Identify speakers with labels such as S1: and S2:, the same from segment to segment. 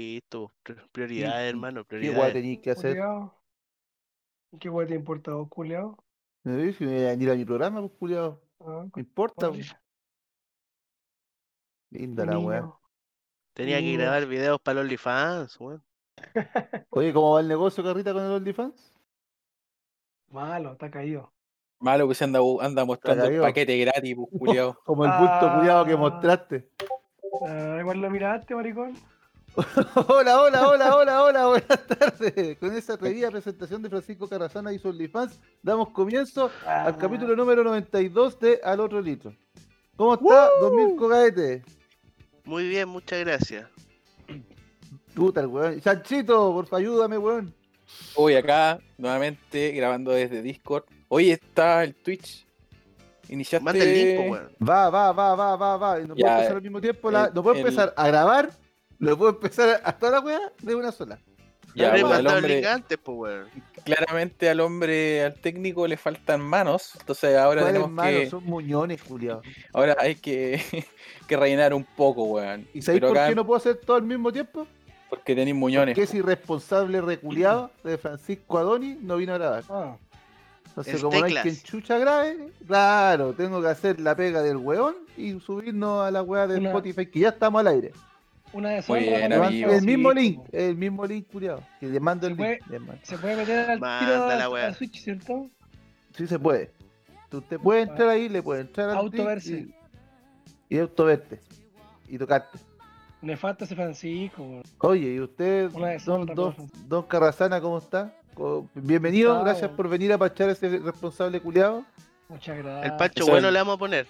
S1: Listo, pr- prioridad,
S2: Y- y-
S1: hermano,
S2: ¿Qué guay
S1: prioridad.
S2: tenéis que hacer?
S3: Culeado. ¿Qué guay te importa vos, culeado?
S2: No dije, me iba a venir a mi programa, pues, culiao.
S3: Ah,
S2: No importa,
S3: Oye,
S2: pues. linda la weá.
S3: niño.
S1: Tenía que
S3: Niño.
S1: grabar videos para los OnlyFans, weón.
S2: Oye, ¿cómo va el negocio, Carrita, con el OnlyFans?
S3: Malo, está caído.
S4: Malo que se anda, bu- anda mostrando el
S2: caído.
S4: paquete gratis, pues, culiao.
S2: Como el bulto culiado que
S3: Ah.
S2: mostraste.
S3: Ah, igual lo miraste, maricón.
S2: Hola, hola, hola, hola, hola, buenas tardes. Con esa atrevida presentación de Francisco Carrazana y su OnlyFans, damos comienzo al
S3: Ah,
S2: capítulo número 92 de Al Otro Litro. ¿Cómo está, 2000 cogaete?
S1: Muy bien, muchas gracias.
S2: Puta el weón. Chanchito, porfa, ayúdame, weón.
S4: Hoy acá, nuevamente, grabando desde Discord. Hoy está el Twitch. Iniciaste...
S1: Manda el link,
S2: pues,
S1: po, weón.
S2: Va, va, va, va, va, va. Y No puedo
S4: Ya,
S2: empezar al mismo tiempo. La...
S4: el-
S2: No puedo
S4: el-
S2: empezar a grabar, no puedo empezar a toda la weá de una sola.
S4: Ya,
S1: Habré
S4: bueno, el
S1: mandado el
S4: hombre,
S1: link ¿ah? antes, po, weón.
S4: claramente al hombre, al técnico le faltan manos. Entonces ahora
S2: ¿Cuáles
S4: tenemos
S2: malos?
S4: que...
S2: Son muñones, culiado.
S4: Ahora hay que, que rellenar un poco, weón.
S2: ¿Y sabéis
S4: Pero
S2: por
S4: acá-
S2: qué no puedo hacer todo al mismo tiempo?
S4: Porque tenéis muñones.
S2: Porque es irresponsable reculiado de Francisco Adoni no vino a grabar.
S3: ah,
S2: Entonces,
S1: El
S2: como no hay
S1: teclas.
S2: quien chucha grave, claro, tengo que hacer la pega del weón y subirnos a la weá de
S3: Una-
S2: Spotify, que ya estamos al aire.
S3: Una de
S4: Muy bien,
S3: ¿no?
S4: amigo.
S2: el mismo
S3: Sí, pues,
S2: link,
S3: po.
S2: el mismo link, culiado. Que le mando el
S3: Se
S2: link. le mando.
S3: Se puede meter al tiro
S1: Manda la
S3: a,
S1: weá.
S3: a Switch, ¿cierto?
S2: Sí se puede. Tú- Usted puede entrar ahí, le puede entrar al link
S3: Autoverse.
S2: Y, y autoverte. Y tocarte.
S3: Nefasto ese Francisco, weón.
S2: Oye, ¿y usted,
S3: Una de
S2: don,
S3: Sandra,
S2: don,
S3: profe.
S2: don Carrasana, cómo está? Co- Bienvenido,
S3: Ah,
S2: gracias
S3: bueno.
S2: por venir a pachar ese responsable culiado.
S3: Muchas
S2: Ah,
S3: gracias.
S1: El Pancho
S4: Eso
S1: bueno
S4: es.
S1: le vamos a poner.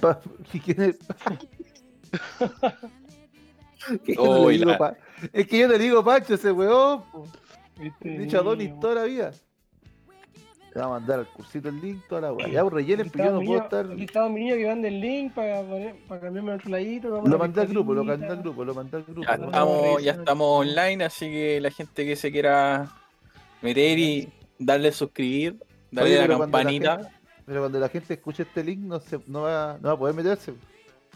S2: Pa- ¿Y quién es? Que yo no
S4: Uy,
S2: le digo
S4: la-
S2: pa- Es que yo le digo Pancho ese weón. po.
S3: Este
S2: He dicho a Donis
S3: niño,
S2: toda la vida. Le va a mandar al cursito el link, toda la weá. Ya, pues,
S3: Aquí
S2: rellenen, porque
S3: estaba
S2: yo no
S3: mi
S2: puedo
S3: niño-
S2: estar.
S3: Aquí estaba mi niño que manda el link para, poner- para cambiarme a otro ladito. vamos a
S2: Lo
S3: la
S2: mandé al grupo, lo mandé
S3: pistolita.
S2: al grupo, lo mandé al grupo.
S4: Ya
S2: lo mandé al
S4: estamos,
S2: grupo.
S4: ya estamos online, así que la gente que se quiera meter y darle suscribir, darle
S2: Oye,
S4: la
S2: pero cuando
S4: campanita.
S2: gente- pero cuando la gente escuche este link no, se, no, va, no va a poder meterse.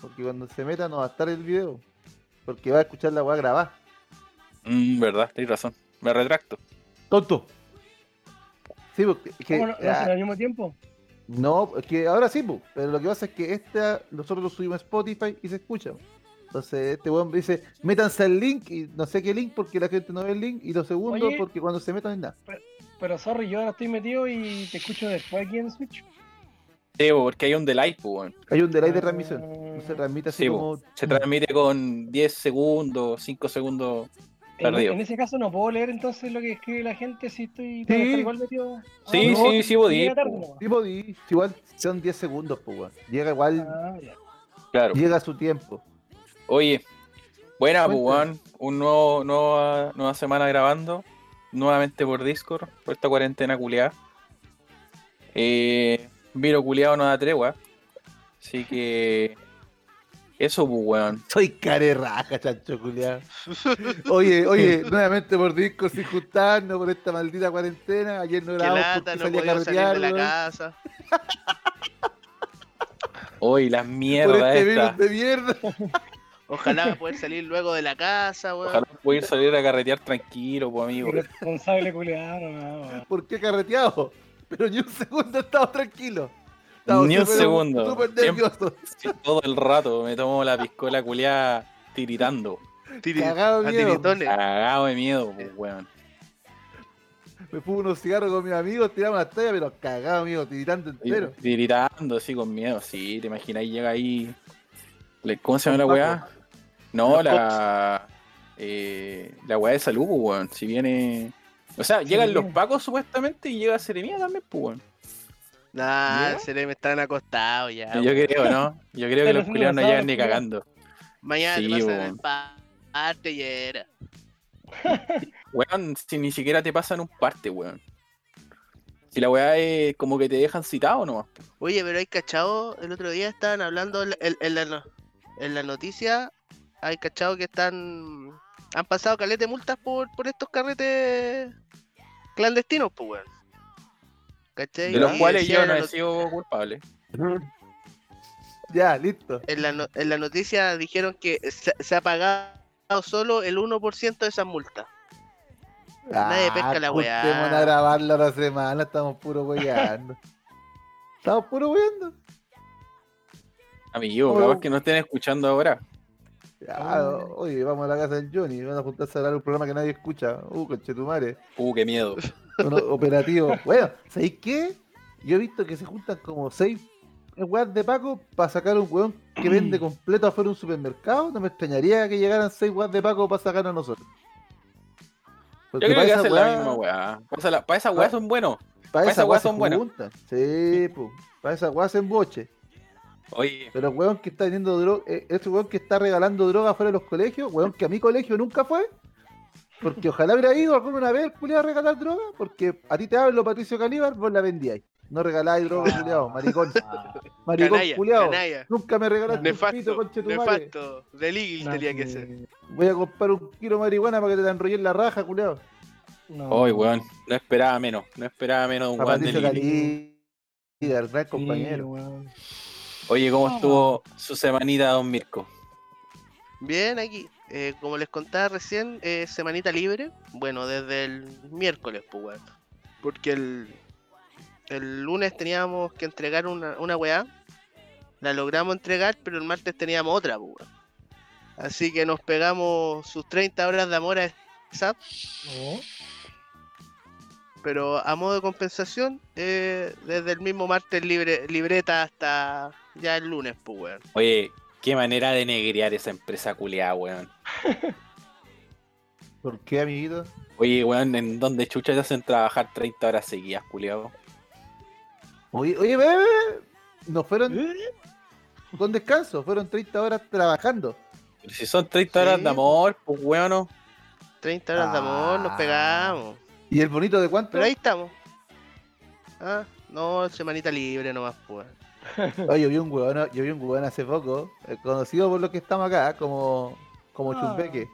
S2: Porque cuando se meta no va a estar el video. Porque va a escuchar la weá grabada.
S4: Mm, verdad, tienes razón. Me retracto.
S2: ¡Tonto! Sí, porque... es que-
S3: ¿Cómo no, no
S2: ah,
S3: hacen al mismo tiempo?
S2: no, es que ahora sí, po, pero lo que pasa es que esta nosotros lo subimos a Spotify y se escucha. po. Entonces este weón dice, métanse al link y no sé qué link porque la gente no ve el link. Y lo segundo,
S3: Oye.
S2: porque cuando se metan en nada.
S3: Pero sorry, yo ahora estoy metido y te escucho después aquí en Switch.
S4: Sí, bo, porque hay un delay, pues, weón.
S2: Hay un delay de transmisión.
S3: Ah,
S2: No se transmite así
S4: Sí, po.
S2: como...
S4: Se transmite con 10 segundos, 5 segundos.
S3: en,
S4: perdido.
S3: en ese caso no puedo leer entonces lo que escribe la gente si estoy tengo que
S2: Sí.
S3: estar igual metido. Ah,
S4: Sí,
S3: no,
S4: sí, sí, podí,
S3: llega tarde
S4: po.
S3: nomás.
S2: Sí, po, y igual son 10 segundos, pues, weón. Llega igual,
S3: Ah, ya.
S4: Claro.
S2: llega a su tiempo.
S4: Oye, buena,
S2: Cuéntame.
S4: pues, weón. Un nuevo, nueva, nueva semana grabando. Nuevamente por Discord, por esta cuarentena culeada. Eh, Viro culeado no da tregua. Así que. Eso, pues, weón.
S2: Soy carerraja, chancho culiao. Oye, oye, nuevamente por disco sin juntarnos por esta maldita cuarentena. Ayer no
S1: Qué
S2: grabamos
S1: lata,
S2: porque
S1: no
S2: salí a
S1: podía salir de
S2: carretear,
S1: la
S2: weón,
S1: casa.
S4: Hoy las
S2: por
S4: mierdas
S2: este
S4: estas.
S2: virus de mierda.
S1: Ojalá poder salir luego de la casa, weón.
S4: Ojalá pudiera salir a carretear tranquilo, pues, amigo.
S3: Irresponsable culiado, no, no.
S2: ¿Por qué carreteado? Pero ni un segundo estaba tranquilo.
S4: Ni un
S2: súper-
S4: segundo.
S2: Súper
S4: Siempre-
S2: nervioso.
S4: Sí, todo el rato me tomo la piscola culeada tiritando.
S1: Tiri-
S2: Cagado de
S1: a
S2: miedo. Ah,
S1: tiritones.
S4: Cagado de miedo, pues, weón.
S2: Me fumo unos cigarros con mis amigos, tiramos la talla, pero cagado, amigo, tiritando entero.
S4: Tiritando, así con miedo, sí, te imagináis, llega ahí. le- ¿Cómo se llama la
S2: Paco.
S4: weá? No,
S1: Los
S4: la. eh, la weá de salud, pues, weón. Si viene. O sea, llegan los
S3: Seremía.
S4: pacos supuestamente y llega Seremía también, pues, weón.
S1: Nah,
S4: ¿Ya?
S1: se le me están acostados ya.
S4: Yo
S1: weón.
S4: creo, ¿no? Yo creo que
S3: Están
S4: los
S3: haciendo
S4: culiados no
S3: asado,
S4: llegan
S3: los
S4: ni
S3: culiados.
S4: cagando.
S1: Mañana
S4: Sí,
S1: te pasan
S4: weón.
S1: el pa- parte y era.
S4: Weón, si ni siquiera te pasan un parte, weón. Si la weá es como que te dejan citado nomás.
S1: Oye, pero hay cachado, el otro día estaban hablando en, la- en- en la, no- en la noticia, hay cachado que están, han pasado calete de multas por, por estos carretes clandestinos, pues weón. ¿Cachai?
S4: De los
S1: Y
S4: cuales
S1: decía
S4: yo
S1: en
S4: no
S1: la
S4: he
S1: not-
S4: sido culpable.
S2: Ya, listo.
S1: en, la no- en la noticia dijeron que se, se ha pagado solo el 1% de esas multas. Nadie
S2: Nadie
S1: pesca la weá.
S2: Ah, a grabarla la semana, estamos puro weyando. estamos puro weyando.
S4: Amigo,
S2: Oh.
S4: capaz que no estén escuchando ahora.
S2: Ya, o- oye, vamos a la casa del Johnny, van a juntarse a hablar un programa que nadie escucha. Uh, conchetumare.
S4: Uh, qué miedo.
S2: Uno operativo. Bueno, ¿sabéis qué? Yo he visto que se juntan como seis weas de Paco para sacar un weón que vende completo afuera de un supermercado. No me extrañaría que llegaran seis weas de Paco para sacar a nosotros. Porque
S4: Yo creo
S2: pa'
S4: que
S2: esa
S4: hacen
S2: wea-
S4: la misma weá. Para esa, pa' esa weá
S2: Ah.
S4: son buenos.
S2: Para
S4: esas
S2: esa weas
S4: weas son buenas.
S2: Sí, pues. Para esa weas en boche.
S4: Oye,
S2: Pero el weón que está vendiendo droga, este weón que está regalando droga fuera de los colegios, weón que a mi colegio nunca fue. Porque ojalá hubiera ido alguna vez culiado a regalar droga, porque a ti te hablo, Patricio Calíbar, vos la vendíais. No regaláis droga, culiado, maricón. Maricón,
S1: Ah. Canalla,
S2: culiado.
S1: canalla.
S2: Nunca me regalaste un pito,
S1: Nefasto,
S2: conche tu madre.
S1: nefasto. Delil
S3: No,
S1: tenía que ser.
S2: Voy a comprar un kilo de marihuana para que te la enrolle en la raja, culiado.
S3: No.
S2: Oh.
S4: hoy weón. No esperaba menos. No esperaba menos de un
S2: A
S4: weón de
S2: Patricio
S4: Lili.
S2: Calíbar, gran
S3: Sí,
S2: compañero.
S3: weón.
S4: Oye, ¿cómo estuvo su semanita, don Mirko?
S1: Bien, aquí. eh, como les contaba recién, eh, semanita libre. Bueno, desde el miércoles, pues, weón. Porque el, el lunes teníamos que entregar una, una weá. La logramos entregar, pero el martes teníamos otra, pues, weón. Así que nos pegamos sus 30 horas de amor a SAP.
S3: No.
S1: Pero a modo de compensación, eh, desde el mismo martes libre, libreta hasta ya el lunes, pues, weón.
S4: Oye, qué manera de negrear esa empresa culeada, weón.
S2: ¿Por qué, amiguito?
S4: Oye, weón, ¿en dónde chucha te hacen trabajar 30 horas seguidas, culiao?
S2: Oye, oye, bebé, nos fueron
S3: Eh,
S2: con descanso, fueron 30 horas trabajando.
S4: Pero si son 30 horas
S1: Sí.
S4: de amor, pues weón.
S1: 30 horas de amor, nos
S2: Ah.
S1: pegamos.
S2: ¿Y el bonito de cuánto?
S1: Pero ahí estamos. Ah, no, semanita libre nomás, pues.
S2: Oye, yo vi un huevón, yo vi un huevón hace poco, eh, conocido por los que estamos acá, como, como
S3: Ah.
S2: Chumbeque.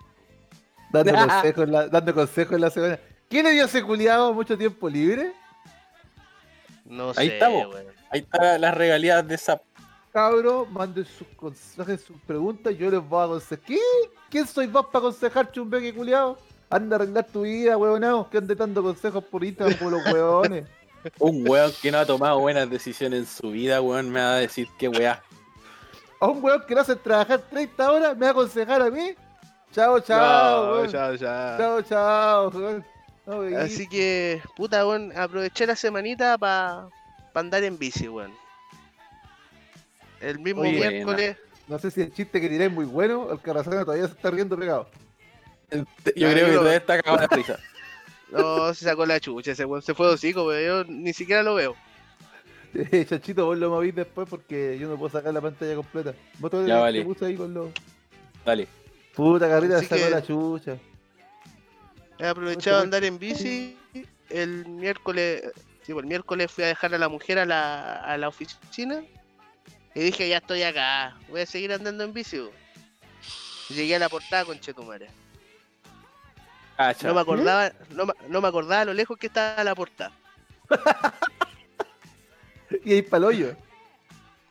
S2: Dando
S1: Ah.
S2: consejos en la, dando consejos en la semana. ¿Quién le dio ese culiado mucho tiempo libre?
S1: No
S4: Ahí
S1: sé,
S4: estamos.
S1: weón.
S4: Ahí están las regalías de esa.
S2: Cabro, manden sus consejos, sus preguntas, yo les voy a aconsejar. ¿Qué? ¿Quién soy vos para aconsejar, Chumbeque, culiado? Anda a arreglar tu vida, huevonao, que ande dando consejos por Instagram como los huevones.
S4: Un weón que no ha tomado buenas decisiones en su vida, weón, me va a decir qué weá.
S2: A un huevón que no hace trabajar 30 horas, me va a aconsejar a mí. Chao, chao,
S1: No,
S2: huevón.
S1: chao, chao.
S2: Chao, chao, weón. No, weón.
S1: Así que, puta, weón, aproveché la semanita para andar en bici, weón. El mismo
S4: Oye,
S1: miércoles.
S2: No sé si el chiste que tiré es muy bueno, el Carrasana todavía se está riendo pegado.
S4: Yo
S1: Ah,
S4: creo que
S1: yo-
S4: todavía está acabada la risa.
S1: No, se sacó la chucha ese weón. Se fue de hocico, pero yo ni siquiera lo veo.
S2: Eh, Chanchito, vos lo movís después porque yo no puedo sacar la pantalla completa. Vos todavía
S4: Ya
S2: te-
S4: vale.
S2: te puse ahí con los.
S4: Dale.
S2: Puta carrita,
S1: Así
S2: sacó
S1: que-
S2: la chucha.
S1: He aprovechado de
S2: Ocho,
S1: andar en bici. El miércoles, sí, pues, el miércoles fui a dejar a la mujer a la, a la oficina. Y dije, ya estoy acá, voy a seguir andando en bici. bo". Llegué a la portada con Chetumare.
S4: Cacha.
S1: No me acordaba, no, me- no me acordaba lo lejos que estaba la portada.
S2: Y ahí pa'l hoyo.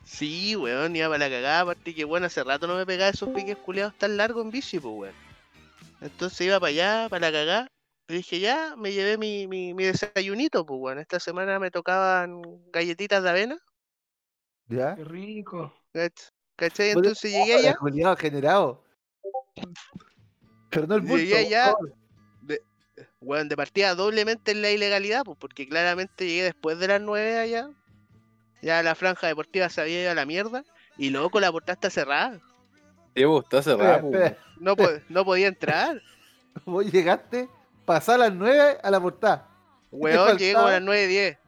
S1: Sí, weón, iba para la cagada, aparte que bueno, hace rato no me pegaba esos piques culeados tan largos en bici, pues weón. Entonces iba para allá, para la cagada, y dije ya, me llevé mi, mi, mi desayunito, pues weón. Esta semana me tocaban galletitas de avena,
S2: ¿Ya?
S3: Qué rico.
S1: cach- ¿cachai?
S2: Vos le-
S1: Entonces llegué
S2: Hola,
S1: allá,
S2: culiao generado. Pero no el bulto.
S1: Llegué
S2: por
S1: allá.
S2: favor.
S1: weón, de partida doblemente en la ilegalidad, pues porque claramente llegué después de las 9 allá, ya la franja deportiva se había ido a la mierda, y luego con la portada está cerrada,
S4: Te gustó
S2: Espera,
S4: cerrado.
S2: espera.
S1: no, po- no podía entrar.
S2: Vos llegaste, pasá a las 9 a la portada.
S1: Weón, llegué como a las
S2: faltaba?
S1: 9.10.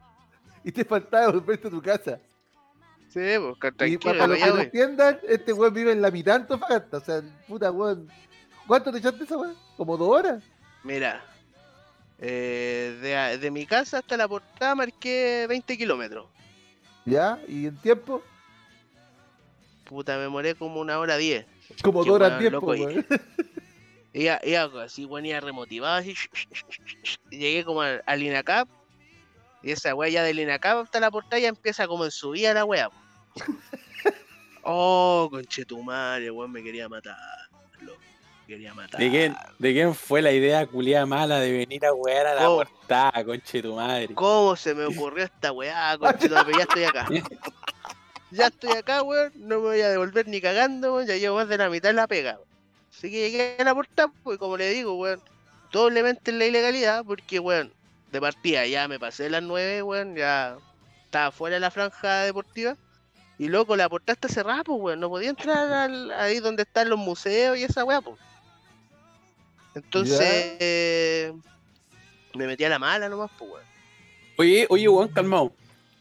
S2: Y te faltaba volverte a tu casa.
S1: Sí, pues, ca-
S2: Y para,
S1: tranquilo,
S2: los que
S1: ya,
S2: no
S1: güey.
S2: entiendan, este weón vive en la mitad de Antofagasta. O sea, puta weón. ¿Cuánto te echaste esa weón? ¿Como dos horas?
S1: Mira, eh, de, a- de mi casa hasta la portada marqué 20 kilómetros.
S2: ¿Ya? ¿Y en tiempo?
S1: Puta, me moré como una hora 10.
S2: Como
S1: Qué
S2: dos horas
S1: weón,
S2: diez,
S1: loco,
S2: po,
S1: y-
S2: weón.
S1: Iba, iba así, weón, iba remotivado, así. Llegué como al, al INACAP. Y esa weá ya del INACAP hasta la portada ya empieza como en subida la weá. po. oh, conchetumare, weón, me quería matar. loco. quería matar.
S4: ¿De quién, ¿De quién fue la idea culia mala de venir a wear a la
S1: Oh.
S4: portada, conche tu madre?
S1: ¿Cómo se me ocurrió esta weá, conchetumare? Pero ya estoy acá. Ya estoy acá, weón. No me voy a devolver ni cagando, weón. Ya llevo más de la mitad de la pega, weón. Así que llegué a la puerta, pues como le digo, weón. Doblemente en la ilegalidad, porque, weón, de partida ya me pasé las 9, weón. Ya estaba fuera de la franja deportiva. Y loco, la puerta está cerrada, pues, weón. No podía entrar al- ahí donde están los museos y esa weá, pues. Entonces, eh, me metí a la mala nomás, pues, weón.
S4: Oye, oye, weón, calmado.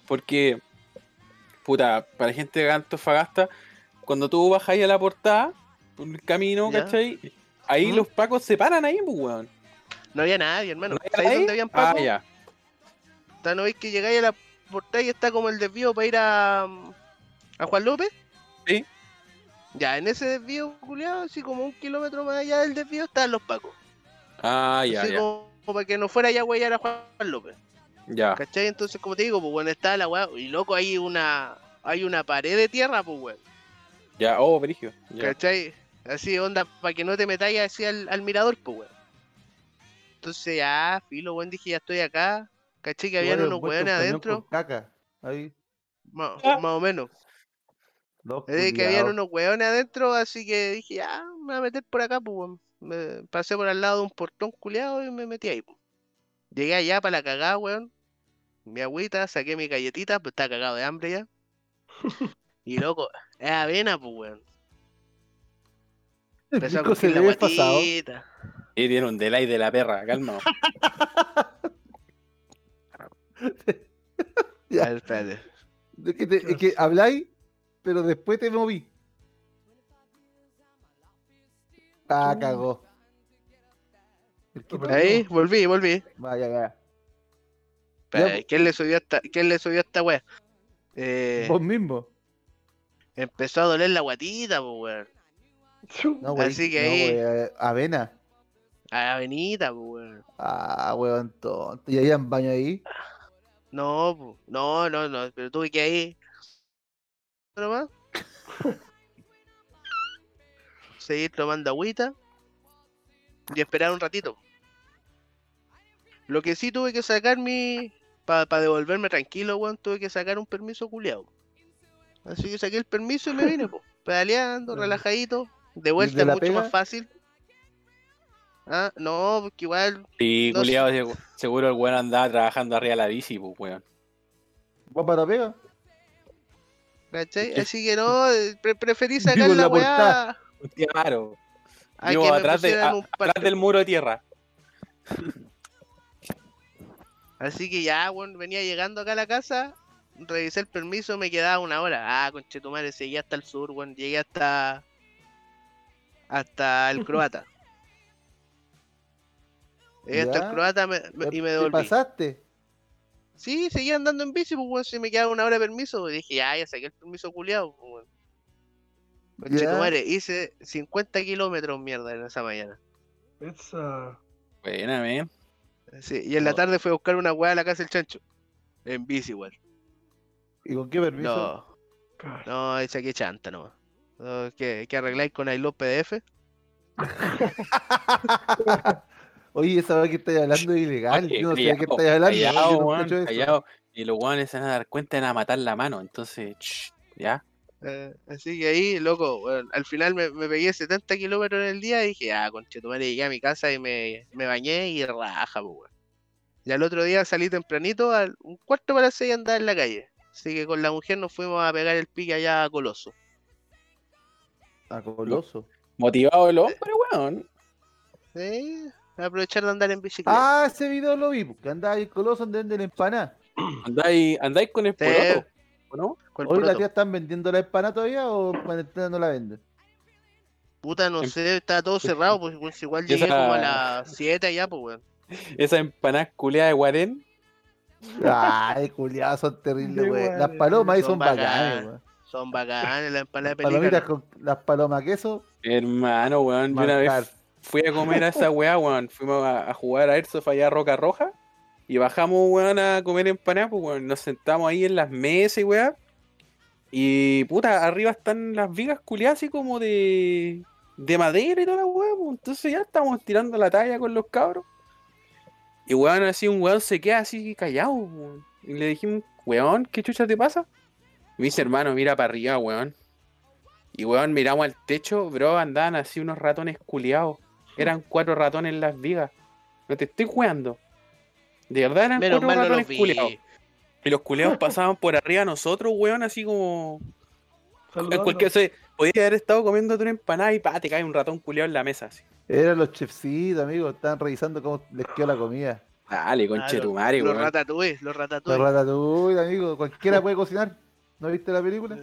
S4: Porque, puta, para gente de Antofagasta, cuando tú bajas ahí a la portada, por el camino,
S1: Ya.
S4: ¿cachai? Ahí
S1: ¿Mm?
S4: los pacos se paran ahí, pues, weón.
S1: No había nadie, hermano.
S4: ¿No hay
S1: ¿Sabéis
S4: ahí?
S1: dónde habían
S4: Ah,
S1: pacos?
S4: ya.
S1: Está, ¿No veis que llegáis a la portada y está como el desvío para ir a, a Juan López?
S4: Sí.
S1: Ya, en ese desvío, culiado, así como un kilómetro más allá del desvío, estaban los pacos.
S4: Ah, ya,
S1: así
S4: ya.
S1: como para que no fuera ya a huellar a Juan López.
S4: Ya.
S1: ¿Cachai? Entonces, como te digo, pues bueno, está la weá. Y loco, hay una, hay una pared de tierra, pues weón.
S4: Ya, oh, Brigio. Ya.
S1: ¿Cachai? Así, onda, para que no te metáis así al, al mirador, pues, weón. Entonces, ya, filo, weón, dije, ya estoy acá. ¿Cachai? Que habían
S2: Igual
S1: unos
S2: encuentro un
S1: weones
S2: camión
S1: adentro,
S2: con Caca. Ahí.
S1: ma-
S4: Ah.
S1: más o menos.
S2: Dos
S1: Es de que habían
S2: culiados.
S1: unos weones adentro, así que dije, ah, me voy a meter por acá, pues, weón. Me pasé por al lado de un portón culeado y me metí ahí, pues. Llegué allá para la cagada, weón. Mi agüita, saqué mi galletita, pues estaba cagado de hambre ya. y loco, es avena, pues, weón.
S2: El
S1: Empecé a
S2: pico se
S1: coger
S2: le
S1: la
S2: había pasado.
S1: guatita.
S4: Y tiene un delay de la perra, calma.
S2: Ya.
S1: A ver, Ah, espérate.
S2: Es que, te- es que habláis, pero después te moví. Ah, cagó. El quinto
S1: Ahí,
S2: no.
S1: volví, volví.
S2: Vaya, ya.
S1: Espera,
S2: pues.
S1: ¿Quién le subió esta, quién le subió esta weá? Eh,
S2: Vos mismo.
S1: empezó a doler la guatita, pues, weón.
S2: No, güey,
S1: Así que
S2: no,
S1: ahí-
S2: güey, eh, avena.
S1: A avenida, pues, weón.
S2: Ah, weón tonto. ¿Y habían baño ahí?
S1: No, po, no, no, no, pero tuve que ir. Nomás. Seguir tomando agüita. Y esperar un ratito. Lo que sí tuve que sacar mi. Para devolverme tranquilo, weón, tuve que sacar un permiso culiado. Así que saqué el permiso y me vine, po. Pedaleando,
S2: Ya.
S1: relajadito. De vuelta es
S2: la
S1: mucho más
S2: pega?
S1: fácil. Ah, no, porque igual.
S4: Sí,
S1: No
S4: culiado, seguro el weón andaba trabajando arriba de la bici, pues, weón.
S2: ¿Vos para pega?
S1: ¿Cachai?
S4: ¿Qué?
S1: Así que no, eh, pre- preferí sacar
S2: Digo, en
S1: la
S2: la portada.
S1: weá
S4: Claro.
S1: a
S4: Digo,
S1: que me
S4: atrás de-
S1: pusieran
S4: a-
S1: un
S4: Atrás
S1: parque.
S4: del muro de tierra.
S1: Así que ya, weón, venía llegando acá a la casa, revisé el permiso, me quedaba una hora. Ah, conchetumare, seguí hasta el sur, weón, llegué hasta. hasta el croata. Llegué hasta
S2: Ya.
S1: el croata me- me- y me
S2: ¿Te
S1: devolví.
S2: pasaste?
S1: Sí, seguía andando en bici, pues, weón, si me quedaba una hora de permiso, y dije, ya, ya saqué el permiso culiado, pues, weón. Conchetumare, hice 50 kilómetros, mierda, en esa mañana.
S3: Esa.
S4: Buena, men.
S1: Sí, y en la
S4: Oh.
S1: tarde fue a buscar una weá a la casa del chancho. En bici, weón.
S2: ¿Y con qué permiso?
S1: No,
S3: cara.
S1: no, esa que chanta nomás. No, ¿Qué, qué arregláis con Ailo PDF?
S2: Oye, esa vez que estáis hablando es ilegal.
S4: Oye,
S2: Yo no sé de qué
S4: callao,
S2: estáis hablando. yo
S4: callao,
S2: no
S4: weón,
S2: escucho eso.
S4: callao. Y los weones se van a dar cuenta y van a matar la mano. Entonces, ch, ya.
S1: Eh, así que ahí, loco, weón, al final me, me pegué 70 kilómetros en el día y dije, ah, conchetumare, llegué a mi casa y me, me bañé y raja, pues, weón. Y al otro día salí tempranito, al un cuarto para las seis andaba en la calle. Así que con la mujer nos fuimos a pegar el pique allá a Coloso.
S2: Ah, coloso.
S4: Motivado el hombre,
S1: Eh.
S4: weón.
S1: ¿Sí? Aprovechar de andar en bicicleta.
S2: Ah, ese video lo vi. Que andaba ahí el coloso donde venden empanada.
S4: Andáis, andáis con el
S1: Sí.
S4: poroto, ¿o ¿no?
S1: con el
S2: Hoy la
S1: poroto.
S2: tía están vendiendo la empanada todavía o cuarentena no la venden.
S1: Puta, no
S4: Em-
S1: sé, estaba todo cerrado, pues, pues, igual llegué
S4: Esa-
S1: como a las 7 allá, pues weón.
S4: Esa empanada culeada de Guarén.
S2: Ay, culiados, son terribles,
S3: De
S2: weón. Las
S3: guardia,
S2: palomas ahí
S1: son
S2: son
S1: bacanas.
S2: bacanas, weón.
S1: Son bacanes las empanadas de
S2: Palomitas
S1: pelícano.
S2: con las palomas queso.
S4: Hermano, weón. Yo una
S2: manjar.
S4: vez fui a comer a esa weá, weón. Fuimos a, a jugar a Airsoft allá a Roca Roja. Y bajamos, weón, a comer empanadas, pues, weón. Nos sentamos ahí en las mesas y weá. Y puta, arriba están las vigas culeadas así como de. de madera y toda la weá, pues, entonces ya estamos tirando la talla con los cabros. Y weón, así un weón se queda así callado, weón. Y le dijimos, weón, ¿qué chucha te pasa? Y me dice, hermano, mira para arriba, weón. Y weón, miramos al techo, bro, andaban así unos ratones culiados. Eran cuatro ratones en las vigas. No te estoy jugando. De verdad eran
S1: Menos
S4: cuatro
S1: mal no los
S4: ratones culiados.
S1: vi.
S4: Y los culeados pasaban por arriba de nosotros, weón, así como.
S3: Saludando.
S4: Cualquier, o sea, podía haber estado comiéndote una empanada y pa, te cae un ratón culeado en la mesa. Así.
S2: Eran los chefcitos, amigos, estaban revisando cómo les quedó la comida.
S4: Dale,
S1: Ah, los-
S4: conchetumare,
S1: Los
S4: weón.
S1: ratatouille, los
S2: La
S1: ratatouille. Ah,
S2: ratatouille, amigo, cualquiera puede cocinar. ¿No viste la película?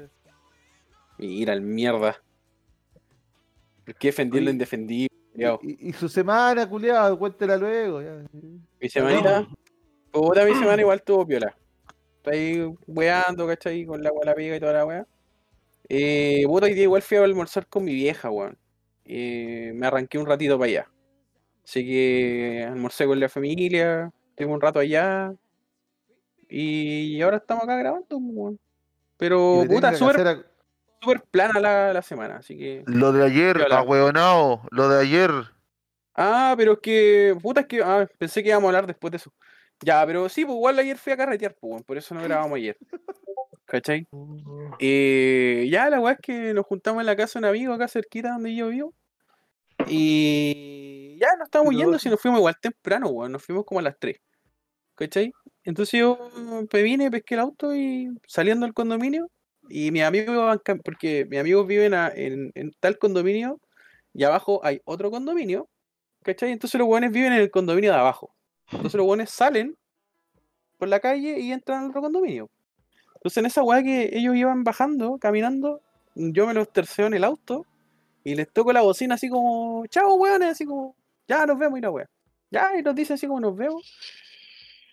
S4: Mira el mierda. ¿Por qué defendiendo
S2: Oye.
S4: indefendible?
S2: Y, y- y su semana, culiado, cuéntela luego. ya.
S4: Mi semanita. Puta, mi semana igual tuvo piola. Está ahí weando, ¿cachai? Con la la pega y toda la wea. Eh, puta, hoy día igual fui a almorzar con mi vieja, weón. Eh, me arranqué un ratito para allá. Así que almorcé con la familia, estuve un rato allá. Y ahora estamos acá grabando, pues, weón.
S2: Y
S4: Pero,
S2: le tienen
S4: Oh, puta,
S2: que
S4: súper
S2: hacer a-
S4: súper plana la, la semana, así que.
S5: Lo de ayer,
S4: Piola.
S5: ahueonao, lo de ayer.
S4: Ah, pero es que. Puta, es que. Ah, pensé que íbamos a hablar después de eso. Ya, pero sí, pues igual ayer fui a carretear, pues, weón, por eso no grabamos ayer. ¿Cachai? Eh, ya, la weá es que nos juntamos en la casa de un amigo acá cerquita donde yo vivo. Y ya nos estábamos
S2: Pero-
S4: yendo, si nos fuimos igual temprano, weón. Nos fuimos como a las 3. ¿Cachai? Entonces yo me vine, pesqué el auto y saliendo al condominio. Y mis amigos van cam- porque mis amigos viven a- en, en tal condominio y abajo hay otro condominio. ¿Cachai? Entonces los weones viven en el condominio de abajo. Entonces los weones salen por la calle y entran al otro condominio. Entonces en esa weá que ellos iban bajando, caminando, yo me los terceo en el auto y les toco la bocina así como, chao weones, así como, ya nos vemos y la weá. Ya, y nos dicen así como nos vemos.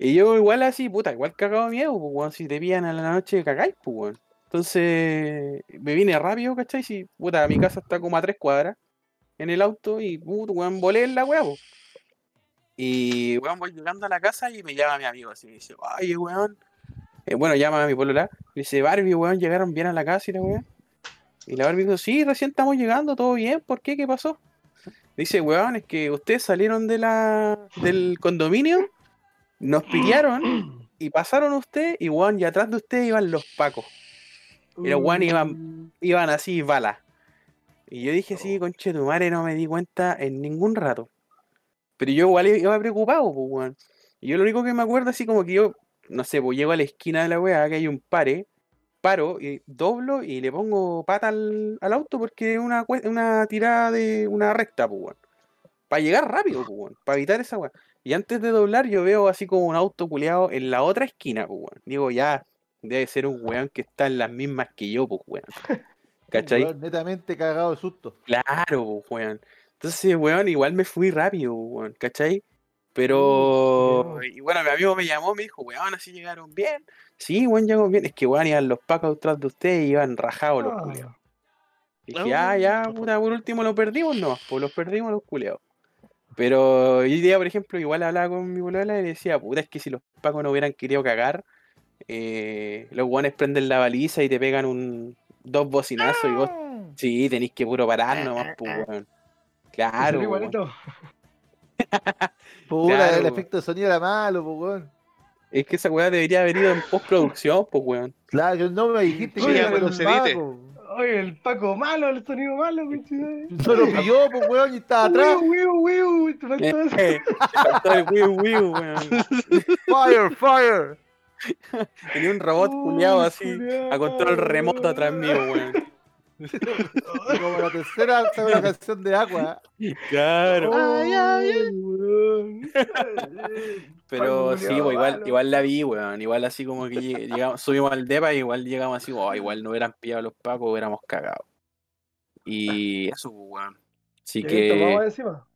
S4: Y yo igual así, puta, igual cagado de miedo, pues weón, si te pillan a la noche cagáis, pues weón. Entonces me vine rápido, ¿cachai? Si, puta, mi casa está como a tres cuadras en el auto y, puta, weón, volé en la weá, po. Y, weón, voy llegando a la casa y me llama mi amigo así, me dice, oye, weón. Eh, bueno, llama a mi polola, me dice, Barbie, weón, llegaron bien a la casa y la weón. Y la Barbie dijo, sí, recién estamos llegando, todo bien, ¿por qué? ¿Qué pasó? Dice, weón, es que ustedes salieron de la, del condominio, nos pillaron y pasaron usted y, weón, y atrás de usted iban los pacos. Y los weón iban, iban así, bala. Y yo dije, sí, conche tu madre, no me di cuenta en ningún rato. Pero yo igual iba preocupado, pues, weón. Y yo lo único que me acuerdo, así como que yo, no sé, pues llego a la esquina de la weá, que hay un pare, paro, y doblo y le pongo pata al, al auto porque es una, cue- una tirada de una recta, pues, weón. Para llegar rápido, pues, weón. Para evitar esa weá. Y antes de doblar, yo veo así como un auto culeado en la otra esquina, pues, weón. Digo, ya, debe ser un weón que está en las mismas que yo, pues, weón. ¿Cachai?
S2: Weón, Netamente cagado de susto.
S4: Claro, po, weón. Entonces, weón, igual me fui rápido, weón, ¿cachai? Pero, y bueno, mi amigo me llamó, me dijo, weón, así llegaron bien. Sí, weón, llegó bien. Es que, weón, iban los pacos atrás de ustedes y iban rajados
S3: Ah,
S4: los culeados. Dije, ah, ya, puta, por último los perdimos, no, pues los perdimos los culeados. Pero hoy día, por ejemplo, igual hablaba con mi polola y le decía, puta, es que si los pacos no hubieran querido cagar, eh, los weones prenden la baliza y te pegan un dos bocinazos y vos
S3: Ah.
S4: Sí, tenéis que puro parar nomás, pues, weón. Claro,
S3: Salió
S4: weón.
S3: igualito.
S2: Puta,
S4: Claro,
S2: el
S4: weón.
S2: efecto de sonido era malo, pues, weón.
S4: Es que esa weá debería haber ido en postproducción, pues, weón.
S2: Claro, que no me dijiste
S1: Sí,
S2: que
S1: ya
S2: era
S1: cuando
S2: los
S1: se edite.
S2: pacos.
S3: Oye, el Paco malo, el sonido malo, pinche.
S2: No lo pilló, pues, weón, y estaba atrás.
S3: Wiu, wiu, wiu, te
S4: Eh,
S3: faltó eso.
S4: eh, le faltó el wiu, wiu, weón.
S2: Fire, fire.
S4: Tenía un robot
S3: Uy,
S4: culiado así,
S3: Oh, culiao.
S4: a control remoto atrás mío, weón.
S2: Y como la tercera, sacó la canción de agua.
S4: Claro.
S1: Ay, ay, ay.
S3: weón.
S4: Pero
S3: Paco
S4: sí,
S3: Oh, culiao
S4: weón, igual,
S3: malo.
S4: igual la vi, weón. Igual así como que lleg- llegamos, subimos al depa y igual llegamos así, oh, igual no hubieran pillado los pacos, hubiéramos cagado. Y eso, pues, weón. Así
S3: Ya habían tomado
S4: que,
S3: encima.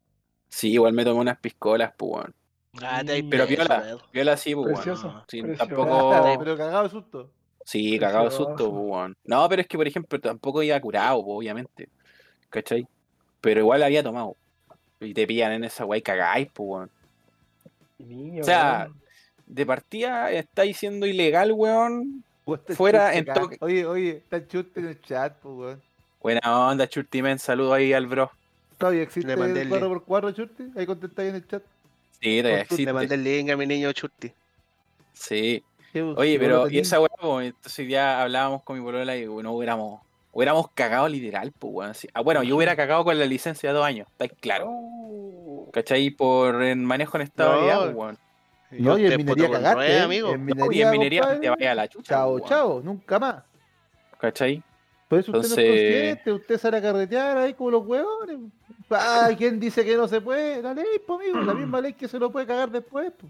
S4: sí, iguel me tomé unas piscolas, pues, weón.
S1: Ah, te hay
S4: Pero
S1: preso,
S4: piola.
S1: weón.
S4: Viola sí, pues, weón.
S3: Precioso.
S4: Sí,
S3: precioso.
S4: tampoco-
S2: Claro,
S4: Oh.
S2: pero cagado de susto.
S4: Sí, cagado de susto,
S3: Precioso.
S4: po, weón. No, pero es que, por ejemplo, tampoco iba curado, po, obviamente. ¿Cachai? Pero igual había tomado. Y te pillan en esa wey, cagáis, pues, weón.
S3: Niño,
S4: O sea,
S3: weón.
S4: de partida estáis siendo ilegal, weón.
S2: Vos te
S4: Fuera
S2: chute,
S4: en
S2: ca-
S4: toque.
S2: Oye, oye, está chute en el chat, pues, weón.
S4: Buena onda, Churtimen. Saludo ahí al bro.
S2: Todavía existe
S1: Le mandé
S2: el
S1: el link.
S2: 4x4, Churti. Ahí contestáis en el chat.
S4: Sí, todavía
S2: Con tu-
S1: Le mandé
S4: existe.
S1: el link a mi niño Churti.
S4: Sí.
S2: Qué-
S4: Oye,
S2: qué
S4: pero
S2: bueno
S4: y esa
S2: tenía.
S4: weá, po, entonces ya hablábamos con mi polola y bueno, hubiéramos, hubiéramos cagado literal, pues weón. así. Ah, bueno, yo hubiera cagado con la licencia de dos años, está claro.
S3: Oh.
S4: ¿Cachai? Por en manejo en estado de
S1: No,
S4: habilidad, pues, weón.
S2: No, y
S1: Yo
S2: en
S1: te
S2: minería
S1: puto con
S2: cagaste.
S1: nueve,
S2: ¿eh?
S1: amigo.
S2: En
S4: No, y en
S2: minería,
S4: minería
S2: compadre,
S4: te vaya a la chucha.
S2: Chao,
S4: pues, weón.
S2: chao. Nunca más.
S4: ¿Cachai?
S2: Por eso usted no es
S4: Entonces-
S2: consciente, usted sale a carretear ahí como los huevones. Ay, ¿quién dice que no se puede? La ley, pues, amigo, la misma ley que se lo puede cagar después. po.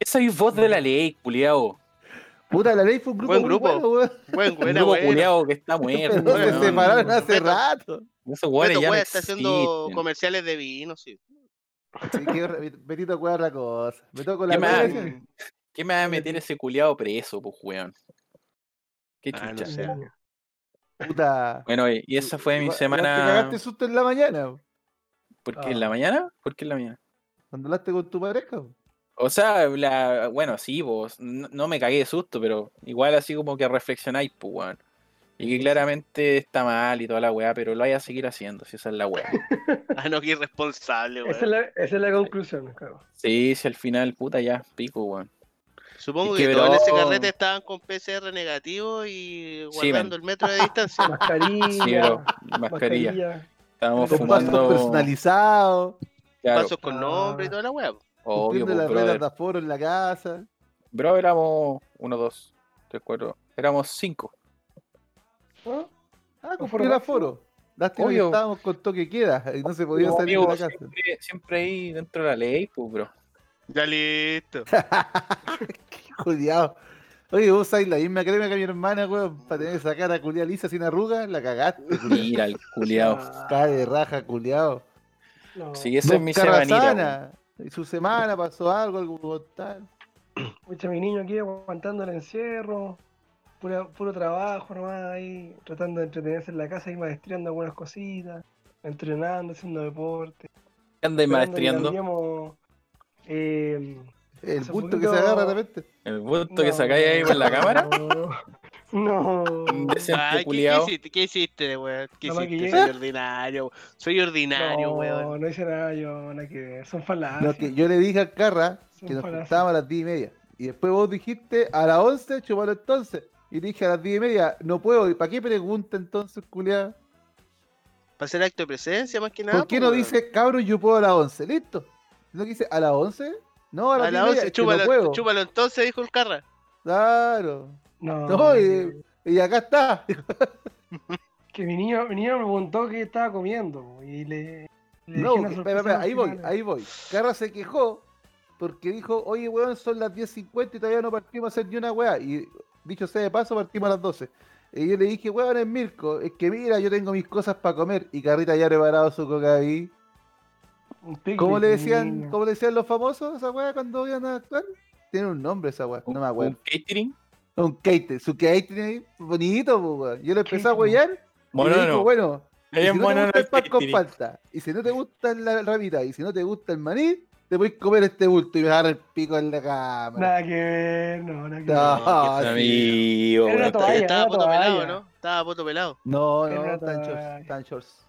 S4: Esa es voz de la ley, culiao.
S2: Puta, la ley fue un grupo.
S1: Buen
S2: muy
S1: grupo.
S2: bueno, weón.
S1: Buen,
S4: Un
S1: buena,
S4: grupo
S1: buena.
S4: culiao que está muerto.
S2: Pero se
S1: bueno,
S2: separaron
S4: weón.
S2: hace
S1: Beto-
S2: rato.
S4: Esos
S1: Beto
S4: weones ya no
S1: Cueva está haciendo
S4: existen.
S1: comerciales de vino, sí.
S2: Sí, qué re- Betito cuadra la cosa. Me toco la
S4: ¿Qué más?
S2: cara, ¿sí?
S4: ¿Qué me va a meter ese culiao preso, pues weón? Qué chucha.
S1: Ah, no sé.
S2: Puta.
S4: Bueno, y y esa fue mi
S2: Igual- igual
S4: semana.
S2: Te cagaste Ah. susto en la mañana, po,
S4: ¿Por qué en la mañana? ¿Por qué en la mañana?
S2: cuando hablaste con tu pareja. po.
S4: O sea, la, bueno, sí, vos, no, no me cagué de susto, pero igual así como que reflexionáis, pues, weón. Y que claramente está mal y toda la weá, pero lo hay a seguir haciendo, si esa es la weá.
S1: Ah, no, qué irresponsable,
S3: Esa, es
S1: weón.
S3: la, esa es la conclusión, me cago.
S4: Sí, si al final, puta, ya, pico, weón.
S1: Supongo
S4: Es que,
S1: que todos en ese
S4: bro.
S1: carrete estaban con PCR negativo y
S4: Sí,
S1: guardando el metro de distancia.
S3: Mascarilla.
S4: Sí, pero mascarilla. Estábamos
S2: Con pasos
S4: fumando.
S2: personalizados,
S4: Claro,
S1: Pasos con nombre y toda la weá.
S4: obvio,
S2: cumpliendo
S4: pues,
S2: las reglas
S4: brother.
S2: de aforo en la casa.
S4: Bro, éramos uno, dos, tres, cuatro. Éramos cinco.
S3: ¿no?
S2: Ah,
S3: Aforo
S2: cumplió el
S3: máximo.
S2: aforo. Lástima que
S4: Obvio.
S2: estábamos con toque queda y no se podía
S4: No,
S2: salir de
S4: amigo,
S2: la casa.
S4: Siempre, siempre ahí dentro de la ley, pues, bro.
S1: Ya listo.
S2: Cuidado. Oye, vos usáis la misma crema que mi hermana, weón, para tener esa cara culiada lisa sin arrugas, la cagaste. culiao.
S4: Mira el culiao.
S3: Ah.
S2: Está de raja, culiado.
S3: No,
S4: Sí, esa es mi semanita. weón.
S2: Y su semana pasó algo, algo tal.
S3: pucha, mi niño aquí aguantando el encierro, pura- puro trabajo nomás ahí, tratando de entretenerse en la casa y maestriando algunas cositas, entrenando, haciendo deporte.
S4: ¿Qué
S3: esperando que
S4: andáis maestriando?
S3: cambiemos, eh,
S2: El
S3: Hace
S2: punto que
S3: poquito-
S2: se agarra de repente.
S4: El bulto que sacáis ahí con la cámara.
S3: No.
S4: Un decente
S1: Ay, ¿qué, qué
S4: culiao.
S1: hiciste? ¿Qué hiciste, weón? ¿Qué
S3: No
S1: hiciste?
S3: maquillé.
S1: Soy ordinario. weón. Soy ordinario, weón.
S3: No, no hice nada yo, nada que ver. Son falacias.
S2: Lo que yo le dije a Carra
S3: Son
S2: que nos
S3: falacias.
S2: juntábamos a las 10 y media. Y después vos dijiste a las 11, chupalo entonces. Y dije a las 10 y media, no puedo. ¿Y para qué pregunta entonces, culiado?
S1: Para hacer acto de presencia, más que nada.
S2: ¿Por qué
S1: pues,
S2: no
S1: weón.
S2: dice, cabrón, yo puedo a las 11? Listo. ¿No que dice a las 11? No, a las
S1: A
S2: 10 y
S1: la
S2: media,
S1: 11,
S2: es que no
S1: chúpalo,
S2: puedo.
S1: chúpalo entonces, dijo el carra.
S2: Claro.
S3: No,
S2: No, eh, y, y acá está.
S3: Que mi niño, mi niño me preguntó qué estaba comiendo po, y le. le
S2: No,
S3: dejé una
S2: espera,
S3: sorpresa
S2: espera, espera, ahí
S3: al
S2: voy,
S3: final.
S2: ahí voy. Carra se quejó porque dijo, oye, weón, son las 10.50 y todavía no partimos a hacer ni una weá. Y dicho sea de paso, partimos a las 12. Y yo le dije, weón, es Mirko, es que mira, yo tengo mis cosas para comer. Y Carrita ya ha preparado su coca ahí.
S3: Un picnic,
S2: ¿Cómo le
S3: mi
S2: decían,
S3: niño.
S2: cómo le decían los famosos a esa weá cuando iban a actuar? Tiene un nombre esa weá, no me
S4: Un
S2: acuerdo.
S4: catering.
S2: Un catering, su catering ahí, bonito, po, weón. Yo le empecé a
S3: Catering.
S2: huellar y le dijo,
S4: Monono.
S2: bueno, pues, y
S4: Ahí
S2: si
S4: en
S2: no te
S4: Monono
S2: gusta el
S4: el
S2: pan con
S4: catering.
S2: palta, y si no te gusta la ramita, y si no te gusta el maní, te puedes comer este bulto y me agarra el pico en la cámara.
S3: Nada que ver, no, nada que ver.
S2: No,
S1: qué
S2: Ah, sí.
S4: Amigo,
S3: Era
S4: weón,
S3: una toalla.
S4: te-
S1: Estaba
S3: no,
S1: poto
S3: todavía.
S1: pelado, ¿no? Estaba poto pelado.
S2: no,
S3: Qué
S2: no,
S3: rata,
S2: tan
S3: ay.
S2: shorts, tan shorts.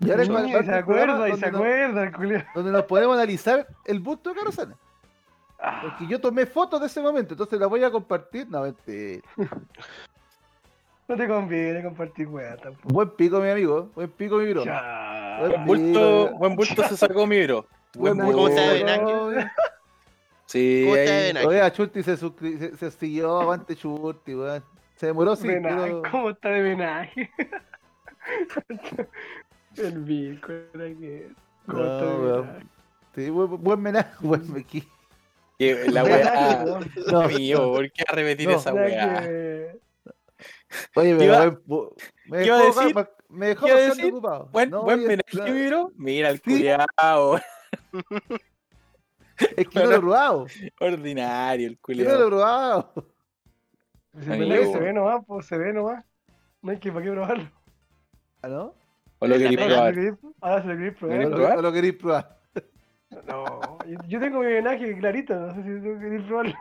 S2: Y ahora
S3: Sí,
S2: cuál-
S3: y
S2: cuál
S3: se
S2: es el
S3: acuerda,
S2: programa
S3: y se
S2: donde nos-
S3: acuerda, el culiao.
S2: Donde nos podemos analizar el busto de Carosana. Porque yo tomé fotos de ese momento, entonces las voy a compartir. No, este, mentira.
S3: No te conviene compartir weá tampoco.
S2: Buen pico, mi amigo. Buen pico, mi bro.
S3: Ya.
S4: Buen bulto, buen bulto se sacó mi bro. Buen
S2: Buen
S1: bulto. ¿Cómo
S4: bulto.
S1: está de
S4: Sí,
S1: ¿Cómo está de
S4: ahí,
S1: venaco?
S2: Oye, a Churti se, suscri- se, se siguió, aguante Churti, weón. Se demoró, sí,
S3: Venaje,
S2: pero-
S3: ¿Cómo está de venaje? el bico, era que. ¿Cómo
S2: No,
S3: está de
S2: weón.
S3: venaje?
S2: Sí, bu- bu- buen menaje, buen mequi.
S4: que la
S3: Venaje,
S4: weá. ah,
S3: weón.
S2: No,
S4: Amigo, ¿por qué a repetir
S2: No.
S4: esa
S3: Nada
S4: weá?
S3: que-
S2: oye, pero
S4: iba-
S2: buen bu- me
S4: iba a
S2: dejó,
S4: decir-
S2: ba- me dejó
S4: iba a
S2: bastante
S4: decir,
S2: ocupado.
S4: Buen,
S2: No,
S4: buen
S2: oye,
S4: homenaje,
S2: la-
S4: mi bro. Mira el
S2: Sí.
S4: culiao.
S2: es que no lo he
S4: Bueno.
S2: probado.
S4: Ordinario el
S2: Que no lo he
S4: culiao.
S2: probado.
S3: Pues el
S4: Amigo.
S3: Venaje se ve nomás, pues se ve nomás. No hay que para qué probarlo.
S2: ¿Ah, no?
S4: O lo
S1: La
S4: queréis
S1: pega.
S3: Ahora se
S4: probar.
S3: lo queréis- Ahora se lo queréis
S2: No
S4: ¿Queréis
S3: probar.
S2: lo,
S4: probar?
S2: no lo queréis probar.
S3: No, yo- yo tengo mi homenaje clarito, no sé si tú querés probarlo.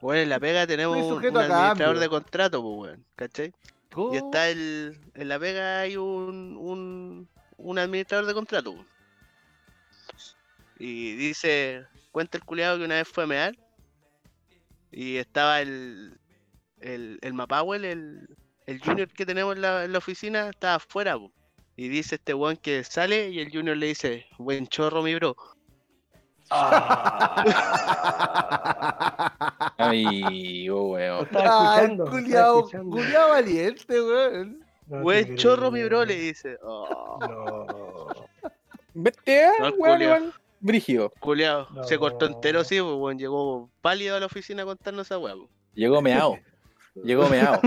S1: Bueno, en la pega tenemos
S2: Estoy
S1: un,
S2: sujeto
S1: un
S2: a cambio.
S1: administrador de contrato, pues, weón. ¿Cachai?
S3: Oh.
S1: Y está el, en la Vega hay un, un, un administrador de contrato. po. Y dice, cuenta el culiado que una vez fue a mear. Y estaba el, el, el Mapawel, el, el junior que tenemos en la, en la oficina, estaba afuera. po. Y dice este weón que sale y el junior le dice, buen chorro mi bro.
S4: Amigo,
S3: Lo
S4: weón.
S3: estaba
S2: Ah,
S3: escuchando.
S2: el
S3: lo estaba
S2: culiao,
S3: escuchando.
S2: culiao valiente, weón.
S3: No te
S1: Buen
S3: creo.
S1: chorro mi bro, le dice. Oh,
S3: No.
S4: Vete, ah,
S1: No, el
S4: weón,
S1: culiao.
S4: igual. Brígido.
S1: culiao, se cortó entero
S3: No.
S1: sí, po, weón. Llegó pálido a la oficina a contarnos esa weá. po.
S4: Llegó meao. Llegó meao.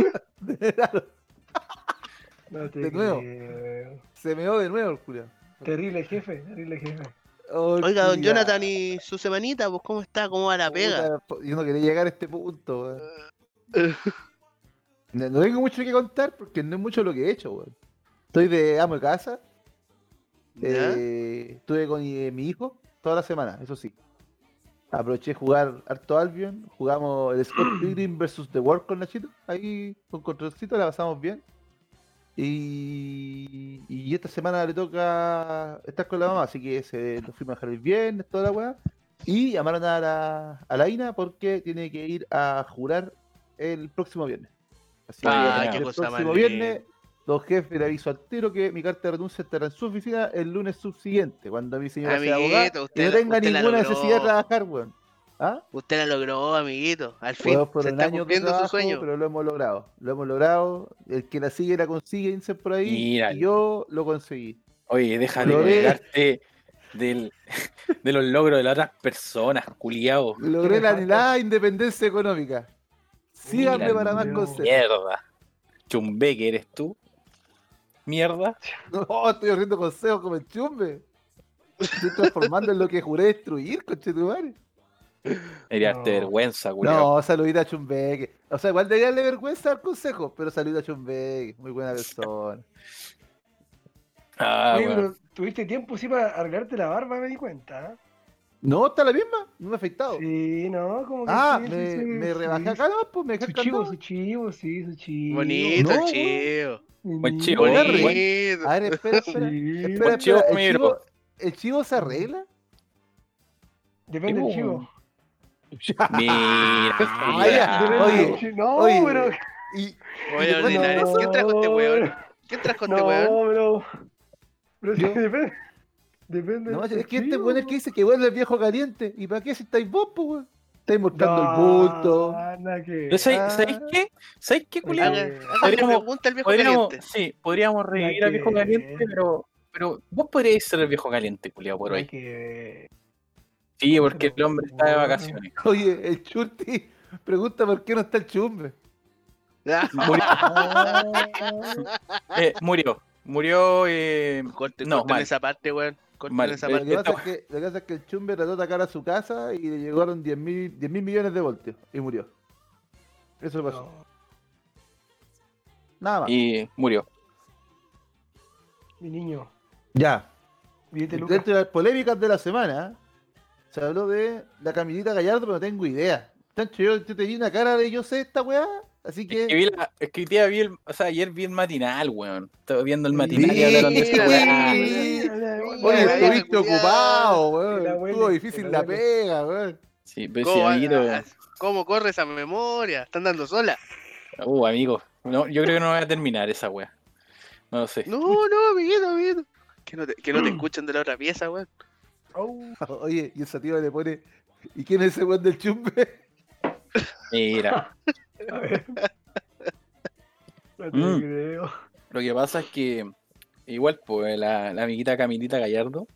S3: No te
S2: De nuevo.
S3: creo.
S2: Se meó de nuevo el culiao.
S3: Terrible jefe, terrible jefe.
S2: Oh, el
S1: Oiga, don
S2: culiao.
S1: Jonathan y su semanita, pues cómo está, cómo va la pega.
S2: Puta, po- Yo no quería llegar a este punto, weón. No, no tengo mucho que contar porque no es mucho lo que he hecho, weón. Estoy de amo de casa.
S1: ¿Ya?
S2: eh, estuve con eh, mi hijo toda la semana, eso sí. Aproveché jugar harto Albion. Jugamos el Scott Pilgrim versus The World con Nachito. Ahí con controlcito la pasamos bien. Y, y esta semana le toca estar con la mamá, así que se nos fuimos a dejar el viernes, toda la weá. Y llamaron a la, a la Ina porque tiene que ir a jurar el próximo viernes. Así
S4: Ah, qué
S2: el
S1: cosa más
S2: próximo viernes, los jefes le aviso al tiro que mi carta de renuncia estará en su oficina el lunes subsiguiente, cuando mi señora sea abogada
S1: Amiguito,
S2: y
S1: usted
S2: no
S1: la-
S2: tenga
S1: usted la
S2: ninguna
S1: logró.
S2: necesidad de trabajar, weón. ¿Ah?
S1: Usted la logró, amiguito. Al fin
S2: Weón, fueron
S1: se está
S2: años de
S1: cumpliendo su
S2: trabajo,
S1: sueño.
S2: Pero lo hemos logrado. Lo hemos logrado. El que la sigue la consigue, dicen por ahí.
S4: Mira.
S2: Y yo lo conseguí.
S4: Oye, deja de
S2: Lo ve.
S4: colgarte del, de los logros de las otras personas, culiao.
S2: Logré la
S3: falta?
S2: anhelada independencia económica. Síganme
S4: Mira,
S2: para más
S3: no.
S2: consejos.
S4: Mierda. Chumbe que eres tú. Mierda.
S2: No, estoy haciendo consejos como el chumbe. Estoy transformando en lo que juré destruir, conchetumare.
S4: Deberías
S3: No.
S4: darte vergüenza, culiao.
S2: No, saludita a Chumbeque. O sea, igual debería darle vergüenza al consejo, pero saludita a Chumbeque. Muy buena persona.
S4: Ah,
S1: Ah,
S3: Oye,
S4: weón.
S3: pero tuviste tiempo sí para arreglarte la barba, me di cuenta. ¿eh?
S2: No, está la misma. No me ha afectado.
S3: Sí, no, como que
S2: ah,
S3: sí, sí,
S2: me,
S3: sí,
S2: me
S3: sí.
S2: rebajé acá, no, pues me dejé
S3: Su chivo,
S2: encantado.
S3: su chivo, sí, su chivo.
S1: Bonito, el
S2: No,
S1: chivo.
S4: Buen
S3: Mm,
S4: chivo,
S2: Buena
S4: buen-
S1: Bonito.
S2: A ver, espera, espera.
S3: Sí,
S2: Espera,
S4: chivo
S2: espera,
S4: mi
S2: ¿El, chivo,
S4: bro.
S2: ¿El chivo se arregla?
S3: Depende del chivo.
S4: Mira,
S2: Vaya,
S4: culiao.
S3: Depende del
S2: oye,
S3: chi- No,
S2: oye,
S3: pero.
S2: Y
S1: Oye,
S2: No,
S1: ordinario.
S3: no,
S1: ¿Quién trajo este weón? ¿Quién trajo este
S3: No,
S1: weón?
S3: pero. Pero sí,
S2: Yo-
S3: depende. Depende.
S2: no,
S3: del
S2: macho, es que este
S3: chivo.
S2: weón es el que dice que vuelve el viejo caliente. ¿Y para qué si estáis vos, pues, weón? Estáis mostrando el
S3: No,
S2: bulto.
S3: anda que-
S4: Yo sé- ¿Sabéis qué? ¿Sabéis qué, culiao?
S1: Haga-
S3: Podríamos-
S1: Hágale pregunta al viejo
S4: Podríamos,
S1: caliente.
S4: sí, podríamos revivir al viejo
S3: que-
S4: caliente, pero, pero vos podríais ser el viejo caliente, culiao, por
S3: Hay
S4: hoy.
S3: que-
S4: Sí, porque el hombre está de
S3: Pero-
S4: vacaciones.
S2: Oye, el churti pregunta por qué no está el chumbe.
S1: Ah,
S4: Murió,
S3: ah,
S4: eh, murió, murió, eh,
S1: Corten,
S4: No,
S1: corten
S4: mal.
S1: esa parte, weón. Corten
S4: Mal.
S1: esa
S4: Eh,
S2: Lo
S1: parte.
S2: que, pasa
S4: Esta-
S2: es que, lo que pasa es que el chumbe trató de atacar a su casa y le llegaron 10 mil millones de voltios y murió. Eso pasó.
S3: No,
S2: Nada más.
S4: y murió.
S3: mi niño.
S2: Ya,
S3: Billete Lucas.
S2: Dentro de las polémicas de la semana, se habló de la Camilita Gallardo, pero no tengo idea. Chancho, yo, yo te di una cara de yo sé esta weá, así
S4: Es que,
S2: que.
S4: vi la- es que hoy día vi el, o sea, ayer vi el matinal, weón. Estaba viendo el matinal y hablaron de esa weá.
S2: Sí.
S1: Oye,
S2: Oye,
S1: la vieja
S2: estuviste
S1: culiada.
S2: ocupado,
S3: Te la
S2: weón.
S3: huele,
S2: Estuvo
S3: te
S2: difícil
S3: la
S2: la
S3: huele.
S2: pega, weón.
S4: Sí, pero sí,
S1: ¿Cómo, Ah,
S4: amiguito,
S1: cómo corre esa memoria? Están dando sola.
S4: uh, amigo. No, yo creo que no voy a terminar esa weá. No lo sé.
S1: No, no, amiguito, amiguito. Que no te, que no te escuchan de la otra pieza, weón.
S2: Oye, y el sativa le pone. ¿Y quién es ese weón del chumbe?
S4: Mira,
S3: No te
S4: Mm.
S3: creo.
S4: lo que pasa es que igual, pues, la, la amiguita Camilita Gallardo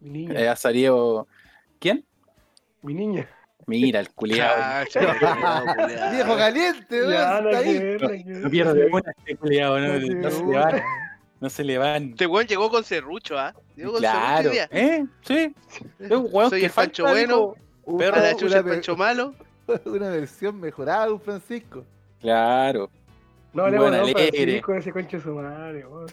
S3: Mi niña.
S4: eh, ha salido. ¿Quién?
S3: Mi niña.
S4: Mira, el culiado.
S1: Cacho, culiao, culiao.
S2: Viejo caliente, weón.
S3: Ya,
S2: está
S3: la
S2: ahí.
S3: que- la que-
S4: No pierde una este culiado, no,
S3: No pierde
S4: no se le
S3: una.
S4: van. No se le van.
S1: Este weón llegó con serrucho, ¿ah? Llegó con
S4: Claro.
S1: serrucho. hoy
S4: ¿Eh? Sí. Es un weón
S1: Soy
S4: que
S1: el Pancho
S4: falta,
S1: bueno,
S4: dijo,
S2: Un-
S1: día.
S4: perro.
S1: A la
S2: una,
S1: chucha el
S2: ve-
S1: Pancho Malo.
S2: una versión mejorada, un Francisco.
S4: Claro.
S3: No hablemos
S4: Buena
S3: de Don
S4: alegre.
S3: Francisco, ese concho de su madre. vos.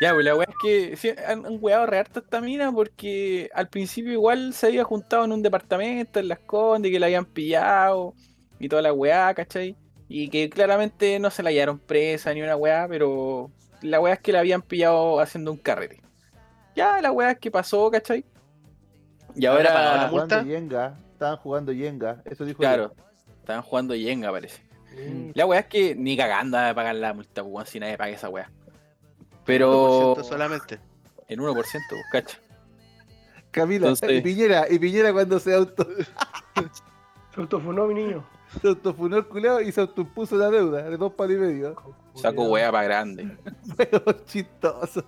S4: Ya, pues la weá es que sí, han, han weado re harto esta mina porque al principio igual se había juntado en un departamento, en las Condes, que la habían pillado y toda la weá, ¿cachai? Y que claramente no se la hallaron presa ni una weá, pero la weá es que la habían pillado haciendo un carrete. Ya la weá es que pasó, ¿cachai? Y
S1: Ahora
S4: ahora,
S1: para la
S2: Estaban
S1: multa? pues,
S2: jugando Yenga. Estaban jugando Yenga. Eso dijo.
S4: claro, estaban jugando Yenga, parece.
S3: Mm.
S4: La weá es que ni cagando va a pagar la multa, pues, weón, si nadie paga esa weá. Pero
S1: 1% solamente.
S4: en 1%, pues, ¿cachai?
S2: Yenga. Camila.
S4: Entonces-
S2: Y Piñera. Y Piñera cuando se auto,
S3: Se autofunó mi niño.
S2: se autofunó el culeado y se autoimpuso la deuda de dos palos y medio.
S4: Saco weá para grande.
S2: Pero chistoso.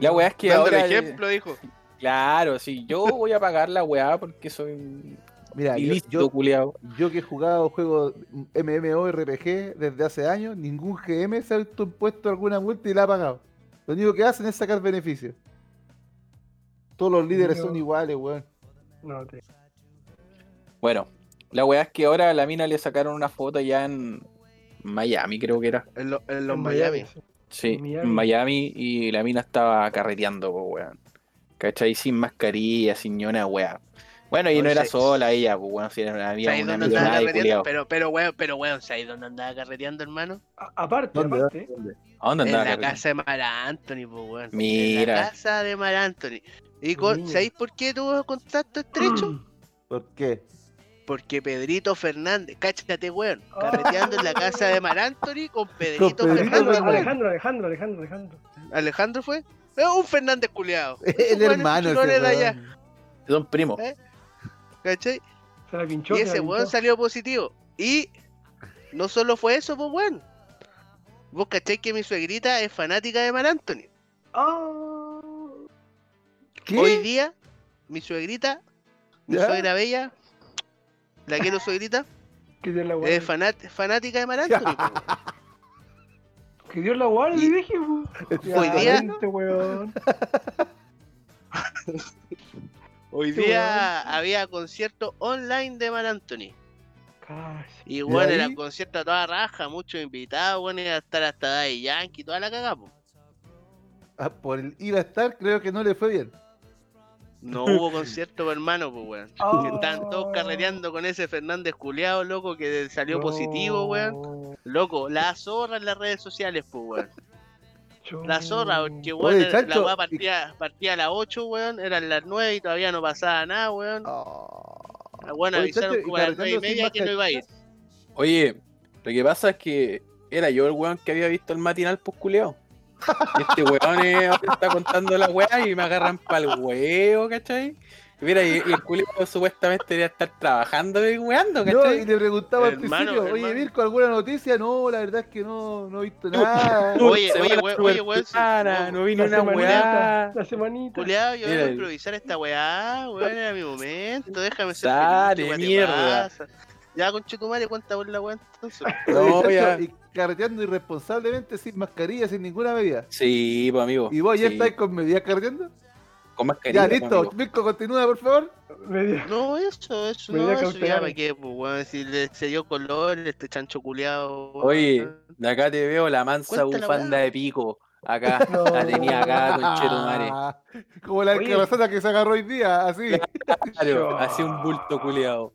S4: La weá es que
S1: Dando el
S4: ahora.
S1: ejemplo, dijo.
S4: Claro, sí, yo voy a pagar la weá porque soy
S2: Mira, yo,
S4: ilícito,
S2: yo-
S4: culiao.
S2: yo que he jugado juegos MMORPG desde hace años, ningún GM se ha autoimpuesto alguna multa y la ha pagado. Lo único que hacen es sacar beneficios. Todos los líderes
S3: Yo-
S2: son iguales, weón.
S3: No, te...
S4: Bueno, la weá es que ahora a la mina le sacaron una foto ya en Miami, creo que era.
S1: En, lo- en los
S3: en
S1: Miami.
S3: sí.
S4: Sí,
S3: Miami.
S4: en Miami y la mina estaba carreteando, po, weón. ¿Cachai? Sin mascarilla, sin ni una weá. Bueno, y no
S1: Oye,
S4: era
S1: sí.
S4: sola ella, pues weón, si era, había
S1: ¿Sabes
S4: una
S1: dónde andaba
S4: millonada de
S1: carreteando?
S4: culiao.
S1: Pero, pero, weón, pero, weón, ¿sabes dónde andaba carreteando, hermano?
S3: A- aparte,
S2: ¿Dónde,
S3: aparte,
S4: ¿A dónde
S1: En la
S4: andaba carreteando?
S1: casa de Mara Anthony, pues, weón. En
S4: Mira.
S1: la casa de Mara Anthony. ¿Y con,
S3: Mira.
S1: sabéis por qué tuvo contacto estrecho?
S2: ¿Por qué?
S1: Porque Pedrito Fernández, cáchate, weón, carreteando en la casa de Mara Anthony con Pedrito
S2: Pedrito
S1: Fernández,
S3: Alejandro,
S2: Fernández,
S1: weón.
S3: Alejandro, Alejandro, Alejandro, Alejandro.
S1: Alejandro fue. Es un Fernández culeado.
S2: El hermano ese,
S1: allá,
S2: weón.
S4: Son primos.
S1: Eh, ¿cachai?
S3: Se la pinchó.
S1: Y
S3: se la
S1: ese weón
S3: pinchó.
S1: salió positivo. Y no solo fue eso, pues weón. Vos cachai que mi suegrita es fanática de Mar Anthony.
S3: Ah,
S2: ¿Qué?
S1: Hoy día, mi suegrita, mi
S2: ¿Ya?
S1: suegra bella, la quiero suegrita,
S3: que Dios la guarde.
S1: es fanat- fanática de Mar Anthony. po, weón.
S3: Que Dios la guarde,
S1: Y-
S3: dije. po.
S1: Hoy
S3: Ya,
S1: día-
S3: vente, weón.
S1: Hoy
S3: Qué
S1: día había concierto online de Mar Anthony.
S3: Casi.
S1: Y bueno,
S2: ahí?
S1: era un concierto a toda raja, muchos invitados, bueno, iba a estar hasta Daddy Yankee, toda la cagamos.
S2: Ah, por el iba a estar, creo que no le fue bien.
S1: No hubo concierto, pues, hermano, pues, weón.
S3: Ah.
S1: Estaban todos carreteando con ese Fernández culeado, loco, que salió
S3: No,
S1: positivo, weón. Loco, la zorra en las redes sociales, pues, weón.
S3: chon.
S1: La zorra, porque,
S2: Oye,
S1: weón, era- la
S2: Chancho,
S1: weá
S2: y-
S1: partía, partía a las 8, weón, eran las 9 y todavía no pasaba nada, weón. La weón
S2: Ah. Oye,
S1: avisaron
S2: Chancho,
S1: como a las
S2: y
S1: 9 y
S2: carreteando sin
S1: media que no iba a ir.
S4: Oye, lo que pasa es que era yo el weón que había visto el matinal posculeado. Este weón eh, ahora está contando la weá y me agarran para el huevo, ¿cachai? Y Mira, y, y el culiao supuestamente debería estar trabajando y weando,
S2: No, y
S4: ¿cachai?
S2: le preguntaba al
S1: Hermano,
S2: principio, oye,
S1: hermano.
S2: Mirko, ¿alguna noticia? No, la verdad es que no, no he visto nada.
S1: No, Oye,
S4: Se
S1: oye,
S4: va la
S1: we- oye, weón,
S4: superplana,
S1: sí,
S4: no vi ni
S3: La
S4: una
S3: semanita.
S4: weá.
S3: La semanita.
S1: Culeado, yo
S4: Mira
S1: voy a
S4: el-
S1: improvisar esta weá, weón, era mi momento, déjame ser
S4: Sale,
S1: feliz, ¿qué weá te
S4: mierda.
S1: pasa? Ya, con Chetumare, cuenta por la weá entonces.
S2: Oye,
S4: No,
S2: Chacho,
S4: ya.
S2: Y carreteando irresponsablemente, sin mascarilla, sin ninguna medida.
S4: Sí, pues amigo.
S2: ¿Y vos ya
S4: sí,
S2: estáis con medidas carreteando?
S4: con mascarilla.
S2: Ya,
S4: pues,
S2: listo.
S4: amigo.
S2: Mirko, continúa, por favor.
S3: Media.
S1: No, eso, eso,
S3: Medida
S1: no, eso ya
S3: cautelar.
S1: para qué, pues, weón, si le, se dio color este chancho culeado.
S4: Oye, de acá te veo la mansa
S1: Cuenta la
S4: bufanda
S1: weá.
S4: de pico. Acá,
S3: No.
S4: la tenía acá, conchetumare.
S2: Ah, Como la
S3: Oye.
S2: alcarazana que se agarró hoy día, así.
S4: Claro, hacía un bulto culiado.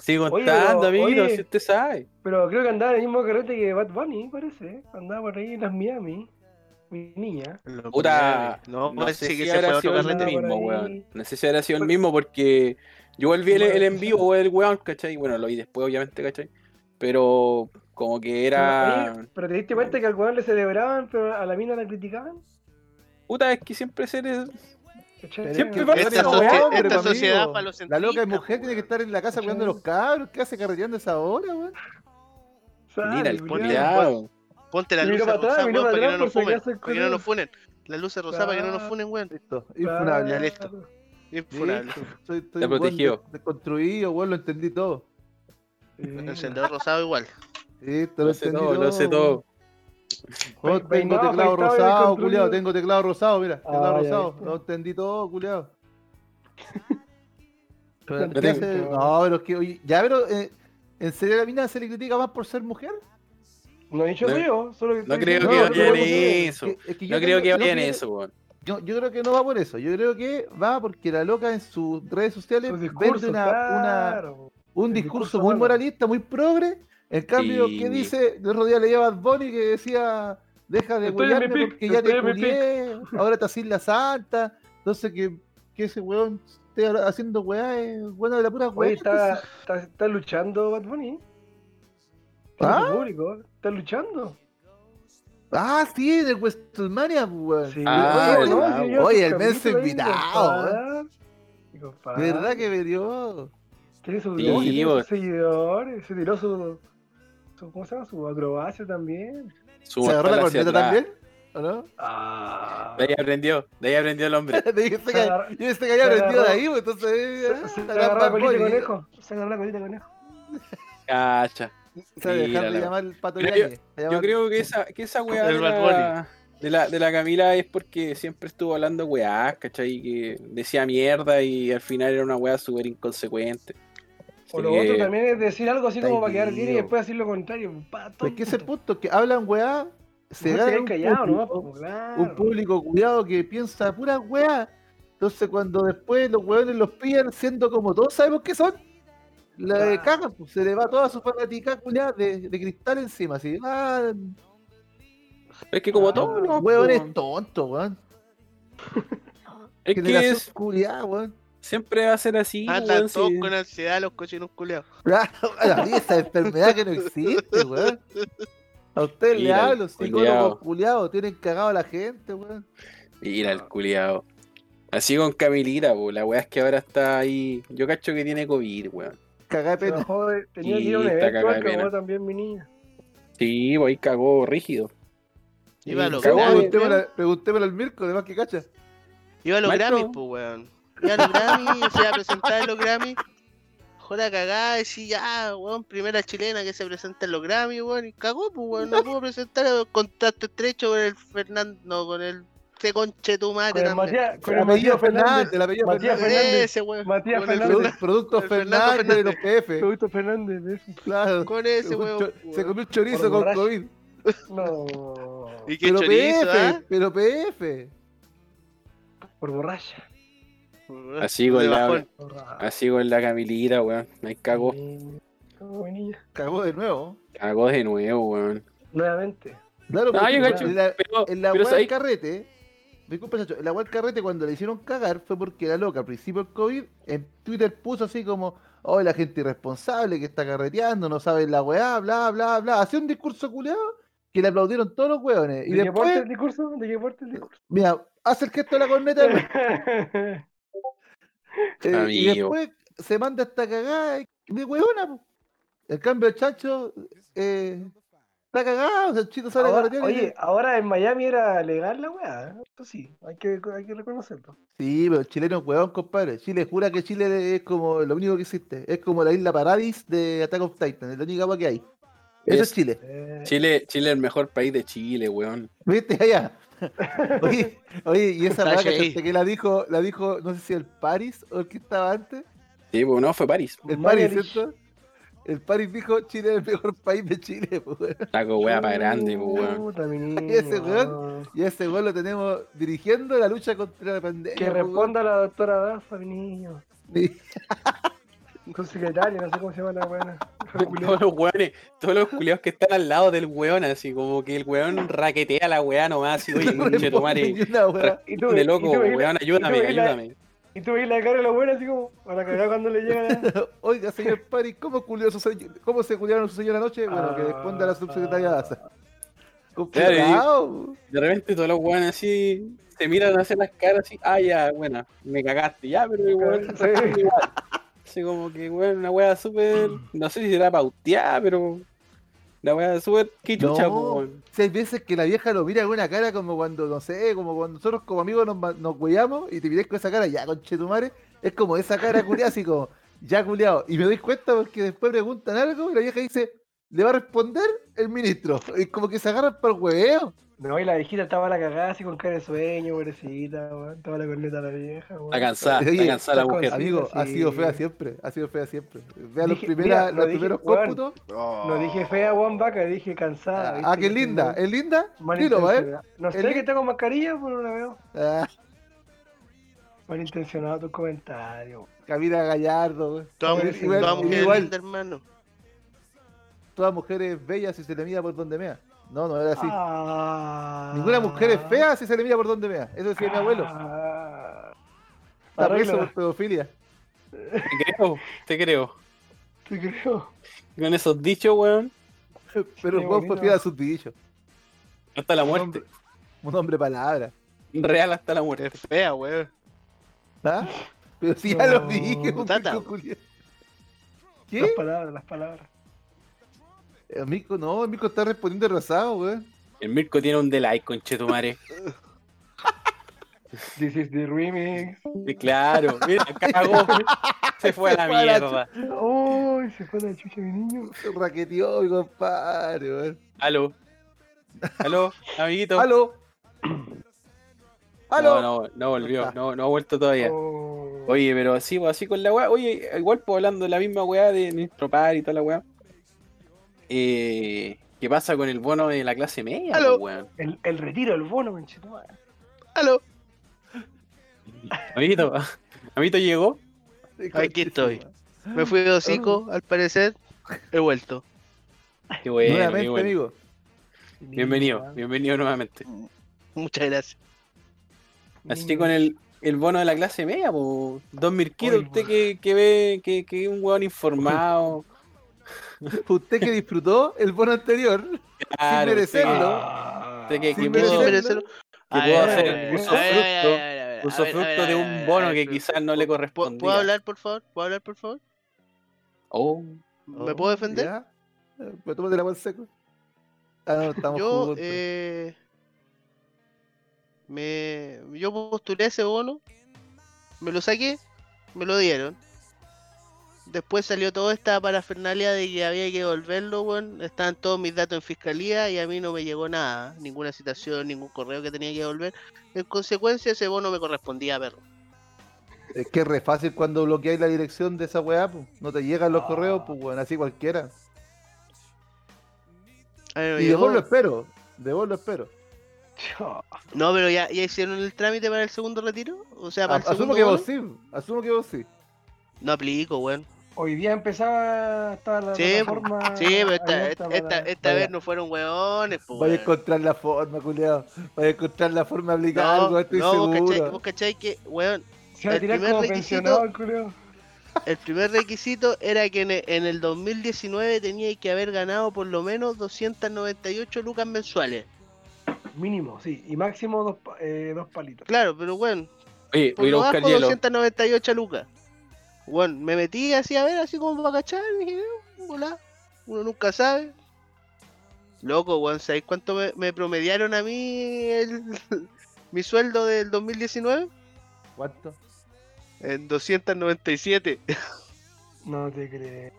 S4: Sigo
S3: ah. Oye,
S4: contando,
S3: pero,
S4: amiguito,
S3: oye.
S4: si usted sabe.
S3: Pero creo que andaba en el mismo carrete que Bad Bunny, parece. Andaba por ahí en las Miami. Mi niña.
S4: Puta,
S1: no,
S4: No
S1: parece
S4: sé si
S1: que se fue
S4: habrá
S1: a
S4: sido
S1: otro
S4: el
S1: carrete.
S3: mismo.
S4: mismo,
S3: por ahí.
S4: weón. No sé si habrá
S3: Pues,
S4: sido el mismo porque yo volví el, el en vivo del weón, ¿cachai? Bueno, lo vi después, obviamente, ¿cachai? Pero como que era...
S3: Oye, Pero te diste cuenta que al weón le celebraban, pero a la mina la criticaban.
S4: Puta, es que siempre se les...
S3: ¿Cachai?
S4: Siempre
S2: Pero es
S4: parece
S2: que
S1: Esta,
S4: una
S2: no,
S1: socie-
S4: weá,
S2: hombre,
S1: esta
S2: amigo.
S1: sociedad para los
S2: La loca es
S1: pues,
S2: mujer, tiene que
S1: weón.
S2: estar en la casa cuidando a los cabros. ¿Qué hace carreteando a esa hora, weón?
S3: Sale,
S4: Mira, el
S3: culiao.
S4: culiao.
S1: Ponte la
S3: Miró
S1: luz
S3: para atrás,
S1: rosada,
S3: miró
S1: weón, para
S3: para
S1: que no
S3: atrás
S1: nos
S3: por si
S1: funen.
S3: acaso el
S1: Para que no nos
S3: culiao.
S1: funen. La luz rosada para que no nos
S3: Claro.
S1: funen, weón.
S2: Listo, infunable.
S1: Ya, listo. Infunable.
S2: Listo, Soy, estoy
S4: Te
S2: weón,
S4: protegió.
S2: de- Desconstruido, weón, lo entendí todo.
S1: El
S3: Sí.
S1: encendedor rosado igual.
S2: Listo, lo
S4: Lo sé
S2: entendí
S4: todo, lo sé
S2: weón.
S4: todo.
S2: Oh,
S3: Peinado,
S2: tengo
S3: afeitado
S2: teclado
S3: y
S2: rosado,
S3: desconstruido.
S2: culiado, tengo teclado rosado, mira, teclado
S3: Ah, ya
S2: rosado,
S3: viste.
S2: lo entendí todo, culiado.
S3: Lo
S2: ¿Qué
S4: entendí
S2: hace?
S3: todo.
S2: No, pero es que, oye, ya, pero, eh, ¿en serio a la mina se le critica más por ser mujer?
S3: No he dicho
S4: No-
S3: creo, solo que.
S4: No
S3: estoy
S4: creo
S3: diciendo-
S4: que
S2: no,
S4: vaya en
S2: no, no,
S4: eso.
S2: Que- es que yo
S4: No creo
S2: tengo-
S4: que
S2: yo
S4: vaya en
S2: creo-
S4: eso, weón.
S2: Yo, yo creo que no va por eso, yo creo que va porque la loca en sus redes sociales
S3: Sus
S2: vende
S3: discursos,
S2: una, una,
S3: claro.
S2: Un
S3: El
S2: discurso
S3: discurso
S2: muy
S3: malo.
S2: moralista, muy progre. En cambio,
S4: Sí.
S2: ¿qué dice? El otro día leía a Bad Bunny que decía, deja de
S3: Estoy en mi
S2: culiarme
S3: pic,
S2: porque ya te
S3: estoy en mi pic".
S2: culié, ahora te así la santa. Entonces que, que ese weón esté haciendo weá es bueno de la pura weá.
S3: Oye, está, está, está luchando Bad Bunny. Tiene
S2: ¿Ah?
S3: su público, está luchando.
S2: Ah, sí, de WrestleMania, pues, weón.
S3: Sí,
S4: Ah,
S3: oye,
S4: verdad,
S3: si lleva
S2: oye,
S3: sus
S2: el menso
S3: camisetas ahí,
S2: invitado, ¿eh?
S3: compadre. Sí, compadre.
S2: ¿Verdad que me dio?
S3: Tiene sus,
S4: Sí,
S3: tiene sus
S4: bo.
S3: seguidores, se tiró su, su- ¿Cómo se llama? Su acrobacia también.
S4: Su
S2: ¿Se agarró la
S4: mortal hacia
S2: corneta
S4: atrás.
S2: también? ¿O no?
S3: Ah.
S4: De ahí aprendió, de ahí aprendió el hombre.
S2: Te dijiste
S3: Se
S2: que,
S3: agarró-
S2: yo pensé que había
S3: se
S2: aprendido de
S3: agarró-
S2: ahí, pues, entonces. eh,
S3: Se, se
S2: la gran
S3: agarró la
S2: bad
S3: colita de
S2: boy,
S3: conejo. Se agarró la colita de conejo.
S4: Cacha.
S2: Se va a dejar de
S4: Mírala.
S2: llamar el pato
S4: Creo-
S2: Yañez, a
S4: Yo
S2: llamar-
S4: creo que esa, que esa weá
S1: El
S4: de
S1: Bad
S4: la, de, la, de la Camila es porque siempre estuvo hablando weá, ¿cachai? Que decía mierda y al final era una weá súper inconsecuente.
S3: O
S4: Así
S3: lo
S4: que-
S3: otro también es decir algo así
S2: Está
S3: como para quedar bien y
S2: dividido.
S3: después decir lo contrario. Pa, todo
S2: Pues que ese
S3: puto.
S2: punto que hablan weá, se
S3: Mejor
S2: gana
S3: quedar
S2: un
S3: callado, ¿no?
S2: público,
S3: Pues, claro.
S2: un público cuidado que piensa pura weá. Entonces, cuando después los weones los pillan, siendo como todos sabemos que son, la
S3: Claro.
S2: cagan, pues, se le va toda su fanática culiá de, de cristal encima. Así, ah,
S4: Es que como
S3: Ah,
S4: todos los
S2: weones tontos, weón.
S4: es que
S2: Generación
S4: es-
S2: culiá, weón.
S4: siempre va a ser así.
S1: Ah,
S4: weón,
S1: están todos
S4: si-
S1: con ansiedad los cochinos culiados.
S2: Claro, a mí esa enfermedad que no existe, weón. A ustedes le
S4: Mira,
S2: hablo,
S4: culiao.
S2: psicólogos culiados, tienen cagado a la gente, weón.
S4: Mira el culiao. Así con Camilita, po, la weá es que ahora está ahí. Yo cacho que tiene COVID, weón.
S2: Cagá de
S3: Se
S2: pena.
S3: bajó de- tenía que ir a un
S4: Sí, está
S3: evento,
S4: cagada de
S3: acabó
S4: pena.
S3: también mi niña.
S4: Sí, pues ahí cagó rígido.
S1: Iba a los
S4: cagó,
S1: Grammys.
S4: weón.
S2: Preguntémosle, preguntémosle al Mirko, además que cacha.
S1: Iba a los
S4: Maestro.
S1: Grammys, pues, weón. Iba a los Grammys, se iba a presentar en los Grammys. Joda cagada, sí, ya, weón, primera chilena que se presenta en los Grammys, weón, y cagó, pues, weón, no pudo presentar el contacto estrecho con el Fernando, no, con el, ese conche tu
S3: Con
S1: madre
S3: el
S1: también.
S3: Matías, con
S2: El
S3: el
S2: apellido
S3: Matías
S2: Fernández,
S3: Fernández.
S2: el apellido
S3: Matías
S2: Fernández.
S3: Fernández.
S1: Ese, weón.
S3: Matías
S1: Con el
S3: Fernández.
S2: Produ- Productos
S1: el Fernando
S2: Fernández de los PF,
S3: Producto Fernández. de eso.
S2: claro.
S1: Con
S2: Se
S1: ese,
S2: comió
S1: weón.
S2: un cho- Se comió un chorizo
S3: Por
S2: con
S3: borracho.
S2: COVID.
S3: No.
S1: Y qué
S2: Pero
S1: chorizo,
S2: PF,
S1: ¿ah?
S2: pero PF.
S3: Por borracha.
S1: ah?
S4: Así con
S1: De
S4: la-
S1: bajón.
S3: Borracha.
S4: Así con la Camilita, weón. Ahí Ah, cagó.
S3: Cagó mi niña.
S2: Cagó de nuevo.
S4: Cagó de nuevo, weón.
S3: Nuevamente.
S2: Claro,
S4: No,
S2: porque
S4: yo cacho.
S2: en la-
S4: Pero,
S2: en la
S4: pero
S2: weá del
S4: ¿sabes?
S2: carrete, disculpa, chacho, en la weá del carrete cuando le hicieron cagar fue porque la loca al principio del COVID en Twitter puso así como, oh, la gente irresponsable que está carreteando, no sabe la weá, bla, bla, bla. Hacía un discurso culeado que le aplaudieron todos los weones. Y
S3: ¿De qué parte
S2: después,
S3: el discurso? ¿De qué parte el discurso?
S2: mira, hace el gesto de la corneta weón, eh, y
S4: Amigo.
S2: después se manda esta cagada eh, de weona. po. En cambio, el chacho eh, está cagado, o sea, el chito sale a
S3: Ahora-
S2: carretear y-
S3: oye, ahora en Miami era legal la weá. ¿eh? Eso sí, hay que, hay que reconocerlo.
S2: Sí, pero el chileno es huevón, compadre. Chile jura que Chile es como lo único que existe. Es como la isla Paradis de Attack of Titan, es la única agua que hay. Eso es
S4: Es-
S2: Chile.
S3: Eh,
S4: Chile, Chile es el mejor país de Chile, weón.
S2: ¿Viste allá? Oye, oye, y esa
S1: Calle
S2: vaca
S1: ahí.
S2: que la dijo, la dijo, no sé si el Paris o el que estaba antes.
S4: Sí, pues no, fue París.
S2: El Paris,
S3: Mañalich.
S2: ¿cierto? El Paris dijo, Chile es el mejor país de Chile, pues, weón.
S4: Taco weá para grande, pues, weón.
S3: Chuta, mi niño,
S2: Ese weón.
S3: weón.
S2: Y ese gol lo tenemos dirigiendo la lucha contra la pandemia.
S3: Que
S2: pues, weón.
S3: responda la doctora Dafa, mi niño.
S2: Sí.
S3: Con secretaria, no sé cómo se llama la buena.
S4: Todos los weones, todos los culiados que están al lado del weón, así como que el weón raquetea a la weá nomás, así, oye, conche tu
S2: Responde
S4: madre.
S2: ni una weá.
S3: Y tú,
S4: De
S3: y
S4: loco,
S3: tú veis la-
S4: weón, ayúdame,
S3: y tú veis la-
S4: ayúdame.
S3: Y tú veis la cara de la buena, así como, para cagar cuando le llega la.
S2: Oiga, señor Paris, ¿cómo, culió su se- cómo se culiaron a su señora anoche? Bueno, que responda
S3: Ah,
S2: la subsecretaria Daza. Complicado.
S4: De repente todos los weones así se miran, hacen las caras así, ah, ya, bueno, me cagaste, ya, pero igual.
S3: Sí.
S4: igual. Así como que, weón, una weá súper, no sé si será pauteada, pero una weá súper quichucha,
S2: No.
S4: weón.
S2: Si hay veces que la vieja lo mira con una cara como cuando, no sé, como cuando nosotros como amigos nos, ma- nos huellamos y te miras con esa cara, ya, conchetumare, es como esa cara culiada, así como, ya culiado. Y me doy cuenta porque después preguntan algo y la vieja dice, le va a responder el ministro. Y como que se agarran para el hueveo.
S3: No, y la viejita estaba la cagada, así con cara de sueño, pobrecita, weón. Estaba la corneta a la vieja, weón.
S4: Está cansada, está
S2: Oye,
S4: cansada la
S3: está
S4: mujer.
S3: cansada.
S2: Amigo, ha sido
S3: sí.
S2: fea siempre, ha sido fea siempre. Vea los,
S3: Dije-
S2: primera-
S3: mira, lo
S2: los
S3: dije,
S2: primeros
S3: weón.
S2: cómputos.
S1: Oh.
S3: No dije fea, weón, vaca, dije cansada.
S2: Ah,
S3: ¿viste?
S2: ah, qué
S3: Yo soy
S2: linda,
S3: mal-
S2: es linda.
S3: mal
S2: Dilo, va a ver. Ah,
S3: intencionada. No
S2: El-
S3: sé que tengo mascarilla, pero no la veo.
S2: Ah,
S3: Malintencionado tus comentarios.
S2: Camila Gallardo, güey.
S1: Toda,
S3: Oye,
S1: mu-
S3: igual-
S1: toda mujer es
S2: igual.
S1: linda, hermano.
S2: Todas mujeres bellas si se le mira por donde mea. No, no era así.
S3: Ah.
S2: Ninguna mujer es fea si se le mira por donde mea. Eso decía mi abuelo.
S3: Ah.
S2: Está
S3: arregla.
S2: preso por pedofilia.
S4: Te creo, te creo.
S3: Te creo.
S4: Con esos dichos, weón,
S2: Pero el weón fue
S3: bonito.
S2: fiel a sus dichos.
S4: hasta la
S2: Un
S4: muerte.
S2: hombre, un hombre palabra.
S4: Real hasta la muerte.
S1: Es fea, weón.
S2: ¿Ah? Pero si ya lo
S3: No.
S2: dije, un
S1: Tata.
S2: mico culiao.
S3: Las
S2: ¿Qué?
S3: palabras, las palabras.
S2: El mico, no, el mico está respondiendo arrasado, weón.
S4: El Mirko tiene un delay, conchetumare.
S3: This is the remix.
S4: Y Claro, mira, cagó. Se fue
S2: Se fue a
S4: a la
S2: la
S4: mierda.
S3: ¡Uy! se fue la chucha, mi niño.
S2: Se raqueteó, mi compadre, weón.
S4: Aló. Aló, amiguito.
S2: ¡Aló!
S4: No,
S2: ¡Aló!
S4: no, no
S2: No
S4: volvió,
S2: está.
S4: no, no ha vuelto todavía.
S3: Oh.
S4: Oye, pero así, pues, así con la weá. Oye, igual pues hablando de la misma weá de nuestro par y toda la weá. Eh, ¿Qué pasa con el bono de la clase media, pues,
S1: Aló.
S4: weón?
S3: El, el retiro, el bono, manchito.
S1: Aló.
S4: Amiguito, amiguito llegó.
S1: Aquí estoy. Me fui de hocico, al parecer. He vuelto.
S4: Qué bueno, qué
S2: Nuevamente,
S4: bueno.
S2: amigo.
S4: Bienvenido, bienvenido nuevamente.
S1: Muchas graas.
S4: Así que con el, el bono de la clase media, pues. Don Mirquito,
S3: Oye,
S4: usted
S3: weón.
S4: que, que ve que, que es un weón informado.
S2: Usted que disfrutó el bono anterior,
S4: Claro, usted que-
S2: merecerlo.
S3: Ah.
S4: Usted que-
S2: sin
S4: que pudo-
S2: merecerlo,
S1: merecerlo.
S4: que
S1: A
S4: puedo
S1: ver,
S4: hacer
S1: a ver,
S4: uso
S1: a ver, a ver,
S4: fructo-
S1: a ver, a ver, a ver,
S4: uso
S1: a ver,
S4: fructo
S1: a ver,
S4: de
S1: a
S4: un
S1: ver,
S4: bono
S1: a ver,
S4: que
S1: pero-
S4: quizás no le
S1: ¿puedo-
S4: correspondía.
S1: ¿Puedo hablar, por favor? ¿Puedo hablar, por favor?
S4: Oh,
S1: ¿Me puedo defender?
S2: ¿Ya? Pues ¿Me tomas de la bolsa seco? Ah, no, estamos
S1: Yo,
S2: juntos.
S1: eh, me, yo postulé ese bono, me lo saqué, me lo dieron. Después salió toda esta parafernalia de que había que devolverlo, weón. Estaban todos mis datos en fiscalía y a mí no me llegó nada, ninguna citación, ningún correo que tenía que devolver. En consecuencia, ese bono me correspondía, perro.
S2: Es que es re fácil cuando bloqueáis la dirección de esa weá, pues. No te llegan
S4: Ah.
S2: los correos, pues, weón, así cualquiera.
S1: A mí no me
S2: Y de
S1: llegó.
S2: vos lo espero, de vos lo espero.
S3: Chao.
S1: No, pero ya, ya hicieron el trámite para el segundo retiro. O sea, para
S2: A-
S1: el
S2: asumo
S1: segundo
S2: que
S1: bono.
S2: vos sí, asumo que vos sí.
S1: No aplico, weón.
S3: Hoy día empezaba estaba la
S1: Sí,
S3: plataforma.
S1: Sí, pero esta,
S3: abierta
S1: esta, esta,
S3: para-
S1: esta vez
S2: vaya.
S1: no fueron weones, po,
S2: Vaya a
S1: weón.
S2: encontrar la forma, culiado. Vaya a encontrar la forma de aplicar
S1: No,
S2: algo, estoy
S1: no, vos cachai,
S2: seguro.
S1: vos cachai que, weón,
S3: Se va a
S1: el
S3: tirar
S1: primer
S3: como
S1: requisito-
S3: pensionado el culo.
S1: el primer requisito era que en e- en el 2019 tenía que haber ganado por lo menos 298 lucas mensuales.
S3: Mínimo, sí. Y máximo dos, pa- eh, dos palitos.
S1: Claro, pero weón, Pues
S4: Oye,
S1: por
S4: voy a ir a
S1: lo
S4: buscar
S1: bajo
S4: hielo.
S1: 298 lucas. Weón, me metí así a ver, así como para cachar, y dije, "Eh, hola, uno nunca sabe. Loco, weón, ¿sabéis cuánto me, me promediaron a mí el, mi sueldo del 2019?
S2: ¿Cuánto?
S1: En 297.
S3: No te crees.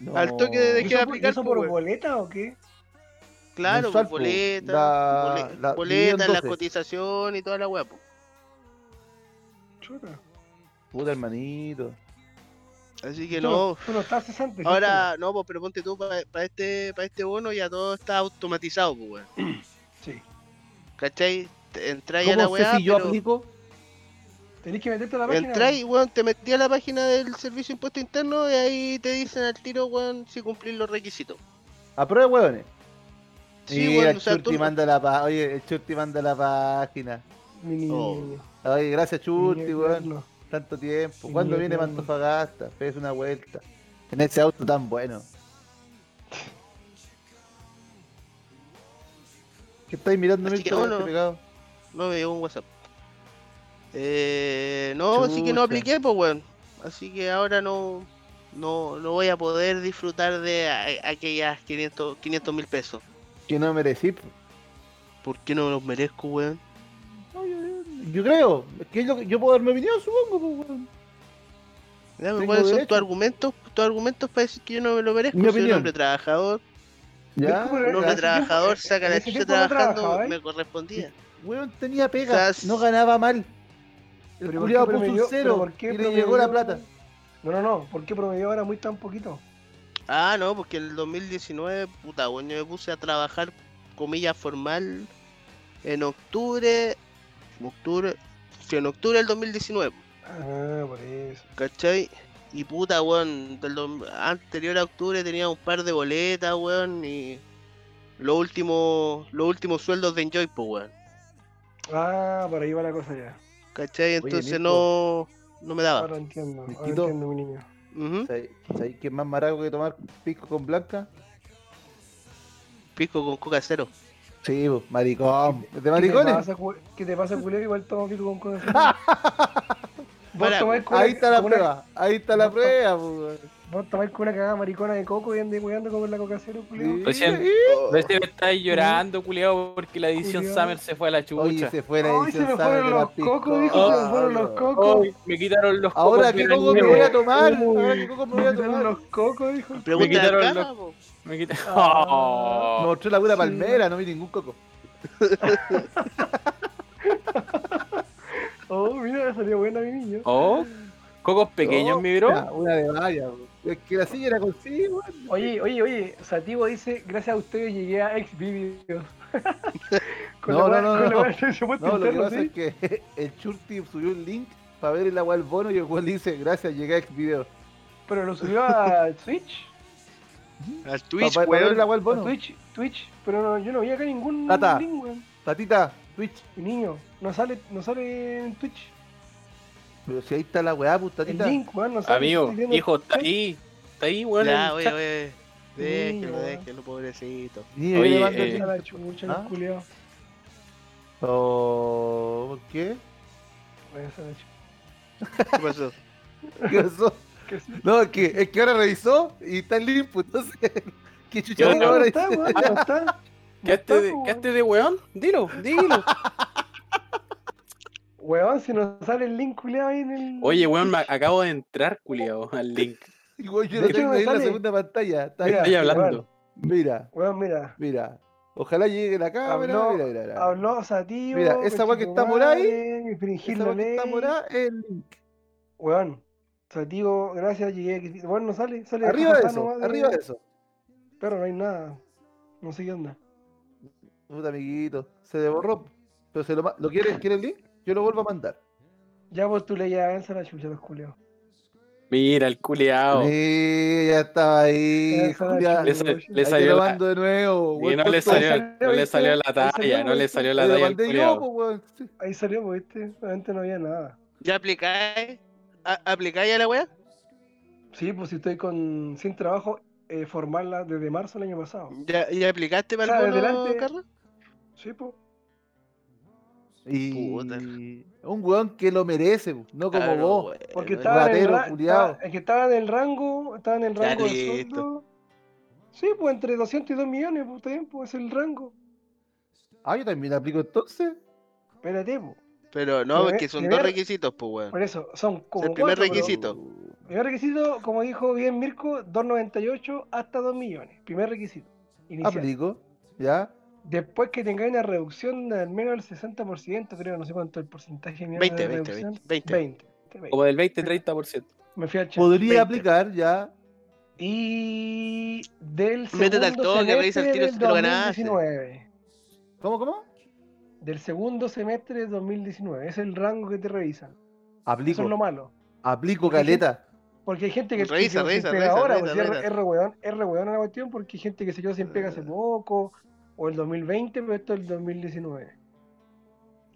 S4: No.
S1: Al toque de
S3: ¿Y
S1: dejé de
S3: eso por- y
S1: aplicar.
S3: eso
S2: pues,
S1: po,
S3: por
S1: weón.
S3: boleta o qué?
S1: Claro,
S2: mensual,
S1: pues,
S2: po.
S1: boleta,
S2: La-
S1: bole-
S2: la- dividido
S1: boleta,
S2: en
S1: la
S2: 12.
S1: cotización y toda la weá. po.
S3: Chuta.
S2: Puta hermanito.
S1: Así que
S3: Tú
S1: no.
S3: Tú no estás cesante. ¿sí?
S1: Ahora, no, pues, pero ponte tú para este, para este bono ya todo está automatizado, pues, weón.
S3: Sí.
S1: ¿Cachai? Te- Entráis a la
S2: ¿Cómo sé
S1: weá,
S2: si yo
S1: pero
S2: aplico?
S3: Tenés que meterte a la página.
S1: entráis, weón, te metí a la página del Servicio de Impuesto Interno y ahí te dicen al tiro, weón, si cumplir los requisitos.
S2: Aprueba, huevones.
S1: Sí,
S2: Mira,
S1: weón,
S2: el
S1: o sea, tú-
S2: Churti manda la pa- Oye, el Churti manda la página.
S3: Mi niño.
S1: Oh.
S3: mi niño,
S2: Oye, gracias Churti,
S3: mi
S2: weón.
S3: niño.
S2: Tanto tiempo.
S3: Sí,
S2: ¿Cuándo viene
S3: claro.
S2: Mantofagasta? Fes una vuelta. En ese auto tan bueno. ¿Qué estáis mirando,
S1: Así que,
S2: Mirko?
S1: bueno.
S2: Este pegado?
S1: No me llegó un WhatsApp. Eh, no, así que no
S2: Chucha.
S1: apliqué, pues weón. Así que ahora no, no, no voy a poder disfrutar de a- aquellas 500 mil pesos.
S2: Que no merecí. po.
S1: ¿Por qué no me los merezco, weón?
S2: No, yo, yo creo. Es que es lo que- yo puedo dar mi opinión, supongo. po, weón.
S1: Dame,
S2: Tengo
S1: ¿Cuáles son
S2: derecho.
S1: tus argumentos? Tus argumentos para decir que yo no me lo merezco.
S2: Mi
S1: Soy un
S2: opinión.
S1: hombre trabajador.
S2: Ya.
S3: Mirko,
S1: Un
S3: pero-
S1: hombre
S2: ya.
S3: ese tiempo-
S1: trabajador, saca la
S3: ese
S1: chucha
S3: tiempo no
S1: trabajando,
S3: trabajaba, ¿eh?
S1: me correspondía.
S2: Weón tenía
S1: O
S2: pega.
S1: sea, es-
S2: No ganaba mal. El
S3: Pero ¿por
S2: culiado
S3: qué
S2: puso un
S3: promedió- pero
S2: cero
S3: por qué
S2: y le llegó la
S3: promedió-
S2: plata.
S3: No, no, no. ¿Por qué promedió ahora muy tan poquito?
S1: Ah, no, porque en el 2019, puta, weón, yo me puse a trabajar, comillas, formal, en octubre, octubre, Sí, en octubre del 2019.
S3: Ah, por eso.
S1: ¿Cachai? Y puta, weón, del dom- anterior a octubre tenía un par de boletas, weón, y los últimos, los últimos sueldos de Enjoy, pues, weón.
S3: Ah, por ahí va la cosa ya.
S1: ¿Cachai? Entonces
S2: Nico.
S1: no, no me daba.
S3: Ahora entiendo, ahora
S2: Niquito.
S3: entiendo, mi niño.
S1: Ujú.
S2: ¿Sabéis sabéis qué es más maraco que tomar pisco con blanca?
S1: Pico con coca cero.
S2: Sí, pues, maricón. ¿De
S3: ¿Qué te
S2: maricones?
S3: pasa, cu- ¿Qué te pasa, culero? Igual tomo pico con cosas.
S1: Para,
S3: Vos tomáis con
S2: Ahí
S3: una-
S2: está la
S3: con una-
S2: prueba. Ahí está la
S3: Vos to-
S2: prueba, pues.
S3: Vos tomáis con una cagada maricona de coco y andáis cuidando con la coca cero, culero.
S2: Sí.
S6: Recién- No sé me estáis llorando, culiao, porque la edición
S3: Culiao.
S6: Summer se fue a la chucha.
S2: Oye, se fue la
S3: Ay, se
S2: edición
S3: me
S2: Summer
S3: fueron
S2: de
S3: los
S2: las
S3: cocos, dijo,
S2: piscolas,
S3: se me fueron los
S2: weón.
S3: cocos.
S6: Ay, me quitaron los
S2: Ah, Ahora
S6: cocos
S2: qué
S6: del
S2: coco me
S6: año.
S2: voy a tomar. Ahora qué
S3: Uy.
S2: coco me voy a tomar.
S3: los cocos, dijo.
S1: Pregunta de
S6: quitaron
S1: Arcana,
S6: los-
S1: po.
S6: Me quita-
S3: Ah.
S6: Oh.
S2: Me mostró la pura
S3: Sí.
S2: palmera, no vi ningún coco.
S3: Oh, mira, salió buena mi niño.
S6: Oh, Cocos pequeños,
S2: No,
S6: mi bro.
S2: Una, una de varias, weón. Es que la silla era consigo, weón.
S3: Oye, oye, oye, Sativo dice, gracias a ustedes llegué a Xvideos. Con
S2: No,
S3: la
S2: no, no,
S3: wea- con la
S2: no.
S3: wea del soporte
S2: No, lo que
S3: interno,
S2: pasa
S3: ¿sí?
S2: es que el Churti subió un link para ver el agua al bono y el weón le dice, gracias, llegué a este Xvideo.
S3: Pero lo subió a Twitch.
S1: Al Twitch,
S2: para ver
S1: weón.
S2: el agua al
S3: a
S2: bono.
S3: Twitch, Twitch. Pero no, yo no vi acá ningún
S2: Tata.
S3: link, weón.
S2: Tatita, Twitch.
S3: Mi niño, no sale, no sale en Twitch.
S2: Pero si ahí está la weá, pues,
S3: El
S2: tatita.
S3: link, weón, no sale.
S6: Amigo,
S3: Estoy viendo-
S6: hijo, está ahí. Está ahí, weón. en el
S1: Ya, oye,
S6: chat.
S1: oye. Déjelo,
S3: Niño.
S1: déjelo, pobrecito.
S2: Ni
S6: Oye,
S2: le mando el
S6: eh,
S3: A
S2: link.
S3: la chucha,
S2: ¿Ah?
S3: el culiao.
S2: Oh, ¿Por qué?
S3: Vaya a la chucha.
S1: ¿Qué pasó?
S2: ¿Qué pasó?
S3: ¿Qué es-
S2: No, es que, es que ahora revisó y está el link, pues, entonces. ¿Qué
S6: Yo
S2: chucha
S3: Oye,
S2: ahora
S6: no-
S3: ¿Dónde
S2: dice?
S3: está, weón? ¿Dónde está?
S6: ¿Quedaste ah,
S3: No
S6: este de,
S3: está, po,
S6: quedaste de weón? Dilo, dilo.
S3: Weón, si no sale el link, culiao, ahí en el...
S6: Oye, weón, me acabo de entrar, culiao, al link.
S2: Y, weón, yo
S3: De
S2: lo
S3: hecho,
S2: tengo
S3: no
S2: ahí en la
S3: sale.
S2: segunda pantalla. Está
S3: Mira,
S6: Estoy
S2: ahí.
S6: hablando.
S2: Mira,
S3: Weón, mira.
S2: mira. Ojalá llegue la cámara.
S3: Habló-
S2: mira, mira, mira.
S3: Habló Sativo.
S2: Mira, esa weá que está morada ahí,
S3: ahí. Fringir
S2: Esa
S3: la
S2: weá que está
S3: ley.
S2: morada es el link.
S3: Weón. Sativo, gracias, llegué aquí. Bueno, no sale, sale.
S2: Arriba de
S3: José
S2: eso,
S3: nomás
S2: arriba de eso.
S3: Pero no hay nada. No sé qué onda.
S2: Puta amiguito, se le borró. Pero se lo, ma- ¿lo quiere, quiere el link? Yo lo vuelvo a mandar.
S3: Ya vos tú le llegas a la chucha los culeos.
S6: Mira, el culiao.
S2: Sí, ya estaba ahí.
S3: Esa era
S2: Julia.
S3: la
S6: Le,
S2: Ahí
S6: sa-
S3: Ay,
S6: le
S2: te
S6: salió
S2: lo
S6: la,
S2: mando de nuevo.
S6: y
S2: weón,
S6: no le
S2: tonto.
S6: salió,
S3: salió,
S6: no le
S3: ¿viste?
S6: salió la
S3: Ahí
S6: talla,
S3: salió,
S6: no le
S3: ¿viste?
S6: salió la
S2: Te lo
S6: talla al
S2: mandé yo,
S6: culiao.
S2: pues, weón. Sí.
S3: Ahí salió, pues, viste. Realmente no había nada.
S1: ¿Ya aplicáis? ¿A- ¿Aplicáis a la weá?
S3: Sí, pues si estoy con sin trabajo eh, formarla desde marzo del año pasado.
S1: ¿Ya, ya aplicaste para
S3: Ah,
S1: alguno,
S3: adelante.
S1: Carlos?
S3: Sí, pues.
S2: Y
S1: Puta.
S2: un weón que lo merece, weón, no como
S1: Claro,
S2: vos.
S1: weón.
S3: Porque estaba en el,
S2: ratero,
S3: ra-
S2: culiao.
S3: estaba- el que estaba en el rango, estaba en el
S1: Ya
S3: rango de
S1: listo.
S3: sueldo. Sí, pues entre 200 y 2 millones, pues, está bien, pues es el rango.
S2: Ah, yo también aplico entonces.
S3: Espérate, pues.
S1: Pero no,
S3: Primer-
S1: es que son
S3: primer-
S1: dos requisitos, pues, weón.
S3: Por eso, son como
S1: el primer
S3: cuatro, pero-
S1: requisito.
S3: Primer requisito, como dijo bien Mirko, 2.98 hasta 2 millones. Primer requisito.
S2: Ah,
S3: Inicial.
S2: Aplico, ya.
S3: Después que tengáis una reducción de al menos el 60%, creo, no sé cuánto el porcentaje. de mierda
S1: 20,
S3: de
S1: 20,
S3: reducción.
S1: 20, 20.
S3: 20, 20.
S6: Como del 20-30%.
S3: Me fui al chat.
S2: Podría
S1: 20.
S2: aplicar ya.
S3: Y del
S1: Métete
S3: segundo
S1: al toque, revisa
S3: semestre
S1: el tiro
S3: del
S1: si te lo ganaste.
S3: 2019.
S2: ¿Cómo, cómo?
S3: Del segundo semestre de 2019. Es el rango que te revisan. Eso
S2: Aplico.
S3: es lo malo.
S2: Aplico
S3: Porque si-
S2: caleta.
S3: Porque hay gente que
S1: Revisa,
S3: que se
S1: revisa,
S3: quedó sin pega
S1: revisa,
S3: ahora,
S1: revisa,
S3: pues, es re-
S1: revisa. Eh.
S3: es re weón, es re weón la cuestión, porque hay gente que se quedó sin pega hace poco, o el 2020, pero esto es el 2019.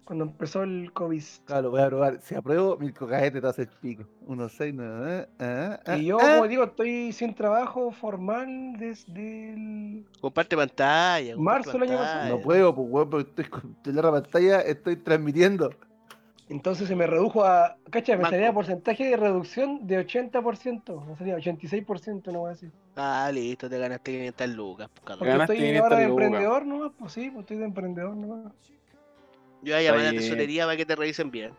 S3: Cuando empezó el COVID.
S2: Claro, voy a probar. Si apruebo, mi cocajete te hace el pico. 169. ah, ah,
S3: Y yo,
S2: ah.
S3: como digo, estoy sin trabajo formal desde el...
S1: Comparte pantalla. comparte
S3: Marzo del año pasado.
S1: pantalla.
S2: No puedo, pues, weón, porque estoy con estoy en la pantalla, estoy transmitiendo.
S3: Entonces se me redujo a... Cacha, me
S1: Marco.
S3: salía porcentaje de reducción de 80%, me salía 86%, no voy a decir.
S1: Ah, listo, te ganaste 500 lucas. pues, Carlos.
S6: Ganaste
S3: Porque estoy
S6: 500
S3: ahora de
S6: lucas.
S3: emprendedor nomás, pues sí, pues estoy de emprendedor nomás.
S1: Yo voy a llamar a la
S6: Oye.
S1: tesorería para que te revisen bien.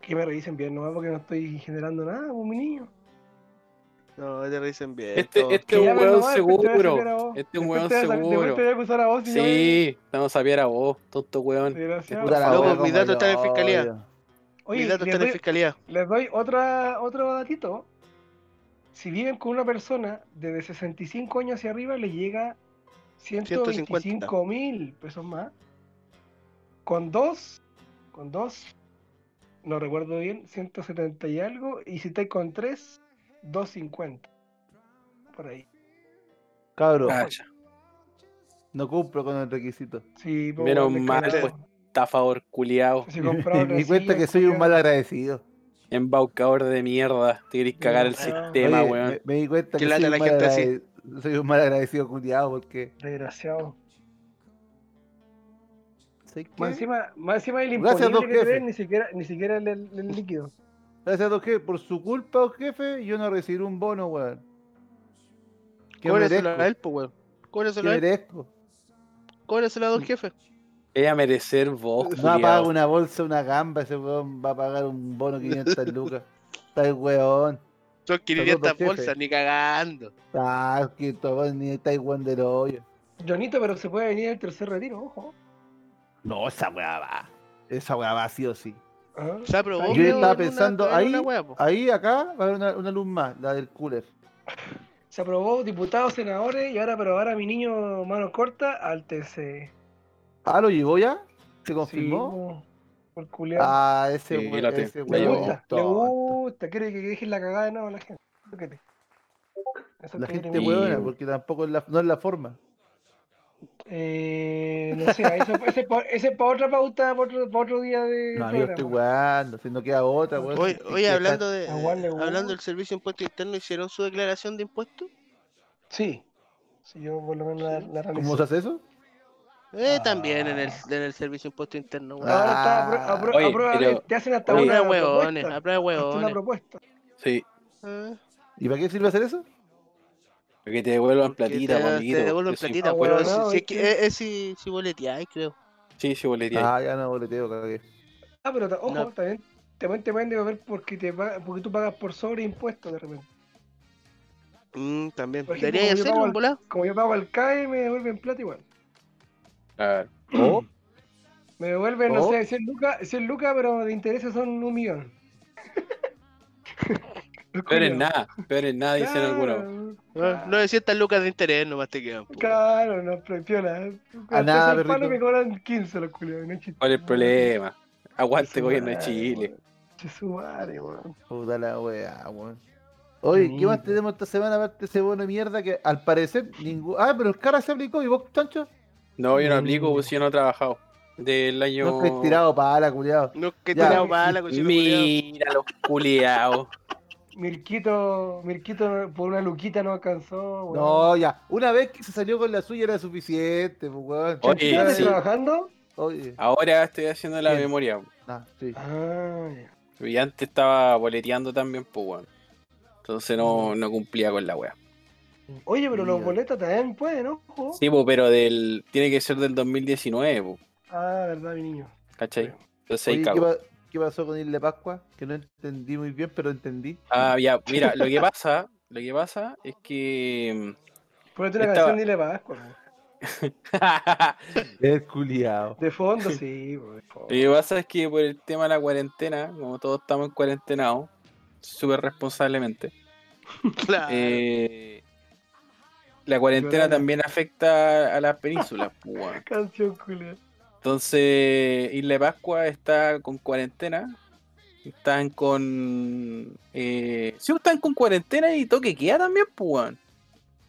S3: Que me revisen bien nomás porque no estoy generando nada, pues mi niño.
S1: No, te revisen bien. todo.
S6: Este, este es
S3: Que
S6: un
S3: ya ven
S6: weón
S3: nomás, después te voy a sacar a
S6: seguro.
S3: vos.
S6: Este es un
S3: Después
S6: weón
S3: te voy a sa-
S6: seguro.
S3: después te voy a acusar a vos si no eres
S6: Sí, vamos a ver a vos, tonto weón.
S3: desgraciado.
S6: Puta
S2: Puta la
S1: Loco,
S2: weá,
S1: mis
S2: cómo
S1: datos están en
S2: lo
S1: fiscalía.
S2: odio.
S1: Mis
S3: Oye,
S1: datos
S3: les
S1: están en
S3: doy,
S1: fiscalía.
S3: les doy otra, otro datito. Si viven con una persona desde 65 años hacia arriba, les llega 125 mil pesos más. Con dos, con dos, no recuerdo bien, 170 y algo. Y si estáis con 3, 250. Por ahí.
S2: Cabro,
S1: Ah.
S4: Cacha.
S2: no cumplo con el requisito.
S3: Sí, po,
S4: Menos
S3: weón,
S4: mal,
S3: descarado.
S4: pues. Estafador culiao.
S3: Si compraba
S2: Me di
S3: otra
S2: cuenta
S3: silla,
S2: que soy un
S3: culiao.
S2: mal agradecido.
S4: Embaucador de mierda. Te querés cagar el
S3: Ah.
S4: sistema,
S2: Oye,
S4: weón.
S2: me, me di cuenta
S1: Qué
S2: que soy
S1: lata
S2: un,
S1: la
S2: mal
S1: gente así.
S2: agrade- soy un mal agradecido culiado porque.
S3: Desgraciado.
S2: ¿sabes qué?
S3: Más encima, más encima el
S2: Gracias,
S3: imponible
S2: dos
S3: que te den,
S2: jefes.
S3: ni siquiera, ni siquiera el, el- el líquido.
S2: Gracias, don jefe. Por su culpa, don jefe, yo no recibí un bono, weón. ¿Qué
S1: Cóbraselo
S2: merezco?
S1: a él, pues, weón.
S2: ¿Qué
S1: Cóbraselo a él.
S2: merezco?
S1: Cóbraselo a dos jefes.
S4: Es a merecer
S1: Oh,
S4: vos,
S2: Va a pagar
S4: culiao.
S2: una bolsa, una gamba, ese weón va a pagar un bono 500 lucas. Está el weón.
S1: Son
S2: dos
S1: 500
S2: jefes.
S1: bolsas, ni cagando.
S2: Está 500 weón, ni está Ah, el weón del hoyo.
S3: Jonito, pero se puede venir el tercer retiro, ojo.
S2: No, esa weá va. Esa weá va sí o sí.
S3: Ah,
S1: Se aprobó.
S2: Yo
S1: creo,
S2: estaba
S1: en una-
S2: pensando
S1: en
S2: ahí-
S1: una wea, po.
S2: Ahí, acá, va a haber una, una luz más, la del cooler.
S3: Se aprobó diputados, senadores y ahora aprobar a mi niño mano corta al TC.
S2: Ah, ¿lo llevó ya? ¿Se confirmó?
S3: por culiao.
S2: ah, ese
S4: Sí,
S2: weón.
S4: la te-
S2: ese
S4: la
S3: le
S4: llevó.
S2: weón.
S3: gusta, le gusta. Quiere que dejes la cagada de nuevo a la gente. Tócate. Eso
S2: La
S3: que eres
S2: gente
S3: mi-
S2: huevona,
S4: Sí.
S2: porque tampoco es la, no es la forma.
S3: Eh, no sé, ahí eso, ese es para otra pauta, para otro, pa' otro día de.
S2: No, amigo, estoy
S3: programa.
S2: jugando, si no queda otra, weón.
S1: Hoy,
S2: si- si
S1: hoy
S2: está-
S1: hablando de
S3: a Juan le
S1: hablando
S3: gusta.
S1: del servicio de impuesto interno, ¿hicieron su declaración de impuestos?
S3: Sí. Sí, yo por lo menos la, la
S2: ¿Cómo
S3: realicé.
S2: se hace eso?
S1: Eh,
S3: Ah.
S1: también en el, en el servicio de impuesto interno, weón.
S3: Ahora está, apro-
S2: Ah.
S3: apro-
S4: Oye,
S3: apruébale,
S4: pero-
S3: te hacen hasta
S4: oye,
S1: Habla de
S3: una
S1: huevones, habla
S3: propuesta.
S1: de
S3: Hasta una
S1: huevones.
S3: propuesta.
S4: Sí.
S1: Ah,
S2: ¿Y para qué sirve hacer eso?
S4: Que te devuelvan
S1: porque
S4: platita,
S1: te-
S4: po,
S1: te,
S4: amiguito.
S1: devuelven
S4: Yo soy-
S1: platita,
S3: Ah,
S1: pero
S3: bueno,
S1: si-
S3: no,
S1: si,
S3: es
S1: es que-
S3: que-
S1: eh, eh, si, si boleteáis, creo.
S4: Sí, sí, bolería.
S2: Ah, ya no, boleteo, cagué.
S3: Ah, pero ta- ojo,
S1: No.
S3: también, también te pueden devolver porque, te pa- porque tú pagas por sobre impuestos de repente.
S1: Mm, también.
S3: Por ejemplo,
S1: Debería
S3: como yo
S1: hacerlo Ah,
S3: pago
S1: un
S3: el-
S1: volado.
S3: Como yo pago al CAE, me devuelven plata igual.
S4: Claro.
S2: Oh,
S3: Me devuelven, no
S2: Oh.
S3: sé, 100 lucas, 100 lucas, pero de intereses son un millón. Los
S4: Peor es
S3: culiados.
S4: nada, peor es nada, dicen algunos.
S3: Claro,
S1: Ah, 900 lucas de interés nomás te quedan. po.
S3: Claro, no, pero piola.
S2: A nada,
S3: Al palo
S2: perrito.
S3: me cobran 15 los culiados. No es chiste.
S4: ¿Cuál es el problema?
S3: Che
S4: Aguante,
S3: su
S4: gobierno de
S3: madre,
S4: Chile.
S3: weón. Che su madre, weón.
S2: puta la weá, weón. Oye, ¿qué más
S3: Bonito.
S2: tenemos esta semana aparte de ese bono de mierda que al parecer ningún. Ah, pero el cara se aplicó y vos, chancho.
S4: No, yo no
S3: Mm.
S4: aplico, pues yo no he trabajado. Del año.
S2: No, que es tirado pues, para la culiado.
S1: No, que
S2: Ya.
S1: te la bala, cochino culiao.
S4: Mira los culiados.
S3: Mirquito, Mirquito por una luquita no alcanzó. weón.
S2: No, ya. Una vez que se salió con la suya era suficiente, pues, weón.
S4: Oye,
S3: ¿Tú estás
S4: sí.
S3: trabajando?
S2: Oye.
S4: Ahora estoy haciendo la
S2: Bien.
S4: memoria.
S2: Ah, sí.
S3: Ah, ya.
S4: Y antes estaba boleteando también, pues weón. Entonces
S2: Mm.
S4: no, no cumplía con la wea.
S3: Oye, pero los
S2: Mira.
S3: boletos también pueden, ojo.
S4: Sí, pues, pero del. Tiene que ser del 2019, pues.
S3: Ah, verdad, mi niño.
S4: ¿Cachai? Entonces
S2: Oye,
S4: ahí
S2: ¿qué,
S4: cago.
S2: pa- qué pasó con Isla Pascua? Que no entendí muy bien, pero entendí.
S4: Ah, ya, mira, lo que pasa, lo que pasa es que.
S3: Ponete una
S4: Estaba-
S3: canción dile Pascua. weón.
S4: mm,
S2: Es culiado.
S3: De fondo, sí, weón, de
S4: Lo
S3: fondo.
S4: que pasa es que por el tema de la cuarentena, como todos estamos en cuarentenados, súper responsablemente,
S1: Claro.
S4: eh, la cuarentena
S3: Llorona.
S4: también afecta a las penínsulas. pues, weón.
S3: Canción culia.
S4: Entonces, Isla de Pascua está con cuarentena, están con... Eh, sí, están con cuarentena y toque queda también, pues, weón.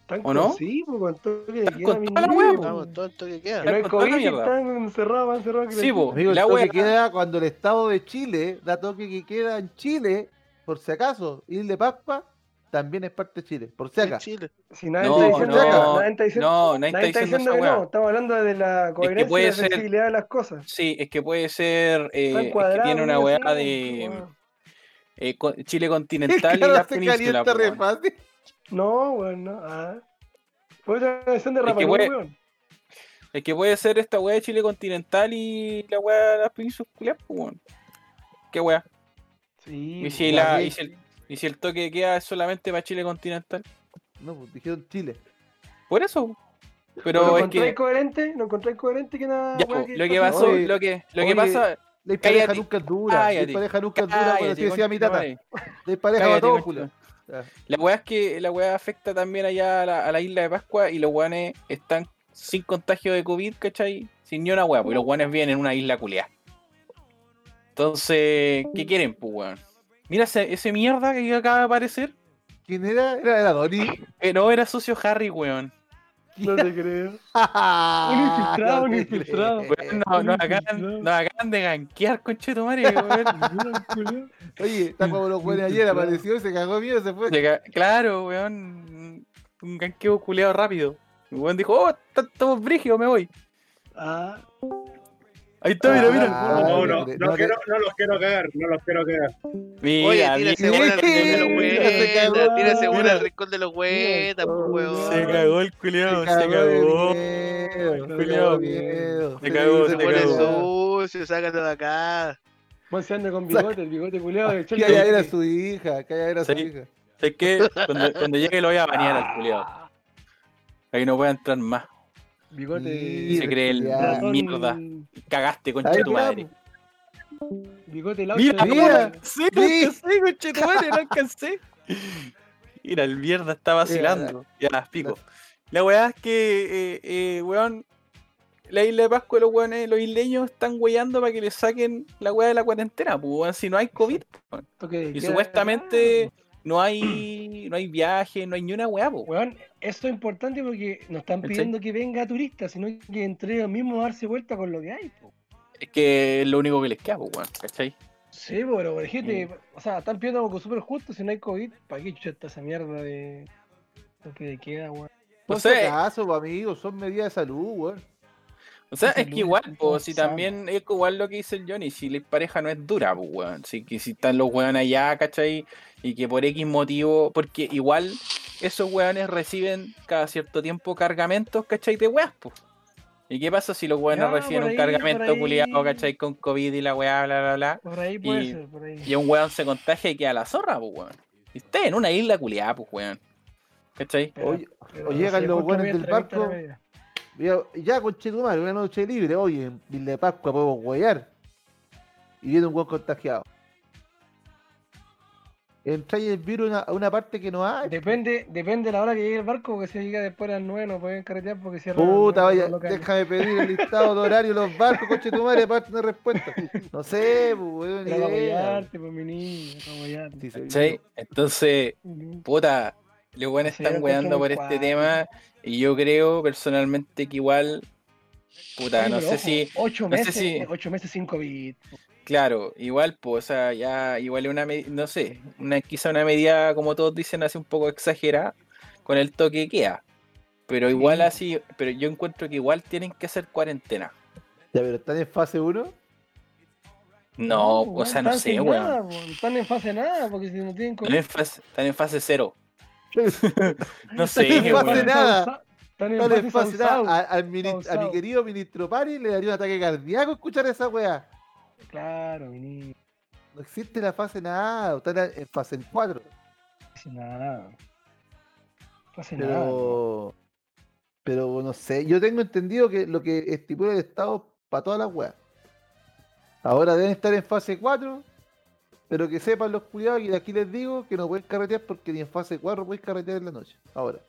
S3: Tan
S4: ¿O no?
S3: Sí, pues con todo que
S4: Están
S3: queda,
S4: con
S3: mi
S4: toda la
S3: niño.
S4: hueá, po.
S1: Vamos, todo esto que queda.
S3: Que no hay
S4: Están con toda la
S3: COVID,
S4: mierda.
S3: están encerrados, más encerrados que la
S4: Sí,
S3: chucha.
S4: po.
S2: Amigo, el
S4: La
S2: toque
S4: wea-
S2: queda cuando el Estado de Chile da toque que queda en Chile, por si acaso. Isla Pascua también es parte de Chile, por si
S1: En
S2: acaso.
S1: Chile.
S3: Si nadie
S4: No,
S3: está
S4: no,
S3: diciendo eso, nadie está diciendo
S4: no, nadie está
S3: Nadie está
S4: diciendo
S3: diciendo
S4: esa
S3: que
S4: weá.
S3: no, estamos hablando de la coherencia y
S4: puede
S3: la
S4: ser-
S3: sensibilidad de las cosas.
S4: Sí, es que puede ser... eh,
S3: Están
S4: es que
S3: cuadrados,
S4: tiene una
S3: unidos,
S4: weá
S3: claro,
S4: de...
S3: pues, weón.
S4: eh, co- Chile
S2: El
S4: continental y
S2: cara
S4: la
S2: se
S4: península.
S2: calienta
S4: po,
S2: re
S4: weón.
S2: fácil.
S3: No, weón, no. Ah. Fue otra canción de
S4: Es que
S3: Rapa Nui,
S4: puede-
S3: weón.
S4: Es que puede ser esta weá de Chile continental y la weá de las penínsulas, culiadas, pues, weón. Qué weá.
S3: Sí.
S4: Y
S3: weón.
S4: si, la, y, si el, y si el toque de queda es solamente para Chile continental.
S2: No, pues dijeron Chile.
S4: Por eso.
S3: ¿No
S4: Pero es
S3: encontráis
S4: que.
S3: coherente? ¿No encontráis coherente que nada?
S4: ya,
S3: weón,
S4: po,
S3: que
S4: lo que
S3: está
S4: pasó,
S3: haciendo?
S2: Oye,
S4: lo que, lo
S2: oye,
S4: que pasa.
S2: La pareja
S4: Cállate.
S2: nunca es dura. La
S4: Cállate.
S2: pareja nunca es dura. Bueno,
S4: Cállate,
S2: así decía mi
S4: concha
S2: tata.
S4: madre.
S2: La pareja a
S4: Cállate,
S2: todos,
S4: concha
S2: Julio. Ah,
S4: La weá es que la weá afecta también allá a la, a la isla de Pascua y los guanes están sin pues, contagio de COVID, ¿cachai? Sin ni una weá, porque los guanes vienen en una isla culiada. Entonces, ¿qué quieren, pues, weón? Mira ese, ese mierda que acaba de aparecer.
S2: ¿Quién era? Era, era Donnie.
S4: Eh, no, era socio Harry, weón.
S3: No te creo.
S2: infiltrado,
S3: infiltrado, un infiltrado.
S4: Weón, nos, nos acaban, nos acaban de ganquear, conchetumare, weón.
S2: Oye, está como los buenos ayer, apareció, se cagó miedo, se fue.
S4: Llega- claro, weón. Un ganqueo culeado rápido. El weón dijo, oh, están todos brígidos, me voy.
S3: Ah,
S4: Ahí está, mira, mira.
S7: No,
S2: Ah,
S7: no,
S2: te-
S7: no,
S2: te-
S7: quiero, no los quiero cagar, no los quiero cagar.
S4: Mira,
S1: Oye,
S4: mira,
S1: tírase buena al rincón de los
S2: Se cagó.
S1: huetas, tírase buena al
S3: Mira.
S1: rincón de los huetas, pues,
S3: Se
S4: Se
S1: weón.
S4: cagó el culeado,
S2: Se
S4: se cagó.
S2: miedo, se
S4: Culeado.
S2: cagó miedo.
S4: Se cagó,
S1: Se
S4: se
S1: pone
S4: cagó.
S1: sucio, sácalo de acá.
S3: Juan se anda con bigote, el bigote culeado.
S2: Que
S3: de Chelsea.
S2: allá era su hija, que allá era su
S4: Sí.
S2: hija.
S4: ¿Sabes qué? Cuando, cuando llegue lo voy a banear al culeado. Ahí no voy a entrar más.
S3: Bigote.
S2: Sí,
S4: Se cree el
S2: Ah,
S3: Razón-
S4: mierda. Cagaste, concha
S2: Ahí
S4: de tu madre.
S3: Bigote laucha.
S4: Mira,
S2: mira.
S4: no alcancé, no
S2: Sí.
S4: alcancé, concha de tu madre, no alcancé. Mira, el mierda está vacilando. Ya, pico. La weá es que, eh, eh, weón, la isla de Pascua, los weones, los isleños están weyando para que le saquen la weá de la cuarentena, pues, weón, si no hay COVID.
S3: Esto que
S4: Y
S3: queda-
S4: supuestamente no hay no hay viaje, no hay ni una weá, po.
S3: Weón, esto es importante porque no están
S4: ¿Cachai?
S3: pidiendo que venga turista, sino que entre ellos mismos a darse vuelta con lo que hay. po.
S4: Es que es lo único que les queda, po, weón, ¿cachai?
S3: Sí, po, pero por ejemplo, o sea, están pidiendo algo súper justo si no hay COVID. ¿Para qué chucha está esa mierda de lo que queda, weón?
S4: O
S2: No
S4: sea,
S2: sé. Caso, pues, amigos, son medidas de salud, weón.
S4: O sea,
S3: Ese
S4: es que
S3: lunes pues,
S4: igual,
S3: es
S4: po, si
S3: impensable.
S4: también es que igual lo que dice el Johnny, si la pareja no es dura, pues, weón. Si, que si están los weones allá, ¿cachai? Y que por X motivo, porque igual esos weones reciben cada cierto tiempo cargamentos, ¿cachai? De weas, pues. ¿Y qué pasa si los weones
S3: Ya,
S4: reciben
S3: por
S4: un
S3: ahí, por
S4: cargamento
S3: ahí.
S4: culiado, ¿cachai? Con COVID y la weá, bla, bla, bla.
S3: Por ahí puede
S4: Y-
S3: ser, por ahí.
S4: Y un weón se contagia y queda la zorra, pues, weón. Y usted en una isla culiada, pues, weón. ¿Cachai?
S3: Pero-
S2: Oye,
S3: pero
S2: o llegan
S3: sí,
S2: los
S3: justo
S2: buenos
S3: voy a
S2: del
S3: entrevistar a
S2: barco.
S3: media.
S2: ya, ya con Chetumar, una noche libre, oye, en Villa de Pascua podemos guayar. Y viene un weón contagiado. Entra y el virus a una, a una parte que no hay.
S3: Depende, depende de la hora que llegue el barco, porque si llega después de las 9 no pueden carretear porque cierran. a las
S2: Puta,
S3: nueve
S2: vaya,
S3: los locales.
S2: déjame pedir el listado de horario de los barcos, coche tu madre, para tener respuesta. No sé, pues, weón, ni
S3: Pero para
S2: idea.
S3: apoyarte, pues mi niño, para apoyarte.
S2: Sí, sí,
S4: ¿Cachai? Entonces,
S3: Ujú.
S4: puta, los weones
S3: Sí,
S4: están
S3: lo encuentro
S4: weando por
S3: muy
S4: este
S3: cuático.
S4: tema. Y yo creo personalmente que igual, puta,
S3: Oye,
S4: no
S3: pero
S4: sé
S3: ojo,
S4: si,
S3: Ocho
S4: no sé
S3: meses,
S4: si-
S3: ocho meses sin COVID.
S4: claro, igual, pues, o sea, ya, igual es una, me- no sé, una, quizá una medida, como todos dicen, así un poco exagerada con el toque de queda. Pero igual
S3: Sí.
S4: así, pero yo encuentro que igual tienen que hacer cuarentena.
S2: Ya, pero están en fase 1.
S4: No, o
S3: pues, weón,
S4: sea, no
S3: están
S4: sé,
S3: sin
S4: weón.
S3: nada, weón, Están en fase nada, porque si no tienen
S4: Están en fase- están en fase cero.
S2: Ah,
S4: No sé,
S3: Están en
S4: weón.
S3: fase
S2: nada.
S3: Están
S2: Están en fase nada. Ah.
S3: sausados.
S2: A, al mini- a mi
S3: Pausado.
S2: querido ministro Pari le daría un ataque cardíaco escuchar esa weá.
S3: Claro, mi niño.
S2: No existe la fase nada, están en- en fase 4.
S3: Fase nada. Fase nada.
S2: Pero,
S3: weón.
S2: pero no sé, yo tengo entendido que lo que estipula el Estado para todas las weas. Ahora deben estar en fase 4, pero que sepan los cuidados y de aquí les digo que no pueden carretear porque ni en fase 4 pueden carretear en la noche. Ahora.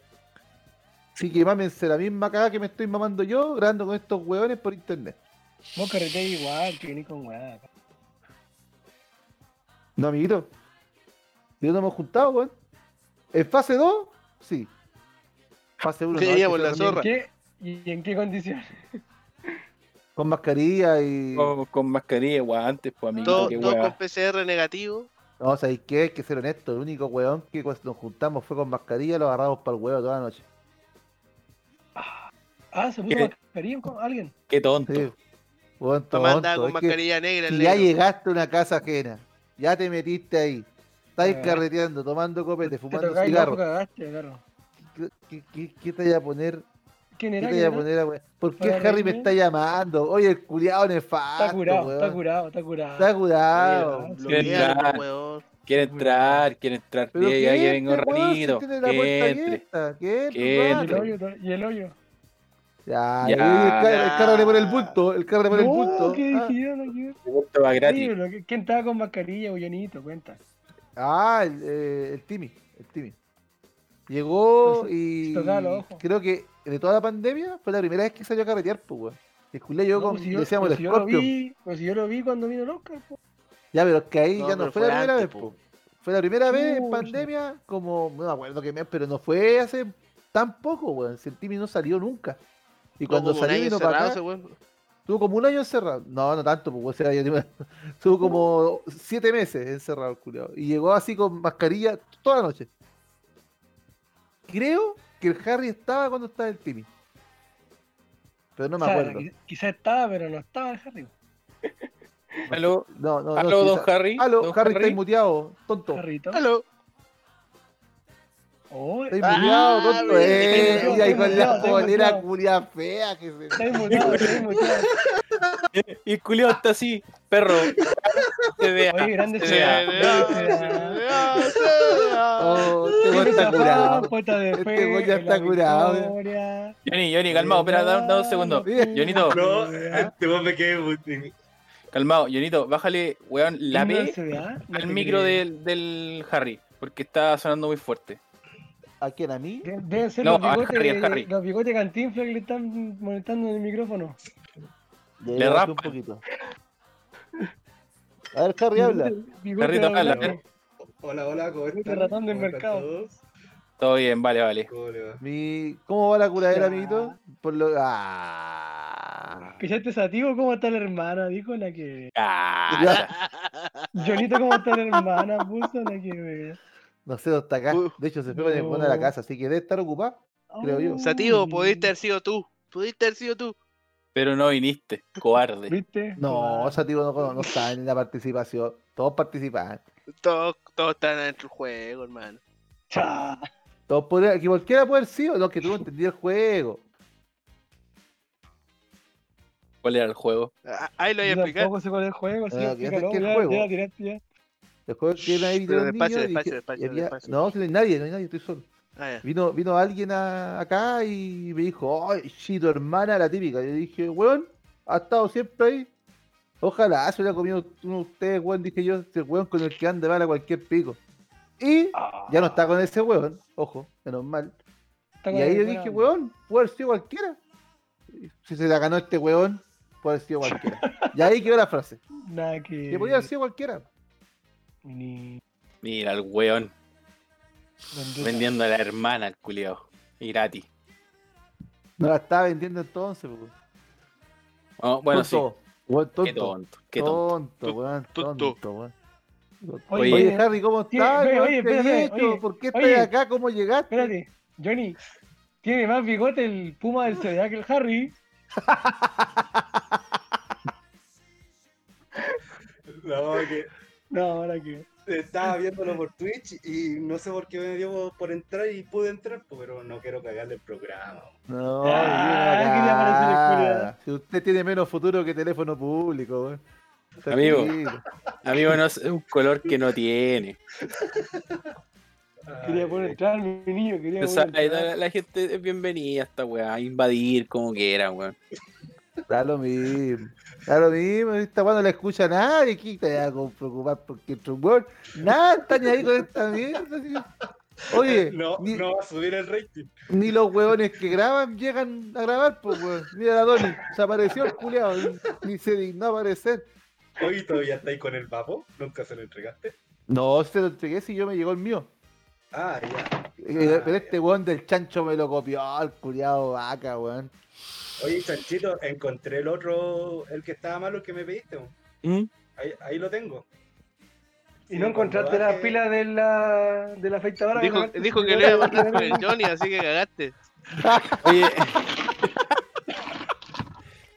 S2: Así que mámense la misma cagada que me estoy mamando yo, grabando con estos hueones por internet.
S3: Vos carreteás igual, que venís con weá.
S2: No, amiguito. Yo no hemos juntado, weón. ¿En fase 2? Sí. Fase 1.
S1: Queríamos la
S3: ¿Y en
S1: zorra.
S3: qué, y en qué condición?
S2: Con mascarilla y.
S4: Con, con mascarilla y guantes, pues, amiguito,
S1: Todo,
S4: qué
S1: todo
S4: weá.
S1: con PCR negativo.
S2: No, ¿sabéis qué? Hay que ser honesto. El único weón que cuando nos juntamos fue con mascarilla, lo agarramos para el huevo toda la noche.
S3: Ah, se puso
S4: ¿Qué?
S3: mascarilla con alguien.
S4: Qué tonto.
S2: Sí. Weón
S1: Mamá andaba
S2: tonto.
S1: con
S2: Es que
S1: mascarilla negra. el
S2: si ya
S1: negro.
S2: llegaste a una casa ajena, ya te metiste ahí, estáis
S3: Ah.
S2: carreteando, tomando copete,
S3: Te
S2: fumando
S3: tocáis loco,
S2: cigarros.
S3: cagaste, claro.
S2: ¿Qué, qué- qué- qué te voy a poner?
S3: ¿Quién
S2: ¿Qué
S3: era?
S2: te
S3: quién
S2: voy a
S3: era?
S2: poner a we- ¿Por qué
S3: Para
S2: Harry me
S3: reírme.
S2: está llamando? Oye, el culiado nefasto.
S3: Está curado,
S2: weón.
S3: está curado, está curado.
S2: Está curado.
S3: Sí,
S1: Bloquealo,
S4: claro.
S1: weón.
S4: Quiere entrar, quiere entrar.
S2: Pero
S4: Ya, ya,
S2: que
S4: ya vengo un
S2: entre, weón, si
S4: ratito.
S2: tiene la puerta
S4: Que entre.
S2: abierta, que entre,
S4: que
S3: Y el
S2: hermano.
S3: hoyo, to- y el hoyo.
S2: Ya,
S4: Ya.
S2: el, carro, el carro le pone el bulto, el carro le pone el bulto.
S3: ¿qué
S2: Ah.
S3: dije yo? No, yo-
S4: Esto va
S3: Sí,
S4: gratis.
S3: pero que- ¿Quién estaba con mascarilla, Bullonito? Cuenta.
S2: Ah, el, eh, el Timmy, el Timmy. Llegó
S3: Entonces,
S2: y
S3: tocaba los ojos.
S2: creo que de toda la pandemia fue la primera vez que salió a carretear, pues, weón. El culé llegó
S3: No,
S2: con,
S3: pues si yo-
S2: decíamos,
S3: pues
S2: el
S3: si yo lo
S2: Scorpion.
S3: vi, pues si yo lo vi cuando vino el Oscar, po.
S2: Ya, pero es que ahí
S1: No,
S2: ya no
S1: pero
S2: fue la
S1: fue
S2: primera
S1: antes,
S2: vez,
S1: po.
S2: po. Fue la primera vez en
S3: Chucha.
S2: pandemia, como, no me acuerdo qué mes, pero no fue hace tan poco, weón. Si el Timmy no salió nunca. Y cuando
S1: como un
S2: salió
S1: año
S2: vino para
S1: encerrado
S2: acá,
S1: ese weón.
S2: tuvo como un año encerrado. No, no tanto, pues, weón, si era yo, tipo, Tuvo como siete meses encerrado, el culiao. Y llegó así con mascarilla toda la noche. Creo que el Harry estaba cuando estaba el Timmy. Pero no me acuerdo.
S3: Quizás estaba, pero no estaba el Harry.
S4: Aló,
S2: No, no, no.
S4: aló,
S2: sí,
S4: don
S2: esa-
S4: Harry.
S2: Aló,
S4: don
S2: Harry, estáis muteado, tonto.
S3: Harrito.
S1: Aló.
S3: Oh,
S2: Estáis
S1: Ah,
S2: muteado, tonto.
S1: bien,
S2: Eh,
S3: bien,
S2: y ahí
S3: bien,
S2: con la
S3: muteado, bien,
S2: polera
S3: muteado.
S2: culia fea que se.
S3: estáis muteado, estáis muteado.
S4: Y el culiao está así, perro. Te vea,
S3: Oye, grande
S4: te
S1: Se
S4: vea.
S3: ciudad.
S1: vea,
S3: se
S1: se
S3: vea.
S1: vea, se vea.
S2: Oh, este weón está
S3: Zafán,
S2: curado.
S3: puerta ah, de
S2: Este
S3: fe,
S2: güey ya
S3: la
S2: está curado. eh.
S3: victoria. Ah,
S6: Johnny, Johnny, calmado, espera, da, da un segundo.
S2: Bien.
S6: Jonito,
S8: No, este vos me quedé. muy-
S6: calmado, Jonito, bájale, weón, la
S3: Himno de
S6: B
S3: ciudad, no
S6: al
S3: te
S6: micro
S3: creo.
S6: del, del Harry, porque está sonando muy fuerte.
S2: ¿A quién? ¿A mí?
S3: De- Deben ser
S6: No,
S3: los,
S6: al
S3: bigotes,
S6: Harry, al Harry.
S3: los bigotes cantinflas que le están molestando en el micrófono.
S6: Le
S2: Le voy a hacer
S6: rapa.
S2: un poquito. A ver, Harry habla.
S3: Bigote
S6: Harrito,
S3: de
S6: habla,
S3: ratón.
S6: habla.
S8: Hola, hola, ¿cómo
S3: Este
S8: están?
S3: ratón del
S8: ¿Cómo están
S3: mercado.
S8: todos?
S6: Todo bien, vale, vale.
S8: ¿Cómo le va?
S2: Mi... ¿Cómo va la curadera,
S3: Ya.
S2: amiguito? Por lo... ah.
S3: Que ya estés a ti, ¿o ¿cómo está la hermana? Dijo la que.
S6: Ah,
S3: Jonito, ¿cómo está la hermana? Puso la que.
S2: No sé dónde está acá.
S1: Uf.
S2: De hecho, se fue con el
S3: No.
S2: weón a la casa, así que debe estar ocupado. Creo yo.
S1: Sativo,
S3: Ay,
S1: pudiste haber sido tú. Pudiste haber sido tú.
S6: pero no viniste, cobarde.
S3: ¿Viste?
S2: No,
S3: Ah,
S2: esa tío no, no está en la participación. Todos participan.
S1: Todos, todos están dentro del juego, hermano.
S3: cha.
S2: Todos podrían, que cualquiera puede haber sido los que tuvo entendido el juego.
S6: ¿Cuál era el juego?
S1: Ah, Ahí lo voy a
S3: Yo
S1: explicar.
S3: Tampoco sé cuál es el juego, sí,
S2: Ah, que ya sé
S3: explícalo,
S2: que el
S3: ya,
S2: juego.
S3: ya, tiraste ya.
S2: El juego tiene ahí
S1: Shh,
S2: de
S1: pero
S2: los
S1: despacio,
S2: niños y
S1: despacio,
S2: que- y
S1: despacio,
S2: había-
S1: despacio.
S2: No, si no hay nadie, no hay nadie, estoy solo.
S1: Ah, ya.
S2: Vino, vino alguien a- acá y me dijo, ay, sí, tu hermana la típica. Y yo dije, weón, ha estado siempre ahí. Ojalá se hubiera comido uno de ustedes, weón, dije yo, ese weón con el que anda vale a cualquier pico. Y ya no está con ese weón, ojo, menos mal.
S3: Está
S2: Y
S3: con
S2: ahí
S3: el
S2: yo dije,
S3: weón.
S2: weón, puede haber sido cualquiera. Si se la ganó este weón, puede haber sido cualquiera. Y ahí quedó la frase.
S3: Nada que.
S2: Que podía haber sido cualquiera.
S3: Ni.
S6: Mira, el weón
S3: Mendoza.
S6: vendiendo a la hermana, el culiao. Y gratis.
S2: No la estaba vendiendo entonces, po.
S6: Oh, bueno, sí.
S2: tonto. Weón,
S6: Qué
S2: tonto.
S6: tonto, qué tonto.
S2: Tonto, weón,
S1: Tonto.
S2: tonto, weón. Oye,
S3: Oye,
S2: Harry, ¿cómo
S3: sí,
S2: estás?
S3: oye,
S2: weón?
S3: oye,
S2: ¿Qué has
S3: espérate,
S2: hecho?
S3: oye,
S2: ¿Por qué
S3: oye.
S2: estás acá? ¿Cómo llegaste?
S3: Espérate, Johnny. Tiene más bigote el puma del CDA que el Harry.
S8: No, que
S3: No, ahora que.
S8: estaba viéndolo por Twitch y no sé por qué me dio por entrar y pude entrar, pero no quiero cagarle el programa.
S2: No,
S3: Ah,
S2: viene
S3: quería aparecer en
S2: acá.
S3: oscuridad.
S2: Si usted tiene menos futuro que teléfono público, weón.
S6: Amigo.
S2: Tranquilo.
S6: Amigo, no es un color que no tiene.
S3: Quería poder entrar, mi niño. Quería
S6: O
S3: poder
S6: sea, la,
S3: entrar.
S6: la- la gente es bienvenida a esta weá, a invadir como quiera, weón.
S2: Da lo mismo. Da lo mismo. Esta weá no la escucha nadie. ¿Qué te va a con- preocupar porque el trombón? Nada, está ni ahí con esta mierda. tío. Oye,
S8: eh, No,
S2: ni,
S8: no va a subir el rating.
S2: ni los huevones que graban llegan a grabar, pues weón. Mira a Donny, se apareció el culiao, ni se dignó a aparecer.
S8: Hoy todavía estáis con el papo, nunca se lo entregaste.
S2: No, se lo entregué si yo me llegó el mío.
S8: Ah, ya.
S2: Eh,
S8: Ah,
S2: pero
S8: ya.
S2: este weón del chancho me lo copió, el culiao vaca, weón.
S8: Oye, Chanchito, encontré el otro, el que estaba malo, el que me pediste. weón.
S6: ¿Mm?
S8: Ahí, ahí lo tengo.
S3: Y no encontraste
S8: Cuando
S3: la
S8: baje-
S3: pila de la, de la afeitadora.
S1: Dijo,
S3: cagaste
S1: dijo
S3: tu
S1: que le
S3: bigote.
S1: iba a pues. mandar con el Johnny, así que cagaste.
S6: Oye.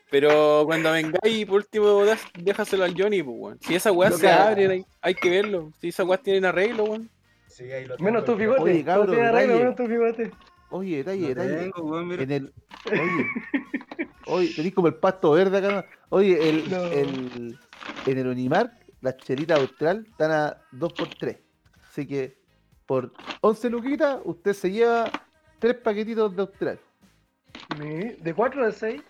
S6: Pero cuando vengáis, por último, das- déjaselo al Johnny, pues, weón. Si esa weá
S2: Lo
S6: se
S2: que-
S6: abre, hay, hay que verlo. Si esa weá tienen arreglo, weón.
S8: Sí, ahí lo tengo.
S3: Menos tus bigotes.
S2: Oye, cabrón,
S3: Todo tiene arreglo,
S2: detalle.
S3: menos tus bigotes.
S2: Oye, detalle,
S8: No
S2: detalle.
S8: tengo, weón, mira.
S2: En el. Oye. Oye, tenés como el pasto verde acá. ¿no? Oye, el,
S3: No.
S2: el- en el Unimark, las chelitas austral están a 2x3. Así que por 11 luquitas, usted se lleva 3 paquetitos de austral.
S3: Mi- ¿De 4 de 6?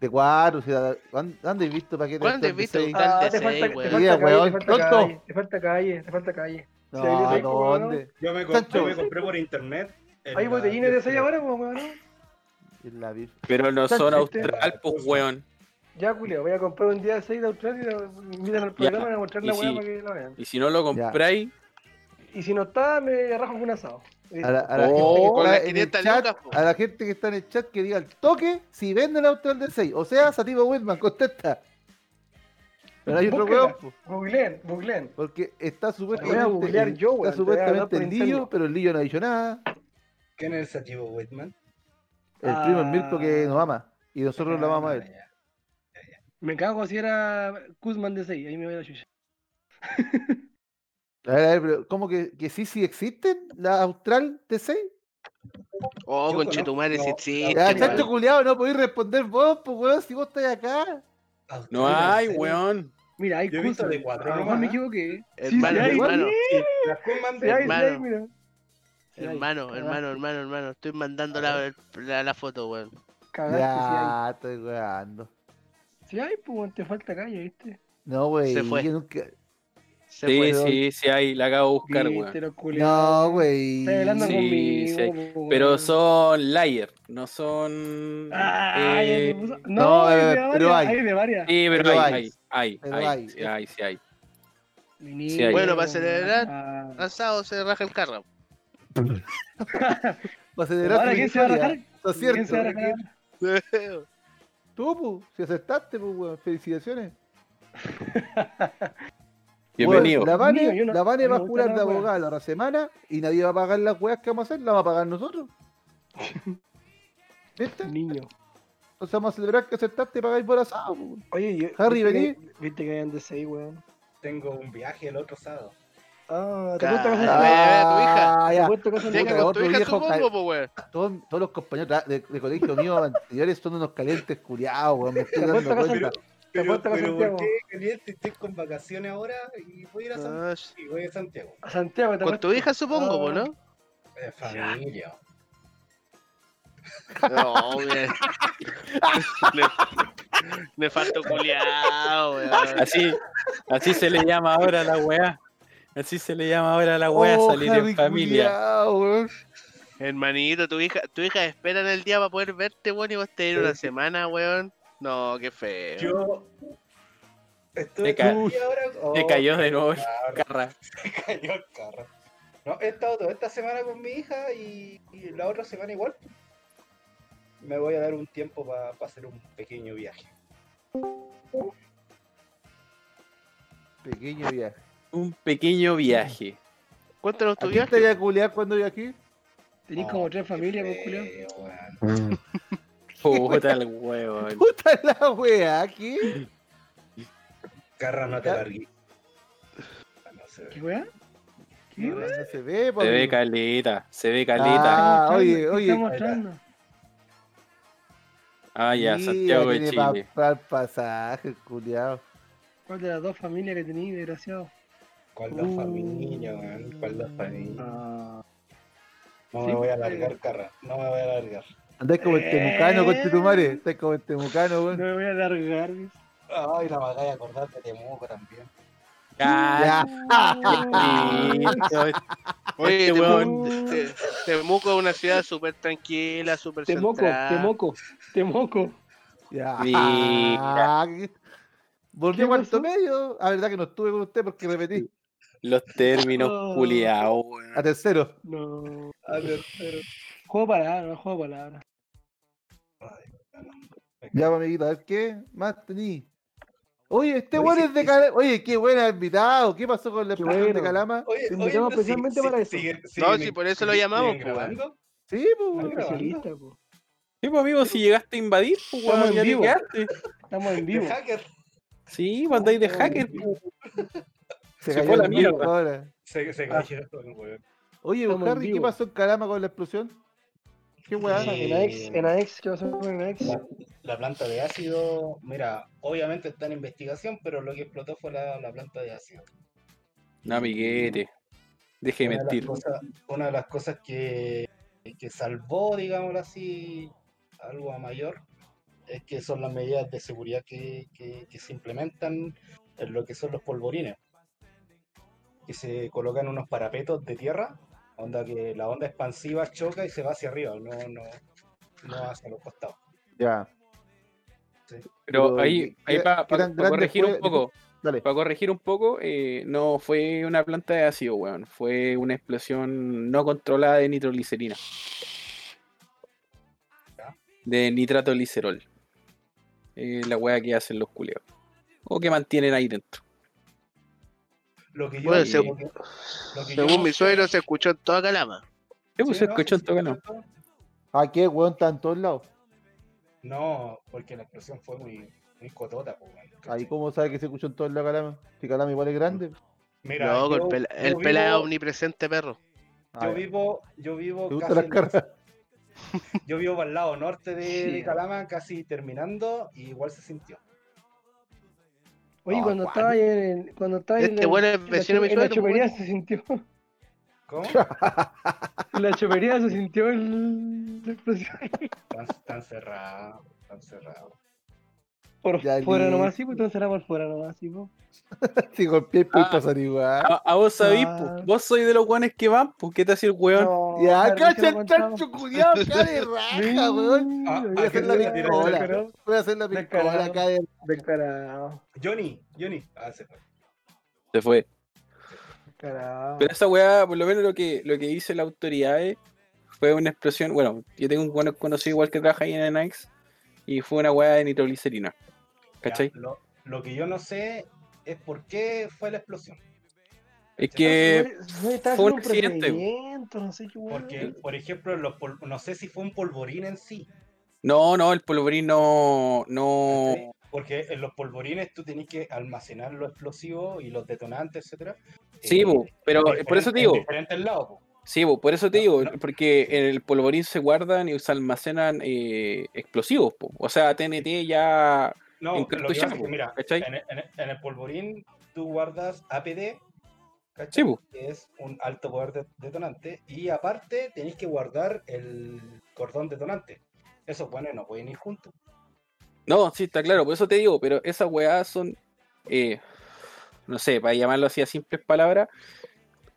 S2: De 4, o sea, ¿cuán- ¿dónde he visto paquetes de
S1: ¿Cuándo
S2: Austral
S1: has
S2: de
S1: visto Ah,
S2: seis?
S1: Austral? Tal de
S3: Ah, te falta,
S1: seis,
S3: te
S1: weón.
S3: falta
S2: Mira,
S3: calle,
S2: weón,
S3: te falta
S2: tonto.
S3: calle, te falta calle, te falta calle.
S2: No,
S3: seis de seis,
S2: no,
S3: weón.
S2: ¿dónde?
S8: Yo me compré,
S2: Sancho.
S8: me compré por internet. en
S3: Hay
S8: la
S3: botellines de 6
S8: Virgen.
S3: ahora, pues, weón.
S2: En la vir-
S6: Pero no son
S2: Chanchito.
S6: austral, pues, weón.
S3: Ya, Julio, voy a comprar un día 6 de Australia, me invitan al programa a mostrar la
S4: y
S3: weá
S4: si-
S3: para que la vean.
S4: Y si no lo compráis,
S3: Y si no está, me rajo con un asado. Eh, Listo.
S2: A la, a la gente que
S4: Oh,
S1: con
S2: está
S1: las
S2: en el
S1: 500
S2: chat,
S1: lucas, po.
S2: a la gente que está en el chat que diga el toque si vende el auto del 6. O sea, Sativa Whitman, contesta. Pero hay otro
S3: Búsquela.
S2: weón, po,
S3: Googleen, googleen.
S2: porque está
S3: voy a googlear
S2: supuestamente,
S3: yo, weón,
S2: está
S3: te voy a hablar
S2: supuestamente
S3: por
S2: el
S3: interno.
S2: Lillo, pero el Lillo no ha dicho nada.
S8: ¿Quién es el Sativo Whitman?
S2: El
S3: Ah.
S2: primo el Mirko que nos ama. Y nosotros lo vamos a ver.
S8: Ah,
S3: Me cago si era Kuzman de 6, ahí me voy a la chucha.
S2: A ver, a ver, pero ¿cómo que, que sí, sí existen? ¿La Austral T6?
S1: Oh,
S8: Yo
S1: conchetumare, sí,
S8: conozco-
S1: sí.
S8: no,
S2: Ya,
S8: Qué
S2: chacho
S8: mal.
S2: culiado, Ah, no podéis responder vos, pues weón, si vos estás acá.
S8: ya.
S4: no
S8: Australia,
S4: hay,
S8: ¿en serio?
S4: weón.
S3: Mira, hay
S8: Yo he visto
S3: Kuzman.
S8: de cuatro
S3: A lo mejor
S8: nomás,
S3: me
S8: ¿eh?
S3: equivoqué.
S1: Hermano,
S3: sí, hay,
S1: hermano,
S8: Las
S3: Sí, hay,
S8: Coleman
S3: sí, hay,
S1: Hermano.
S3: mira. Sí hay.
S1: hermano,
S3: Cagaste.
S1: hermano, hermano, hermano. Estoy mandando la, la, la foto, weón.
S3: Cagaste, sí hay.
S2: Ya, estoy weando.
S3: Sí hay, pues weón, te falta calle, ¿viste?
S2: No, wey.
S1: Se fue.
S2: yo nunca-
S1: Se
S4: Sí,
S1: fue.
S2: weón.
S4: sí, sí, ahí la acabo de buscar, weón.
S3: Viste, los culiados.
S2: No, güey.
S3: Estás hablando
S4: Sí,
S3: conmigo,
S4: sí hay.
S3: po,
S4: Pero
S3: weón.
S4: son layer, no son.
S3: Ay,
S4: eh,
S3: me puso-
S2: no,
S3: No, hay de
S2: eh,
S3: varias,
S2: pero hay.
S3: hay de varias.
S4: Sí, pero,
S2: Pero hay.
S4: hay, hay, hay,
S2: Pero
S4: hay,
S2: hay.
S4: sí hay, sí hay.
S3: Ni-
S4: hay.
S1: Bueno, para celebrar,
S3: Ah.
S1: Asado se raja el carro.
S2: Para celebrar
S3: ¿Ahora
S2: tu
S3: quién se va a
S2: victoria.
S3: rajar?
S2: Lo
S3: ¿Quién se va a
S2: cierto.
S3: rajar?
S2: Tú, pu, si aceptaste, pu, weón. Felicitaciones.
S4: Bienvenido.
S2: Weón, La Vane,
S3: Mío, yo no-
S2: la Vane
S3: no
S2: va a
S3: me gusta
S2: jurar de
S3: la wea.
S2: abogada la otra semana y nadie va a pagar las weas que vamos a hacer, la va a pagar nosotros. ¿Viste?
S3: Niño.
S2: Entonces vamos a celebrar que aceptaste y pagáis por asado, pues. pu.
S3: Oye, yo-
S2: Harry,
S3: viste que-
S2: vení.
S3: Viste que hayan de 6, weón.
S8: Tengo un viaje el otro sábado.
S3: Ah, ¿te
S1: Claro.
S3: gusta
S1: Ah,
S3: casa?
S2: Ah,
S3: ¿Te
S2: ya.
S3: gusta casa?
S1: Venga
S2: Puta,
S1: con tu
S2: otro
S1: hija,
S2: viejo
S1: supongo, po, weón.
S2: Todos, todos los compañeros tra- de, de colegio mío anteriores son unos calientes culiados, weón. Me estoy dando
S3: Apuesta que
S2: cuenta.
S3: Te
S8: Pero,
S3: apuesto que
S8: pero ¿por
S3: Santiago.
S8: qué caliente? Estoy con vacaciones ahora y voy a ir a Santiago.
S1: Ah, sí.
S8: Y voy a Santiago.
S3: A Santiago, te
S1: Con tu
S3: apuesto.
S1: hija, supongo, po, ¿no?
S8: Eh, familia.
S1: No, weón. Me faltó culiao, weón.
S4: Así, así se le llama ahora a la weá. Así se le llama ahora a la weá
S2: Oh,
S4: salir
S2: Harry
S4: en familia.
S2: culiao, weón.
S1: Hermanito, tu hija, tu hija espera en el día para poder verte, weón, y vos te ir una semana, weón. No, qué feo.
S8: Yo. Estuve
S4: Te ca-
S8: todo el día ahora.
S4: Te
S8: Oh,
S4: cayó de nuevo el
S8: claro,
S4: carra.
S8: me cayó el carro. No, he estado toda esta semana con mi hija y, y la otra semana igual. Me voy a dar un tiempo para hacer un pequeño viaje.
S2: Pequeño viaje.
S4: Un pequeño viaje.
S1: Cuéntanos tu
S2: ¿Aquí
S1: viaje.
S2: te voy a culear cuando voy aquí?
S3: Tenís
S8: Oh,
S3: como tres familias,
S8: con
S3: pues, culiao.
S4: Puta el huevo.
S2: Puta la wea, aquí.
S8: Carra, no te
S2: Ya.
S8: larguí. Ah, No sé.
S3: ¿Qué weá? ¿Qué
S2: No,
S3: weá?
S2: no se ve, po,
S4: Se ve
S2: amigo.
S4: caleta, se ve caleta. Ah,
S2: Ah,
S3: ¿Qué
S2: oye,
S3: está
S2: oye.
S3: mostrando?
S4: Ah, ya,
S2: Sí,
S4: Santiago
S2: ya
S4: de
S2: tiene pa-
S4: Chile.
S2: pa- pasaje, culiao.
S3: ¿Cuál de las dos familias que tenías, desgraciado?
S8: ¿Cuál dos
S3: Uh.
S8: familias, weón? ¿Cuál dos familias?
S3: Ah,
S8: No
S3: sí,
S8: me voy a
S3: pues.
S8: largar, Carra. No me voy a largar.
S2: Andás como el temucano,
S3: Eh.
S2: con tu madre. Andás como el temucano,
S3: no
S2: weón.
S3: me voy a alargar. dice.
S8: Ay, la magalla, acordate de Temuco también.
S4: Ya,
S2: Ya.
S3: Ah,
S4: listo.
S1: Oye,
S4: Este
S1: Temuco,
S3: weón.
S1: Te- Temuco es una ciudad súper tranquila, súper
S3: Te moco, te
S1: central.
S3: moco, te moco.
S2: Ya.
S4: Mira.
S2: Volví
S3: ¿Qué
S2: a cuarto
S3: pasó?
S2: medio. Ah, verdad que no estuve con usted porque repetí.
S4: Los términos
S3: Oh.
S1: Ah,
S4: culiados, weón.
S2: A tercero.
S3: No.
S8: A ver, pero...
S3: Juego de palabras, juego de palabras.
S2: Ya, pues, amiguito, a ver qué más tení. Oye, este
S8: Oye,
S2: weón
S8: sí,
S2: es de
S8: sí.
S2: Calama. Oye, qué buena invitado. ¿Qué pasó con la
S3: Qué
S2: explosión de
S3: bueno.
S2: Calama?
S8: Oye,
S3: Te invitamos
S8: pero sí-
S3: especialmente
S8: sí-
S3: para eso.
S8: siguen-
S1: No,
S8: siguen-
S1: sí, por eso lo
S8: siguen-
S1: llamamos,
S8: siguen
S1: pues, weón.
S8: grabando.
S2: Sí, pues.
S3: Al
S2: weón.
S8: grabando?
S3: especialista, po.
S4: Sí, pues amigo, si llegaste a invadir, pues
S3: Estamos
S4: weón,
S3: en
S4: ya
S3: vivo.
S4: llegaste.
S3: Estamos en
S8: De
S3: vivo.
S8: hacker.
S4: Sí, pues andáis de hacker,
S2: Se,
S4: Se
S2: cayó
S4: fue la
S2: el mundo
S4: mierda.
S2: ahora.
S8: Se,
S3: Ah.
S8: se cayó el weón.
S2: Oye, pues,
S3: Estamos en
S2: Harry, ¿qué
S3: vivo.
S2: pasó en Calama con la explosión? Qué weá.
S8: Sí.
S3: En AX, en AX, ¿qué pasó con AX?
S8: La, la planta de ácido, mira, obviamente está en investigación, pero lo que explotó fue la, la planta de ácido.
S4: No, amiguete. Deje de
S8: una, de
S4: mentir.
S8: las cosas, una de las cosas que, que salvó, digámoslo así, algo a mayor, es que son las medidas de seguridad que, que- que se implementan en lo que son los polvorines. Que se colocan unos parapetos de tierra, onda que la onda expansiva choca y se va hacia arriba, no, no, no hacia los costados.
S2: Ya.
S8: Sí.
S4: Pero
S2: Pero
S4: ahí,
S2: que-
S4: ahí
S2: que-
S4: para
S2: que eran grandes
S4: corregir un
S2: jue-
S4: poco,
S2: Dale.
S4: para corregir un poco, eh, no fue una planta de ácido, weón. Fue una explosión no controlada de nitroglicerina. De nitrato de glicerol. Eh, la weá que hacen los culeos. O que mantienen ahí dentro.
S8: Lo que yo,
S1: Bueno,
S8: lo
S1: según-
S8: que- lo que yo
S1: Según mi
S8: noté-
S1: suegro se escuchó en toda Calama.
S4: Sí, pues, se
S8: Sí,
S4: escuchó en
S8: sí,
S4: todo canal.
S8: tanto-
S2: ¿A Ah, qué, weón? Está en todos lados.
S8: No, porque la explosión fue muy, muy cotota, po, weón,
S2: Ahí,
S8: ¿cachai?
S2: ¿cómo sabe que se escuchó en todos lados Calama? Si Calama igual es grande.
S8: Mira,
S1: Loco,
S8: yo-
S1: el, pela-
S8: yo
S1: el pelado es
S8: vivo-
S1: omnipresente, perro.
S2: Ah,
S8: Yo
S2: ya.
S8: vivo, yo vivo
S2: ¿Te gustan
S8: casi
S2: las
S8: en-
S2: caras?
S8: yo vivo para el lado norte de, de
S3: Sí.
S8: Calama, casi terminando, y igual se sintió.
S3: Oye,
S2: Ah,
S3: cuando
S2: Juan.
S3: estaba ahí en el, cuando estaba ahí en
S1: Este
S3: el-
S1: bueno es
S3: en la
S1: vecino de mi
S3: chupe- en la
S1: suegro, pues,
S3: chopería se sintió.
S8: ¿Cómo?
S3: En la chopería se sintió el, la explosión.
S8: Tan, tan cerrado, tan cerrado.
S3: Por
S2: Ya
S3: fuera
S2: listo.
S3: nomás, sí, pues entonces era por fuera nomás, sí, pues.
S2: Si golpeé, pues
S4: Ah.
S2: pasar igual.
S4: A, a vos sabís,
S3: Ah.
S4: pues, vos sois de los guanes que van, pues, ¿qué te hace el weón?
S3: No,
S2: Ya,
S3: claro,
S2: cacha
S3: hicieron
S2: el
S3: contado.
S2: chancho culiao, acá de raja, weón.
S3: Sí,
S8: Ah,
S2: Voy a
S8: ah,
S2: hacer
S8: que
S2: la
S8: se la tiraron
S3: descarado,
S8: al
S2: piscola.
S3: descarado,
S2: Voy a hacer la
S3: Del
S2: piscola
S3: carajo.
S2: acá de
S3: Descarado,
S8: Johnny, Johnny. Ah, se fue.
S4: Se fue.
S3: descarado.
S4: Pero esa weá, por lo menos lo que, lo que dice la autoridad eh, fue una explosión. Bueno, yo tengo un cono- conocido igual que trabaja ahí en Nike y fue una weá de nitroglicerina.
S8: Ya,
S4: ¿Cachai?
S8: Lo, lo que yo no sé es por qué fue la explosión.
S4: Es
S8: ya,
S4: que
S3: No, no, estaba
S4: fue un
S3: haciendo
S4: accidente, weón.
S3: procedimiento, No sé qué weón.
S8: Porque, por ejemplo, los pol- no sé si fue un polvorín en sí.
S4: no, no, el polvorín no,
S8: ¿cachai?
S4: no,
S8: Porque en los polvorines tú tenés que almacenar los explosivos y los detonantes, etcétera.
S4: sí,
S8: eh,
S4: bo, pero
S8: en
S4: eh, por eso te
S8: diferen- en
S4: digo,
S8: diferentes lados, po.
S4: sí, bo, por eso te
S8: No,
S4: digo,
S8: no.
S4: porque en el polvorín se guardan y se almacenan eh, explosivos, po. o sea, TNT ya
S8: No,
S4: en
S8: lo que pasa es
S4: cartuchera,
S8: que,
S4: po,
S8: mira,
S4: ¿cachai?
S8: en, el- en el- en el polvorín tú guardas APD, ¿cachai?
S4: Sí, bo.
S8: que es un alto poder de- detonante, y aparte tenés que guardar el cordón detonante. Eso, bueno, no pueden ir juntos.
S4: No, sí, está claro, por eso te digo, pero esas weas son, eh, no sé, para llamarlo así a simples palabras,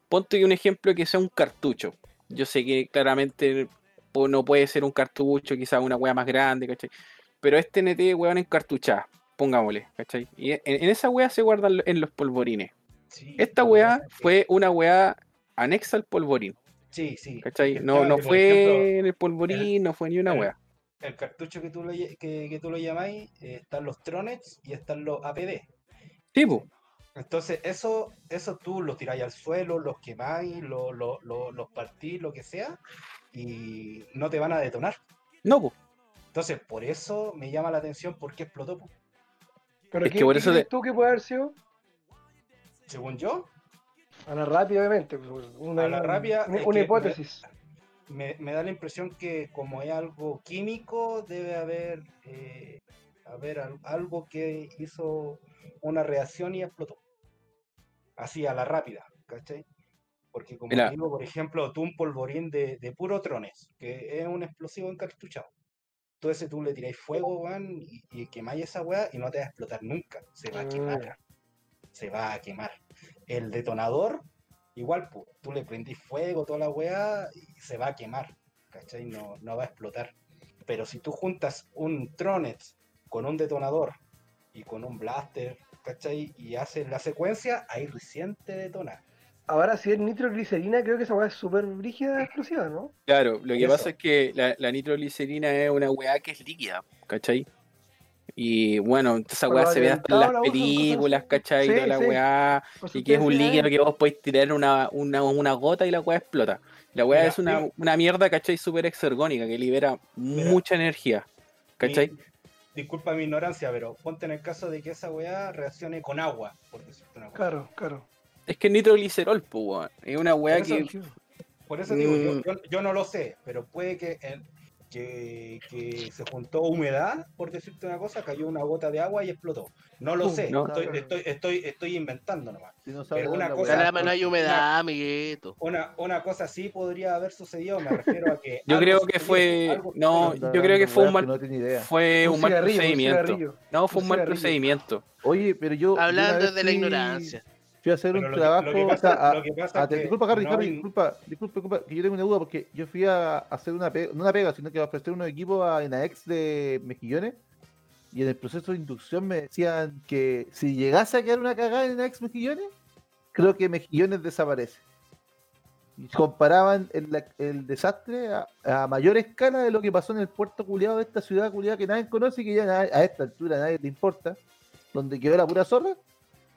S4: ponte que un ejemplo que sea un cartucho. Yo sé que claramente po- no puede ser un cartucho, quizás una wea más grande, ¿cachai? Pero es TNT, weón, encartuchada, pongámosle, ¿cachai? Y e- en, en esa wea se guardan lo- en los polvorines.
S8: Sí,
S4: Esta
S8: lo que
S4: wea
S8: pasa es que-
S4: fue una wea anexa al polvorín,
S8: Sí, sí.
S4: ¿cachai?
S8: el
S4: No,
S8: tema
S4: no
S8: es que, por ejemplo, eh,
S4: fue en el polvorín, no fue ni una
S8: el-
S4: wea.
S8: el cartucho que tú lo, lle- que, que tú lo llamáis, eh, están los Tronets y están los APD.
S4: Sí, po,
S8: Entonces, eso, eso tú los tiráis al suelo, los quemáis, lo- lo- lo- los partís, lo que sea, y no te van a detonar.
S4: no, po.
S8: Entonces, por eso me llama la atención por qué explotó. po.
S3: Pero
S4: es
S3: ¿qué-
S4: que por
S3: qué
S4: eso
S3: crees
S4: te-
S3: tú que puede haber sido?
S8: Según yo,
S3: A la rápida, obviamente. pues, Una,
S8: A la rápida,
S3: una,
S8: es
S3: una
S8: que-
S3: hipótesis.
S8: me, me da la impresión que como es algo químico, debe haber, eh, haber al- algo que hizo una reacción y explotó. Así, a la rápida, ¿cachai? Porque como
S4: Mira.
S8: te digo, por ejemplo, tú un polvorín de, de puro trones, que es un explosivo encartuchado. Entonces tú le tiráis fuego, weón, y, y quemáis esa weá y no te va a explotar nunca. Se va a quemar. Se va a quemar. El detonador, igual, pu, tú le prendís fuego, toda la weá, y se va a quemar. ¿Cachai? No, no va a explotar. Pero si tú juntas un tronet con un detonador y con un blaster, ¿cachai? Y haces la secuencia, ahí recién te detona.
S3: Ahora, si es nitroglicerina, creo que esa weá es súper rígida explosiva, ¿no?
S4: Claro, lo que
S8: Eso.
S4: pasa es que la, la nitroglicerina es una weá que es líquida, ¿cachai? Y bueno, esa
S3: Cuando
S4: weá se ve hasta en
S3: atentado
S4: las
S3: la usan, cosas
S4: películas,
S3: así.
S4: ¿cachai?
S3: Sí,
S4: Toda la
S3: sí.
S4: weá,
S3: Por eso
S4: y que es
S3: te
S4: un
S3: decía,
S4: líquido
S3: eh,
S4: que vos podés tirar una, una, una gota y la weá explota. La weá
S8: Mira,
S4: es una,
S8: mira.
S4: una mierda, ¿cachai? Súper exergónica, que libera mucha energía, ¿cachai?
S8: Mi- disculpa mi ignorancia, pero ponte en el caso de que esa weá reaccione con agua, por decirte una cosa.
S3: Claro, claro.
S4: Es que es nitroglicerol, pues, weón. Es una weá
S8: Por eso-
S4: que...
S8: Por eso digo, yo,
S4: Mm.
S8: yo, yo no lo sé, pero puede que, en- que, que se juntó humedad, por decirte una cosa, cayó una gota de agua y explotó. No lo
S3: Pum,
S8: sé,
S4: no.
S8: estoy, estoy, estoy, estoy inventando nomás.
S2: Si no sabe
S8: Pero
S2: dar
S8: una
S2: la
S8: cosa-
S2: weá.
S8: sea,
S1: Calama no hay
S8: por-
S1: humedad, amiguito.
S8: Una, una cosa así podría haber sucedido, me refiero a que...
S4: Yo
S8: algo
S4: creo que
S8: sucedió,
S4: fue...
S8: algo
S4: No,
S8: sucedió.
S2: Anda
S4: yo creo que
S2: dando
S4: fue un
S2: weas
S4: mal,
S2: No tiene idea.
S4: fue un mal
S3: cigarrillo, un
S4: procedimiento.
S3: cigarrillo.
S4: No, fue
S3: Un
S4: un mal
S3: cigarrillo.
S4: procedimiento.
S2: Oye, pero yo. yo una
S1: Hablando
S2: vez
S1: de la
S2: fui-
S1: ignorancia.
S2: Fui a hacer
S8: Pero
S2: un
S8: lo que-
S2: trabajo.
S8: lo que
S2: o
S8: pasa-
S2: sea, a-
S8: lo que pasa
S2: a-
S8: es que
S2: disculpa, Harry,
S8: no
S2: Harry,
S8: hay-
S2: disculpa, disculpa, disculpa, que yo tengo una duda, porque yo fui a hacer una pega, no una pega, sino que a ofrecer unos equipos a, en la ex de Mejillones, y en el proceso de inducción me decían que si llegase a quedar una cagada en Ax Mejillones, creo que Mejillones desaparece. Y comparaban el, la- el desastre a, a mayor escala de lo que pasó en el puerto culiado de esta ciudad culiada que nadie conoce y que ya na- a esta altura a nadie le importa, donde quedó la pura zorra.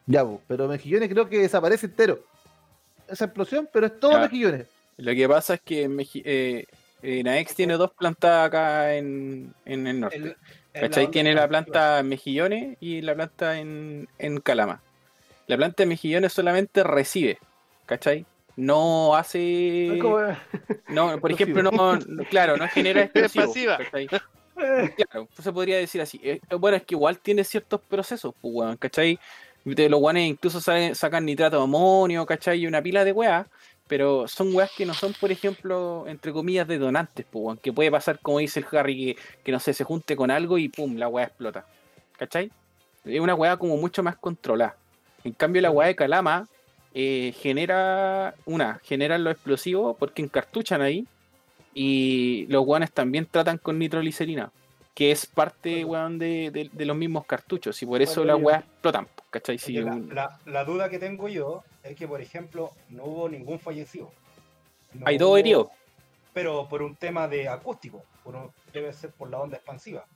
S2: Ya, po, pero Mejillones creo que desaparece entero. Esa explosión, pero es todo
S4: Ya.
S2: Mejillones.
S4: Lo que pasa es que en Meji- eh, eh, Naex tiene dos plantas acá en, en el norte.
S8: El- el
S4: ¿Cachai?
S8: lado
S4: Tiene
S8: de
S4: la planta en Mejillones y la planta en, en Calama. La planta de Mejillones solamente recibe, ¿cachai? No hace.
S3: Es como- eh,
S4: No, por ejemplo, no, no- claro, no genera explosivos,
S1: pasiva.
S4: ¿cachai?
S3: eh,
S4: Claro, pues se podría decir así. Eh, bueno, es que igual tiene ciertos procesos, pues, weón, ¿cachai? De los guanes incluso salen- sacan nitrato de amonio, ¿cachai? Y una pila de weas, pero son weas que no son, por ejemplo, entre comillas, detonantes, pues, weón, que puede pasar, como dice el Harry, que, que no sé, se junte con algo y pum, la wea explota, ¿cachai? Es una wea como mucho más controlada. En cambio, la wea de Calama eh, genera, una, generan los explosivos porque encartuchan ahí y los guanes también tratan con nitroglicerina que es parte, weón, de, de- de los mismos cartuchos. Y por eso
S3: Cuando
S4: las
S3: yo-
S4: weas explotan, po, ¿cachai?
S8: Porque
S4: Si
S8: la,
S4: un-
S8: la- la duda que tengo yo es que, por ejemplo, no hubo ningún fallecido. No
S4: Hay dos
S8: hubo-
S4: heridos.
S8: Pero por un tema de acústico, por un- debe ser por la onda expansiva.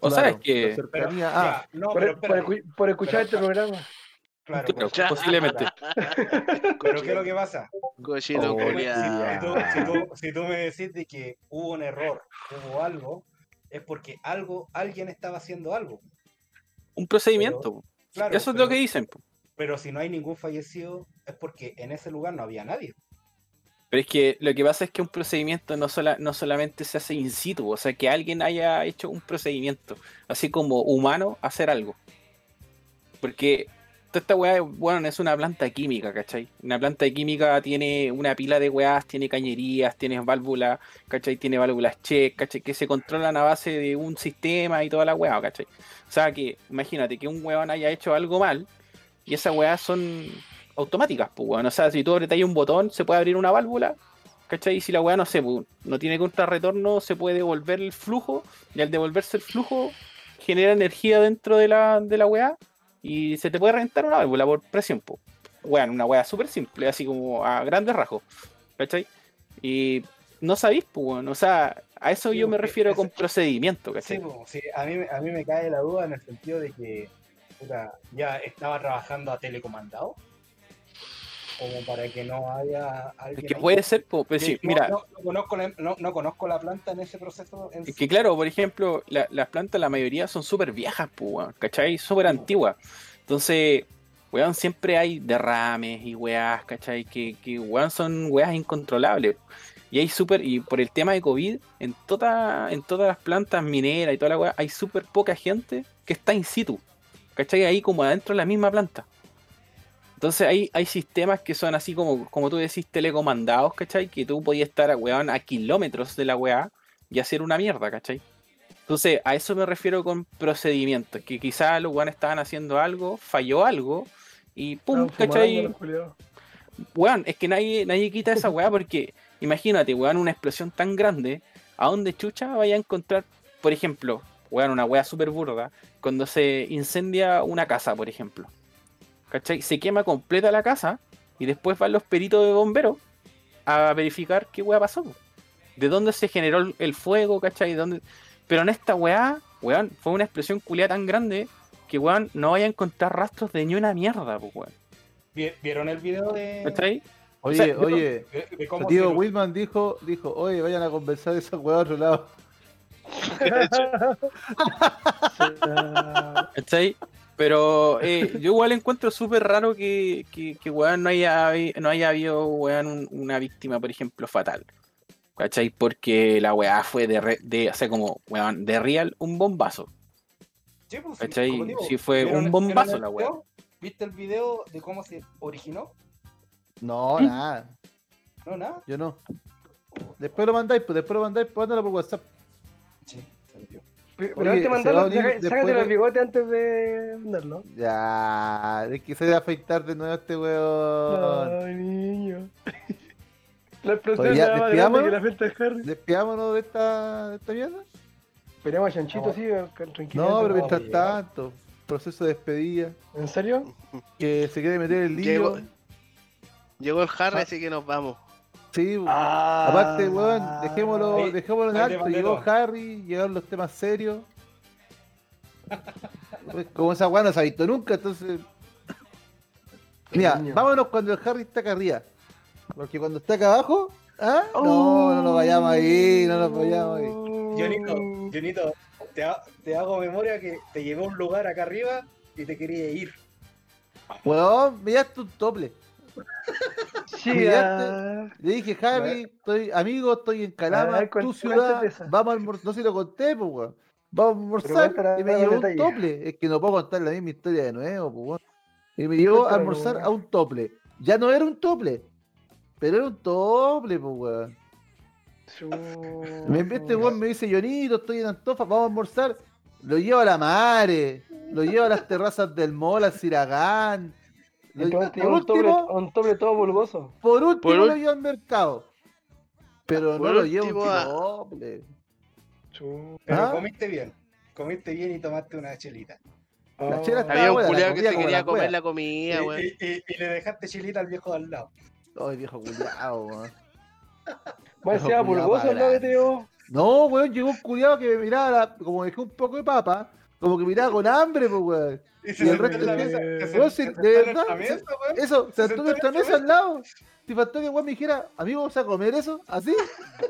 S4: O sea,
S2: Claro,
S4: es que-
S2: la
S8: Pero,
S2: cercanía a-
S8: ya, no, pero
S3: por, por
S8: espérate,
S3: escu- por escuchar este programa.
S8: claro,
S4: Claro,
S8: por-
S4: posiblemente.
S8: pero ¿qué es lo que pasa?
S1: Cochino
S2: Oh,
S1: culiao.
S8: Si tú, si tú- si tú me decís de que hubo un error, hubo algo, es porque algo, alguien estaba haciendo algo.
S4: Un procedimiento. po.
S8: Claro,
S4: eso es
S8: pero-
S4: lo que dicen. po.
S8: Pero si no hay ningún fallecido, es porque en ese lugar no había nadie.
S4: Pero es que lo que pasa es que un procedimiento no, sola, no solamente se hace in situ, o sea, que alguien haya hecho un procedimiento, así como humano, hacer algo. Porque toda esta weá, bueno, es una planta química, ¿cachai? Una planta química tiene una pila de weás, tiene cañerías, tiene válvulas, ¿cachai? Tiene válvulas check, ¿cachai? Que se controlan a base de un sistema y toda la weá, ¿cachai? O sea, que imagínate que un weón haya hecho algo mal y esas weas son automáticas, pues, weón. O sea, si tú apretáis un botón, se puede abrir una válvula, ¿cachai? Y si la weá no sé, pues, no tiene contrarretorno, se puede devolver el flujo, y al devolverse el flujo, genera energía dentro de la, de la weá, y se te puede reventar una válvula por presión, pues. Weón, una weá súper simple, así como a grandes rasgos, ¿cachai? Y no sabéis, pues, weón. O sea, a eso
S8: Sí,
S4: yo me
S8: porque
S4: refiero
S8: ese-
S4: con procedimiento,
S8: Sí,
S4: ¿cachai?
S8: po, sí, a, mí, a mí me cae la duda en el sentido de que puta, ya estaba trabajando a telecomandado como para que no haya alguien.
S4: Es que
S8: ahí.
S4: puede ser, pues, pues,
S8: Yo-
S4: sí,
S8: yo
S4: mira.
S8: no, no conozco la, no, no conozco la planta en ese proceso. En
S4: Es
S8: sí.
S4: que claro, por ejemplo, la- las plantas, la mayoría son súper viejas, pues, weón, ¿cachai? Súper antiguas. Entonces, weón, siempre hay derrames y weás, ¿cachai? Que, que weón son weás incontrolables. Y hay súper, y por el tema de COVID, en, toda, en todas las plantas mineras y toda la weá, hay súper poca gente que está in situ, ¿cachai? Ahí como adentro de la misma planta. Entonces hay, hay sistemas que son así como, como tú decís, telecomandados, ¿cachai? Que tú podías estar, weón, a kilómetros de la weá, y hacer una mierda, ¿cachai? Entonces, a eso me refiero con procedimientos, que quizás los guanes estaban haciendo algo, falló algo, y pum,
S3: estaban fumando
S4: ¿cachai?
S3: los culiados.
S4: Weón, es que nadie, nadie quita esa weá porque, imagínate, weón, una explosión tan grande, ¿a dónde chucha vaya a encontrar, por ejemplo, weón, una weá súper burda, cuando se incendia una casa, por ejemplo? ¿Cachai? Se quema completa la casa y después van los peritos de bomberos a verificar qué weá pasó. po. De dónde se generó el- el fuego, ¿cachai? ¿Dónde... Pero en esta weá, weón, fue una explosión culia tan grande que, weón, no vaya a encontrar rastros de ni una mierda, po, weón.
S8: Vi- ¿Vieron el video de,
S4: ¿Cachai?
S2: Oye,
S4: sea, yo-
S2: oye.
S8: de- de
S2: El
S8: cómo
S2: tío
S8: se-
S2: Whitman dijo, dijo, oye, vayan a conversar esa weá a otro lado.
S3: Ah,
S4: ¿Cachai? Pero eh, yo igual encuentro súper raro que, que, que, weón, no haya, habi- no haya habido, weón, un- una víctima, por ejemplo, fatal. ¿Cachai? Porque la weá fue de, re- de o sea, como, weón, de real un bombazo.
S8: Sí, pues,
S4: ¿Cachai?
S8: como digo,
S4: Sí, fue
S8: ¿vieron-
S4: un
S8: vieron
S4: bombazo
S8: el
S4: la
S8: video?
S4: weá.
S8: ¿Viste el video de cómo se originó?
S2: No, nada,
S8: No, nada.
S2: yo no. Después lo mandáis, pues después lo mandáis, pues mándalo por WhatsApp.
S8: Sí, se metió.
S3: Pero antes
S2: se
S3: de
S2: va a
S3: mandarlo,
S2: unir
S3: saca-
S2: después
S3: sácate
S2: de-
S3: los bigotes antes de mandarlo.
S2: Ya, es que se va a afeitar de nuevo este weón.
S3: Ay, niño. La explosión
S2: Oye, ya,
S3: era más grande
S2: ¿despidámonos?
S3: que la fiesta de Harry.
S2: Despidámonos de esta, de esta mierda.
S3: Esperemos a Chanchito,
S8: Vamos.
S3: sí, con tranquilidad.
S2: No, pero
S8: no,
S2: mientras
S3: Oh,
S8: no.
S2: tanto, proceso de despedida,
S3: ¿En serio?
S2: que se quiere meter el lío.
S1: Llegó- Llegó el Harry,
S2: Ah.
S1: así que nos vamos.
S2: Sí,
S3: Ah,
S2: aparte, weón, dejémoslo,
S6: ahí-
S2: dejémoslo en
S6: ahí te
S2: alto.
S6: mandé
S2: Llegó
S6: todo.
S2: Harry, llegaron los temas serios. Pues, Como esa weá no se ha visto nunca, entonces. Mira,
S3: Niño.
S2: vámonos cuando el Harry está acá arriba. Porque cuando está acá abajo, ¿ah?
S3: Oh.
S2: no, no nos vayamos ahí, no nos vayamos ahí.
S3: Oh.
S8: Jonito, Jonito, te, ha- te hago memoria que te llegó un lugar acá arriba y te quería ir.
S2: Weón, me tu tople.
S3: Sí,
S2: Cuidarte.
S3: ah,
S2: Le dije, Harry, estoy amigo, estoy en Calama,
S3: A ver,
S2: tu
S3: cuéntate
S2: ciudad,
S3: esa.
S2: vamos a almorzar, no sé si lo conté, pues, weón. Vamos a almorzar
S3: cuéntala
S2: y me
S3: más
S2: llevó un
S3: detalle.
S2: tople. Es que no puedo contar la misma historia de nuevo, pues, weón. Y me llevó a
S3: Cuéntala,
S2: almorzar
S3: weón.
S2: a un tople. Ya no era un tople, pero era un tople, pues, weón.
S3: chu-
S2: Me envió este weón, me dice, Jonito, estoy en Antofa, vamos a almorzar. Lo llevo a la mare, lo llevo a las terrazas del Mola, a Siragán. Lo-
S3: Entonces,
S2: por
S3: un
S2: último-
S3: doble- un doble todo bulgoso.
S2: Por último
S1: Por
S2: lo
S1: ul-
S2: llevo al mercado. Pero
S1: Por
S2: no lo llevo
S1: último ah. a-
S2: un doble.
S3: Chu-
S8: Pero
S2: ¿Ah?
S8: comiste bien, comiste bien y tomaste una chelita.
S2: La
S3: Oh.
S2: chela está-
S1: Había un
S2: buena, la
S1: culiao que
S2: comida
S1: se
S2: como
S1: quería
S2: la
S1: comer
S2: wea.
S1: la
S8: Y,
S1: comida, weón.
S8: y- y- y le dejaste chelita al viejo de al lado.
S2: Ay, viejo culiao, weón.
S3: Más encima
S2: Cuidado
S3: bulgoso
S2: para
S3: es lo que
S2: hablar.
S3: te llevó.
S2: No, weón, llegó un culiao que me miraba, la- como dejé un poco de papa, como que miraba con hambre, pues, weón.
S8: Y
S2: Y
S8: se
S2: el
S8: sentó
S2: resto
S8: en la
S2: de-
S8: mesa.
S3: eh,
S8: se
S2: weón,
S8: sentó-
S2: si-
S8: se
S2: de
S8: sentó en
S2: verdad,
S8: la mesa, weón.
S2: Eso, se
S8: Se
S2: sentó en
S8: sentó
S2: nuestra
S8: en
S2: mesa
S8: la
S2: al lado. Si faltó que weón me dijera, amigo, ¿vas a comer eso? ¿Así?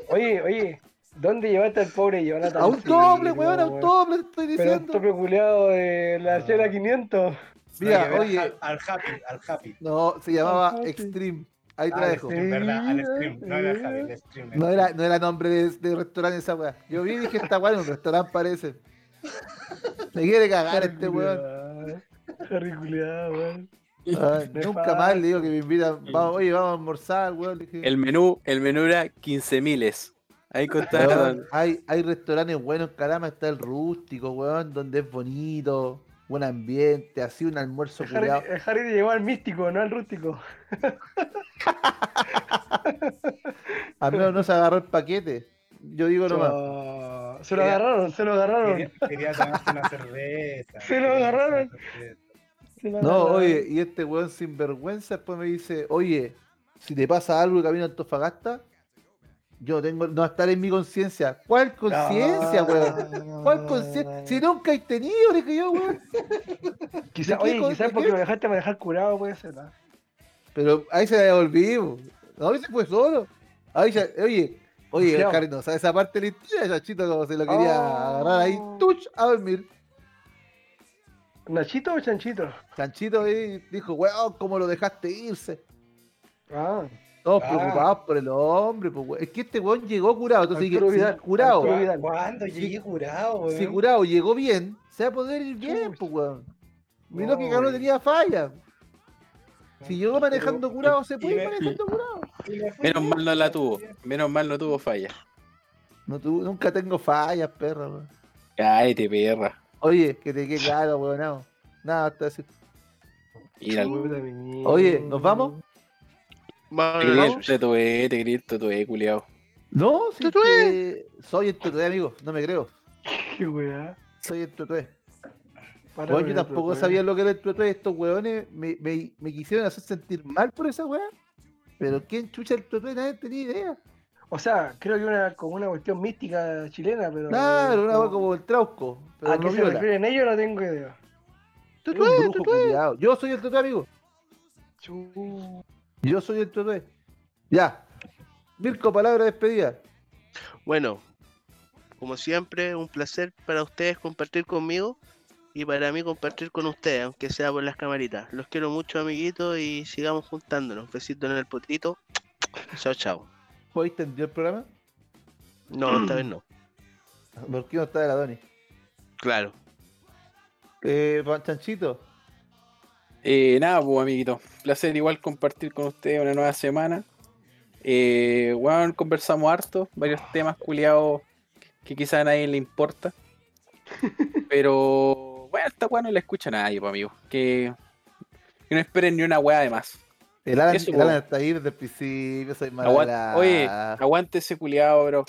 S3: Oye, oye, ¿dónde llevaste al pobre Jonathan?
S2: A un
S3: Sí,
S2: doble,
S3: no,
S2: weón, a un doble, te estoy
S3: Pero un
S2: diciendo.
S3: tope culeado de la
S8: Ah.
S3: chela 500.
S2: Mira,
S8: Hay que ver
S2: oye.
S8: Al, al happy, al happy.
S2: No, se llamaba
S3: Fantástico.
S2: Extreme. Ahí te
S8: Ah,
S2: la
S8: al
S2: dejo.
S8: stream, verdad, al stream. No era el happy, el stream.
S2: No era, no era nombre de, de restaurante esa weá. Yo vi y dije, esta weá en un restaurante parece. Me quiere cagar este weón.
S3: Harry culeado, weón.
S2: Ay, Ah, nunca más le digo que me invitan. Vamos, oye, vamos a almorzar, weón. Le dije.
S4: El menú, el menú era 15 miles. Ahí
S2: Weón,
S4: contaron.
S2: "Ah, hay, hay restaurantes buenos en Calama, está el rústico, weón, donde es bonito, buen ambiente, así un almuerzo
S3: El Harry,
S2: cuidado.
S3: el Harry te llevó al místico, no al rústico.
S2: Al menos no se agarró el paquete. Yo digo nomás.
S3: Ah, se lo
S8: Quería-
S3: agarraron, se lo agarraron.
S8: Quería, quería tomarse una cerveza.
S3: Se lo
S8: quería tomarse una
S3: agarraron.
S8: cerveza.
S3: se lo
S2: No,
S3: agarraron.
S2: oye, y este weón sin vergüenza después me dice, oye, si te pasa algo camino a Antofagasta, yo tengo, no va a estar en mi conciencia. ¿Cuál conciencia, weón?
S4: Ah,
S2: ¿Cuál conciencia? Si nunca he tenido, le dije yo, weón. ¿de
S3: Quizá-
S2: qué
S3: oye,
S2: con-
S3: quizás
S2: de
S3: porque
S2: qué?
S3: lo dejaste manejar curado, puede ser. ¿no?
S2: Pero ahí se la devolví, po. no, ese fue solo. Ahí ya, oye, oye,
S3: Confiado.
S2: Oscar, no, o sea, esa parte de la historia, Chachito como se lo quería
S3: Oh.
S2: agarrar ahí, tuch, a dormir.
S3: ¿Nachito o chanchito?
S2: Chanchito ahí dijo, weón, ¿cómo lo dejaste irse?
S3: Ah,
S2: Todos
S8: Ah.
S2: preocupados por el hombre, pues, weón. Es que este weón llegó curado, entonces dije,
S3: Arturo
S2: si
S3: Vidal,
S2: curado,
S3: Arturo Vidal.
S8: ¿Cuándo llegué curado, weón?
S2: si curado llegó bien, se va a poder ir bien,
S3: Chuch.
S2: pues, weón. Miró que Carlos
S8: No, weón. Este
S2: tenía falla. Si llegó manejando
S8: Pero-
S2: curado, se puede
S8: y
S2: ir
S8: ve-
S2: manejando curado.
S8: Y le
S3: Ah.
S8: fue
S4: Menos
S8: bien,
S4: mal no
S8: le
S4: la
S8: fue
S4: tuvo.
S8: bien.
S4: Menos mal no tuvo falla.
S2: No, tu- nunca tengo fallas, perra, weón.
S4: Cállate, perra.
S2: Oye, que te quede claro, weón. Nada, hasta decir.
S4: Mira, el-
S3: puta mi-
S2: Oye, ¿nos vamos?
S4: te
S1: Vamos,
S4: quería
S1: vamos.
S4: el tatué, te quería el tatué, culiao.
S2: No, si
S1: Tutué.
S2: es que soy el tutué, amigo. No me creo.
S3: Qué weá.
S2: Soy el tutué.
S3: Para,
S2: Weón, yo
S3: weá,
S2: tampoco
S3: weá.
S2: sabía lo que era el tutué. Estos weones me, me- me quisieron hacer sentir mal por esa weá. Pero ¿quién chucha el tutué? Nadie tenía idea.
S3: O sea, creo que una como una cuestión mística chilena, pero.
S2: Claro, una weá como el trausco. Pero
S3: ¿A
S2: no
S3: qué se
S2: viola.
S3: refieren ellos? No tengo idea.
S2: Era un brujo culiao. Yo soy el tutué, amigo.
S3: Chu.
S2: Yo soy el tutué. Ya. Mirko, palabra de despedida.
S1: Bueno, como siempre, un placer para ustedes compartir conmigo y para mí compartir con ustedes, aunque sea por las camaritas. Los quiero mucho, amiguitos, y sigamos juntándonos. Besitos en el potito. Chao, chao.
S2: ¿Hoy tendió el programa?
S1: No, esta vez no.
S2: ¿Por qué no está la Doni?
S1: Claro.
S2: Eh, pa- Chanchito.
S4: Eh, nada, pues, amiguito. Placer igual compartir con ustedes una nueva semana. Eh, weón, conversamos harto, varios temas culiados que quizás a nadie le importa. Pero, bueno, esta weá no la escucha nadie, pues, amigo. Que, que no esperen ni una weá de más.
S2: El Alan,
S4: Eso,
S2: el
S4: po.
S2: Alan está ahí desde el principio, soy
S4: Aguan-
S2: mala.
S4: Oye, aguante ese culiado, bro.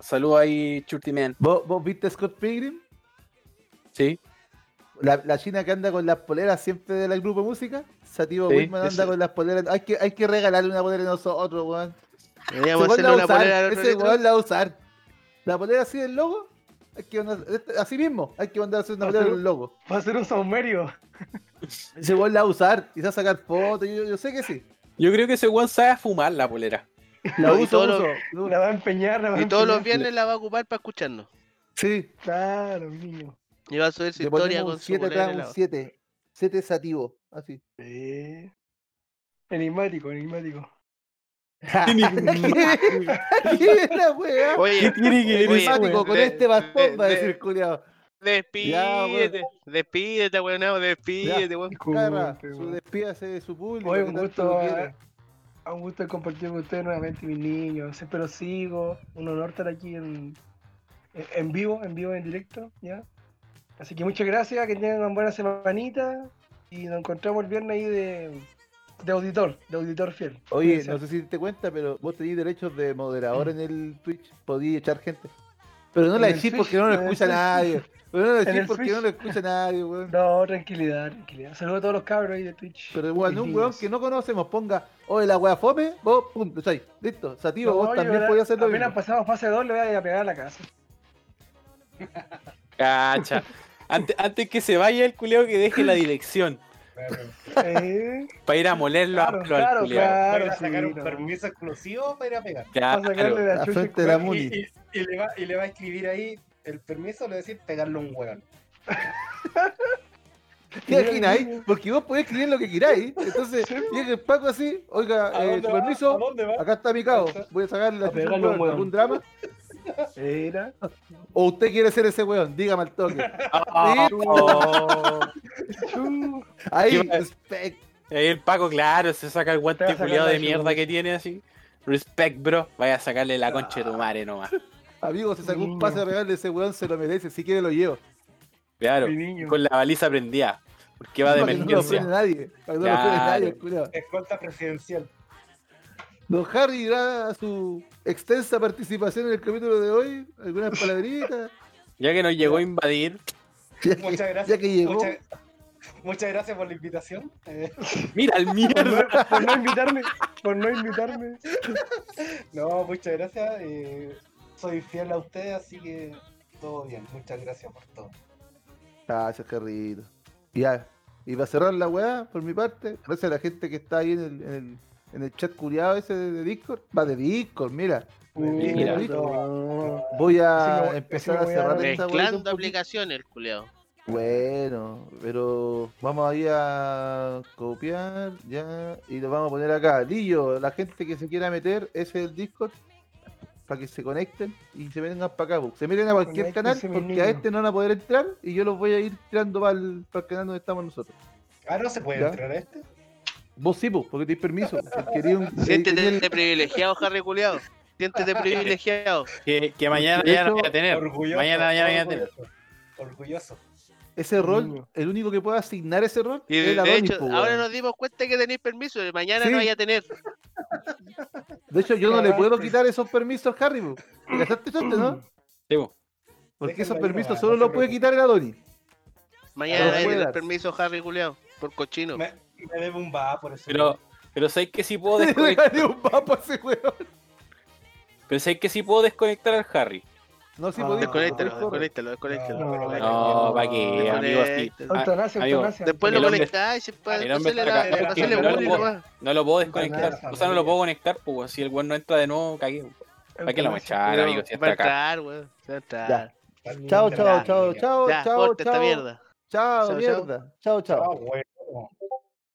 S4: Saludos ahí, Churtiman.
S2: ¿Vos, vos viste a Scott Pilgrim?
S4: Sí.
S2: La, la china que anda con las poleras siempre del grupo de música. Sativo
S4: Sí,
S2: Whitman anda
S4: ese.
S2: con las poleras. Hay que, hay que regalarle una polera a nosotros, weón. Ese
S1: Deberíamos
S2: weón
S1: hacerle
S2: la va a
S1: una polera
S2: usar.
S1: al otro
S2: Ese
S1: retro.
S2: weón la va a usar. La polera así del logo. Hay que mandar- este- así mismo, hay que mandar a hacer una
S3: Va a
S2: polera
S3: ser
S2: con
S3: un-
S2: el logo.
S3: Va a ser un saumerio.
S2: Ese weón la va a usar. Y se va a sacar fotos. Yo, yo sé que sí.
S4: Yo creo que ese weón sabe fumar la polera.
S2: La
S1: No, y
S2: uso,
S1: todo lo-
S2: uso. No,
S3: La va a empeñar, la va a
S1: Y todos los
S3: empeñar.
S1: viernes la va a ocupar para escucharnos.
S2: Sí.
S3: Claro, niño.
S1: Y va a subir su
S2: Le
S1: historia
S2: ponemos
S1: con
S2: un
S1: su
S2: 7
S1: polera
S2: atrás,
S1: en
S2: un
S1: la-
S2: 7. 7 sativo. Así.
S3: Sí. Enigmático, enigmático.
S2: Aquí es la weá.
S1: Oye,
S4: tiene que ver
S1: oye,
S4: eso,
S2: Simpático,
S1: weón?
S2: con
S1: De-
S2: este bastón, va a
S1: de-
S2: decir culiao. Ya, weón.
S1: Despídete, despídete, weón, despídete, weón.
S2: Carra,
S3: Disculpe,
S2: su
S3: weón.
S2: despídase de su público.
S3: Oye,
S2: que
S3: un
S2: tanto
S3: gusto, eh,
S2: lo quiere.
S3: a un gusto compartir con ustedes nuevamente, mis niños. Siempre los sigo. Un honor estar aquí en, en- en vivo, en vivo, en directo. ¿ya? Así que muchas gracias, que tengan una buena semanita. Y nos encontramos el viernes ahí de, de auditor, de auditor fiel.
S2: Oye,
S3: Cuídense.
S2: no sé si te cuenta, pero vos tenés derechos de moderador en el Twitch, podías echar gente. Pero no
S3: En
S2: la
S3: el
S2: decís
S3: Twitch,
S2: porque no lo
S3: en el
S2: escucha
S3: Twitch.
S2: nadie. Pero no la
S3: En
S2: decís
S3: el
S2: porque
S3: Twitch.
S2: no lo escucha nadie, weón.
S3: No, tranquilidad, tranquilidad. Saludos a todos los cabros ahí de Twitch.
S2: Pero
S3: mis
S2: bueno, un
S3: niños.
S2: weón que no conocemos ponga, oye, la weá fome, vos, pum, lo echáis. Listo, Sativo,
S3: No,
S2: vos
S3: yo
S2: también
S3: ahora-
S2: podías hacerlo.
S3: Apenas pasamos fase 2, le voy a ir a pegar a la casa.
S4: Cacha. Antes, antes que se vaya el culeo que deje la dirección.
S8: Claro.
S3: Eh,
S4: Para ir a molerlo a
S3: Claro,
S4: palo al
S3: claro,
S4: culiao.
S3: claro.
S8: Va a ir a
S3: sí,
S8: sacar un
S3: no.
S8: permiso exclusivo para ir a pegar.
S3: para
S4: Claro.
S3: sacarle la
S2: La
S3: chucha
S2: frente de la
S3: al
S2: mula. Muni.
S8: Y, y- y le va, y le va a escribir ahí el permiso, le va a decir pegarle un hueón.
S2: ¿Qué imagináis? Porque vos podés escribir lo que queráis. Entonces, llega el Paco así, oiga,
S8: ¿A
S2: eh,
S8: dónde
S2: su
S8: va? ¿A
S2: permiso,
S8: dónde va?
S2: acá está mi cabo, voy a sacarle la
S3: A
S2: chucha a un
S3: pegarle a un
S2: weón,
S3: weón.
S2: algún drama.
S3: Era.
S2: ¿O usted quiere ser ese weón? Dígame al toque.
S4: Ah, oh.
S3: Chu.
S2: Ahí,
S4: ¿Qué va?
S2: respect.
S4: Ahí el Paco, claro, se saca el
S3: Te va
S4: guante
S3: a sacar
S4: culiado
S3: la
S4: de mierda
S3: chucha.
S4: que tiene así. Respect, bro. Vaya a sacarle la concha de tu madre nomás.
S2: Amigo, si sacó un
S3: Niño.
S2: pase real de ese weón, se lo merece. Si quiere, lo llevo.
S4: Claro.
S3: Mi niño.
S4: Con la baliza prendida. Porque va de
S2: Para que no lo frene nadie.
S4: emergencia.
S2: Para que no lo frene
S4: Claro.
S2: nadie, culiao.
S8: Escolta presidencial.
S2: Don Harry irá a su extensa participación en el capítulo de hoy. Algunas palabritas.
S4: Ya que nos llegó a invadir.
S2: Ya que,
S8: Muchas gracias.
S2: ya que llegó.
S8: Muchas, muchas gracias por la invitación. Eh,
S4: Mira el
S3: Por
S4: mierda.
S3: no, por no invitarme, por no invitarme.
S8: no, muchas gracias. eh, soy fiel a ustedes, así que todo bien. Muchas gracias por todo.
S2: Gracias, Carrito. Ya. Y para cerrar la weá, por mi parte, gracias a la gente que está ahí en el, en el, en el chat curiado ese de, de Discord. Va de Discord, mira.
S4: Mira.
S3: No.
S2: Voy
S3: Así
S2: a
S3: que voy-
S2: empezar
S3: así
S2: a
S3: que voy a
S2: cerrar esta weá. un
S1: Mezclando
S2: poquito.
S1: aplicaciones, el culeado.
S2: Bueno, pero vamos ahí a copiar ya y lo vamos a poner acá. Lillo, la gente que se quiera meter, ese es el Discord, para que se conecten y se vengan para acá. po. Se miren a cualquier canal
S3: Conéctense, mis
S2: porque a
S3: niños.
S2: este no van a poder entrar y yo los voy a ir tirando para el, canal donde estamos nosotros.
S8: Ah, no se puede
S2: ¿Ya?
S8: entrar a este.
S2: Vos sí, po, porque tenéis permiso. porque quería un- quería el-
S1: Siéntete privilegiado, Harry culeado. Siéntete privilegiado.
S4: Que, que mañana ya no
S2: Eso,
S4: voy a
S8: Eh,
S4: tener.
S8: Orgulloso.
S4: Mañana ya no voy a tener.
S8: orgulloso. Orgulloso.
S2: ese rol,
S3: niño.
S2: el único que puede asignar ese rol
S1: Y
S2: es
S1: de,
S2: la
S1: de
S2: Donis,
S1: hecho,
S2: po,
S1: ahora
S2: weón.
S1: nos dimos cuenta que tenéis permiso. y Mañana
S2: Sí.
S1: no vaya a tener.
S2: De hecho, yo no le puedo
S3: Cagaste.
S2: quitar esos permisos, Harry. po. ¿Te casaste, Chonte, no?
S4: Sí, po.
S2: Porque
S8: Déjenlo
S2: esos
S8: ahí
S2: permisos
S8: nomás,
S2: solo
S8: no se
S2: los puede
S8: preocupen.
S2: quitar el Adonis.
S1: Mañana
S2: Pero
S1: no vaya a tener
S2: puedas.
S1: permiso, Harry culeado. Por cochino.
S8: Me, me debo un va por eso.
S4: Pero, pero sabéis que sí puedo
S2: Le
S4: desconectar.
S2: regalé un mapa a ese weón.
S4: Pero sabéis que sí puedo desconectar al Harry.
S2: No, si
S3: Ah,
S2: podía.
S1: Desconéctalo,
S2: corre.
S1: desconéctalo, desconéctalo.
S8: No,
S1: desconéctalo.
S4: No,
S3: No,
S4: pa' que, amigo, así. Ah,
S3: Eutanasia,
S4: amigo,
S3: eutanasia.
S1: Después
S4: El
S1: lo
S4: hombre-
S1: conectáis y se puede
S4: el hombre
S1: hacerle
S4: está
S1: la-
S8: cagado,
S1: hacerle
S8: no lo
S1: bullying
S8: puedo.
S1: nomás.
S4: No lo puedo desconectar.
S8: Nada,
S4: O sea, no lo puedo conectar, pues si el weón no entra de nuevo, cagué. ¿Para qué lo vamos
S3: Eutanasia.
S4: a echar,
S1: No,
S4: Ah, amigo?
S1: va
S4: Si está
S1: a
S4: acá.
S1: entrar, weón. Se va a entrar.
S2: Ya.
S8: También
S2: Chao,
S8: de
S2: chao,
S8: la
S2: chao,
S8: liga.
S2: chao,
S1: Ya,
S2: chao,
S1: corta esta
S2: chao.
S1: mierda.
S2: Chao,
S1: Chao, chao.
S2: mierda. Chao, chao.
S8: Chao, güey.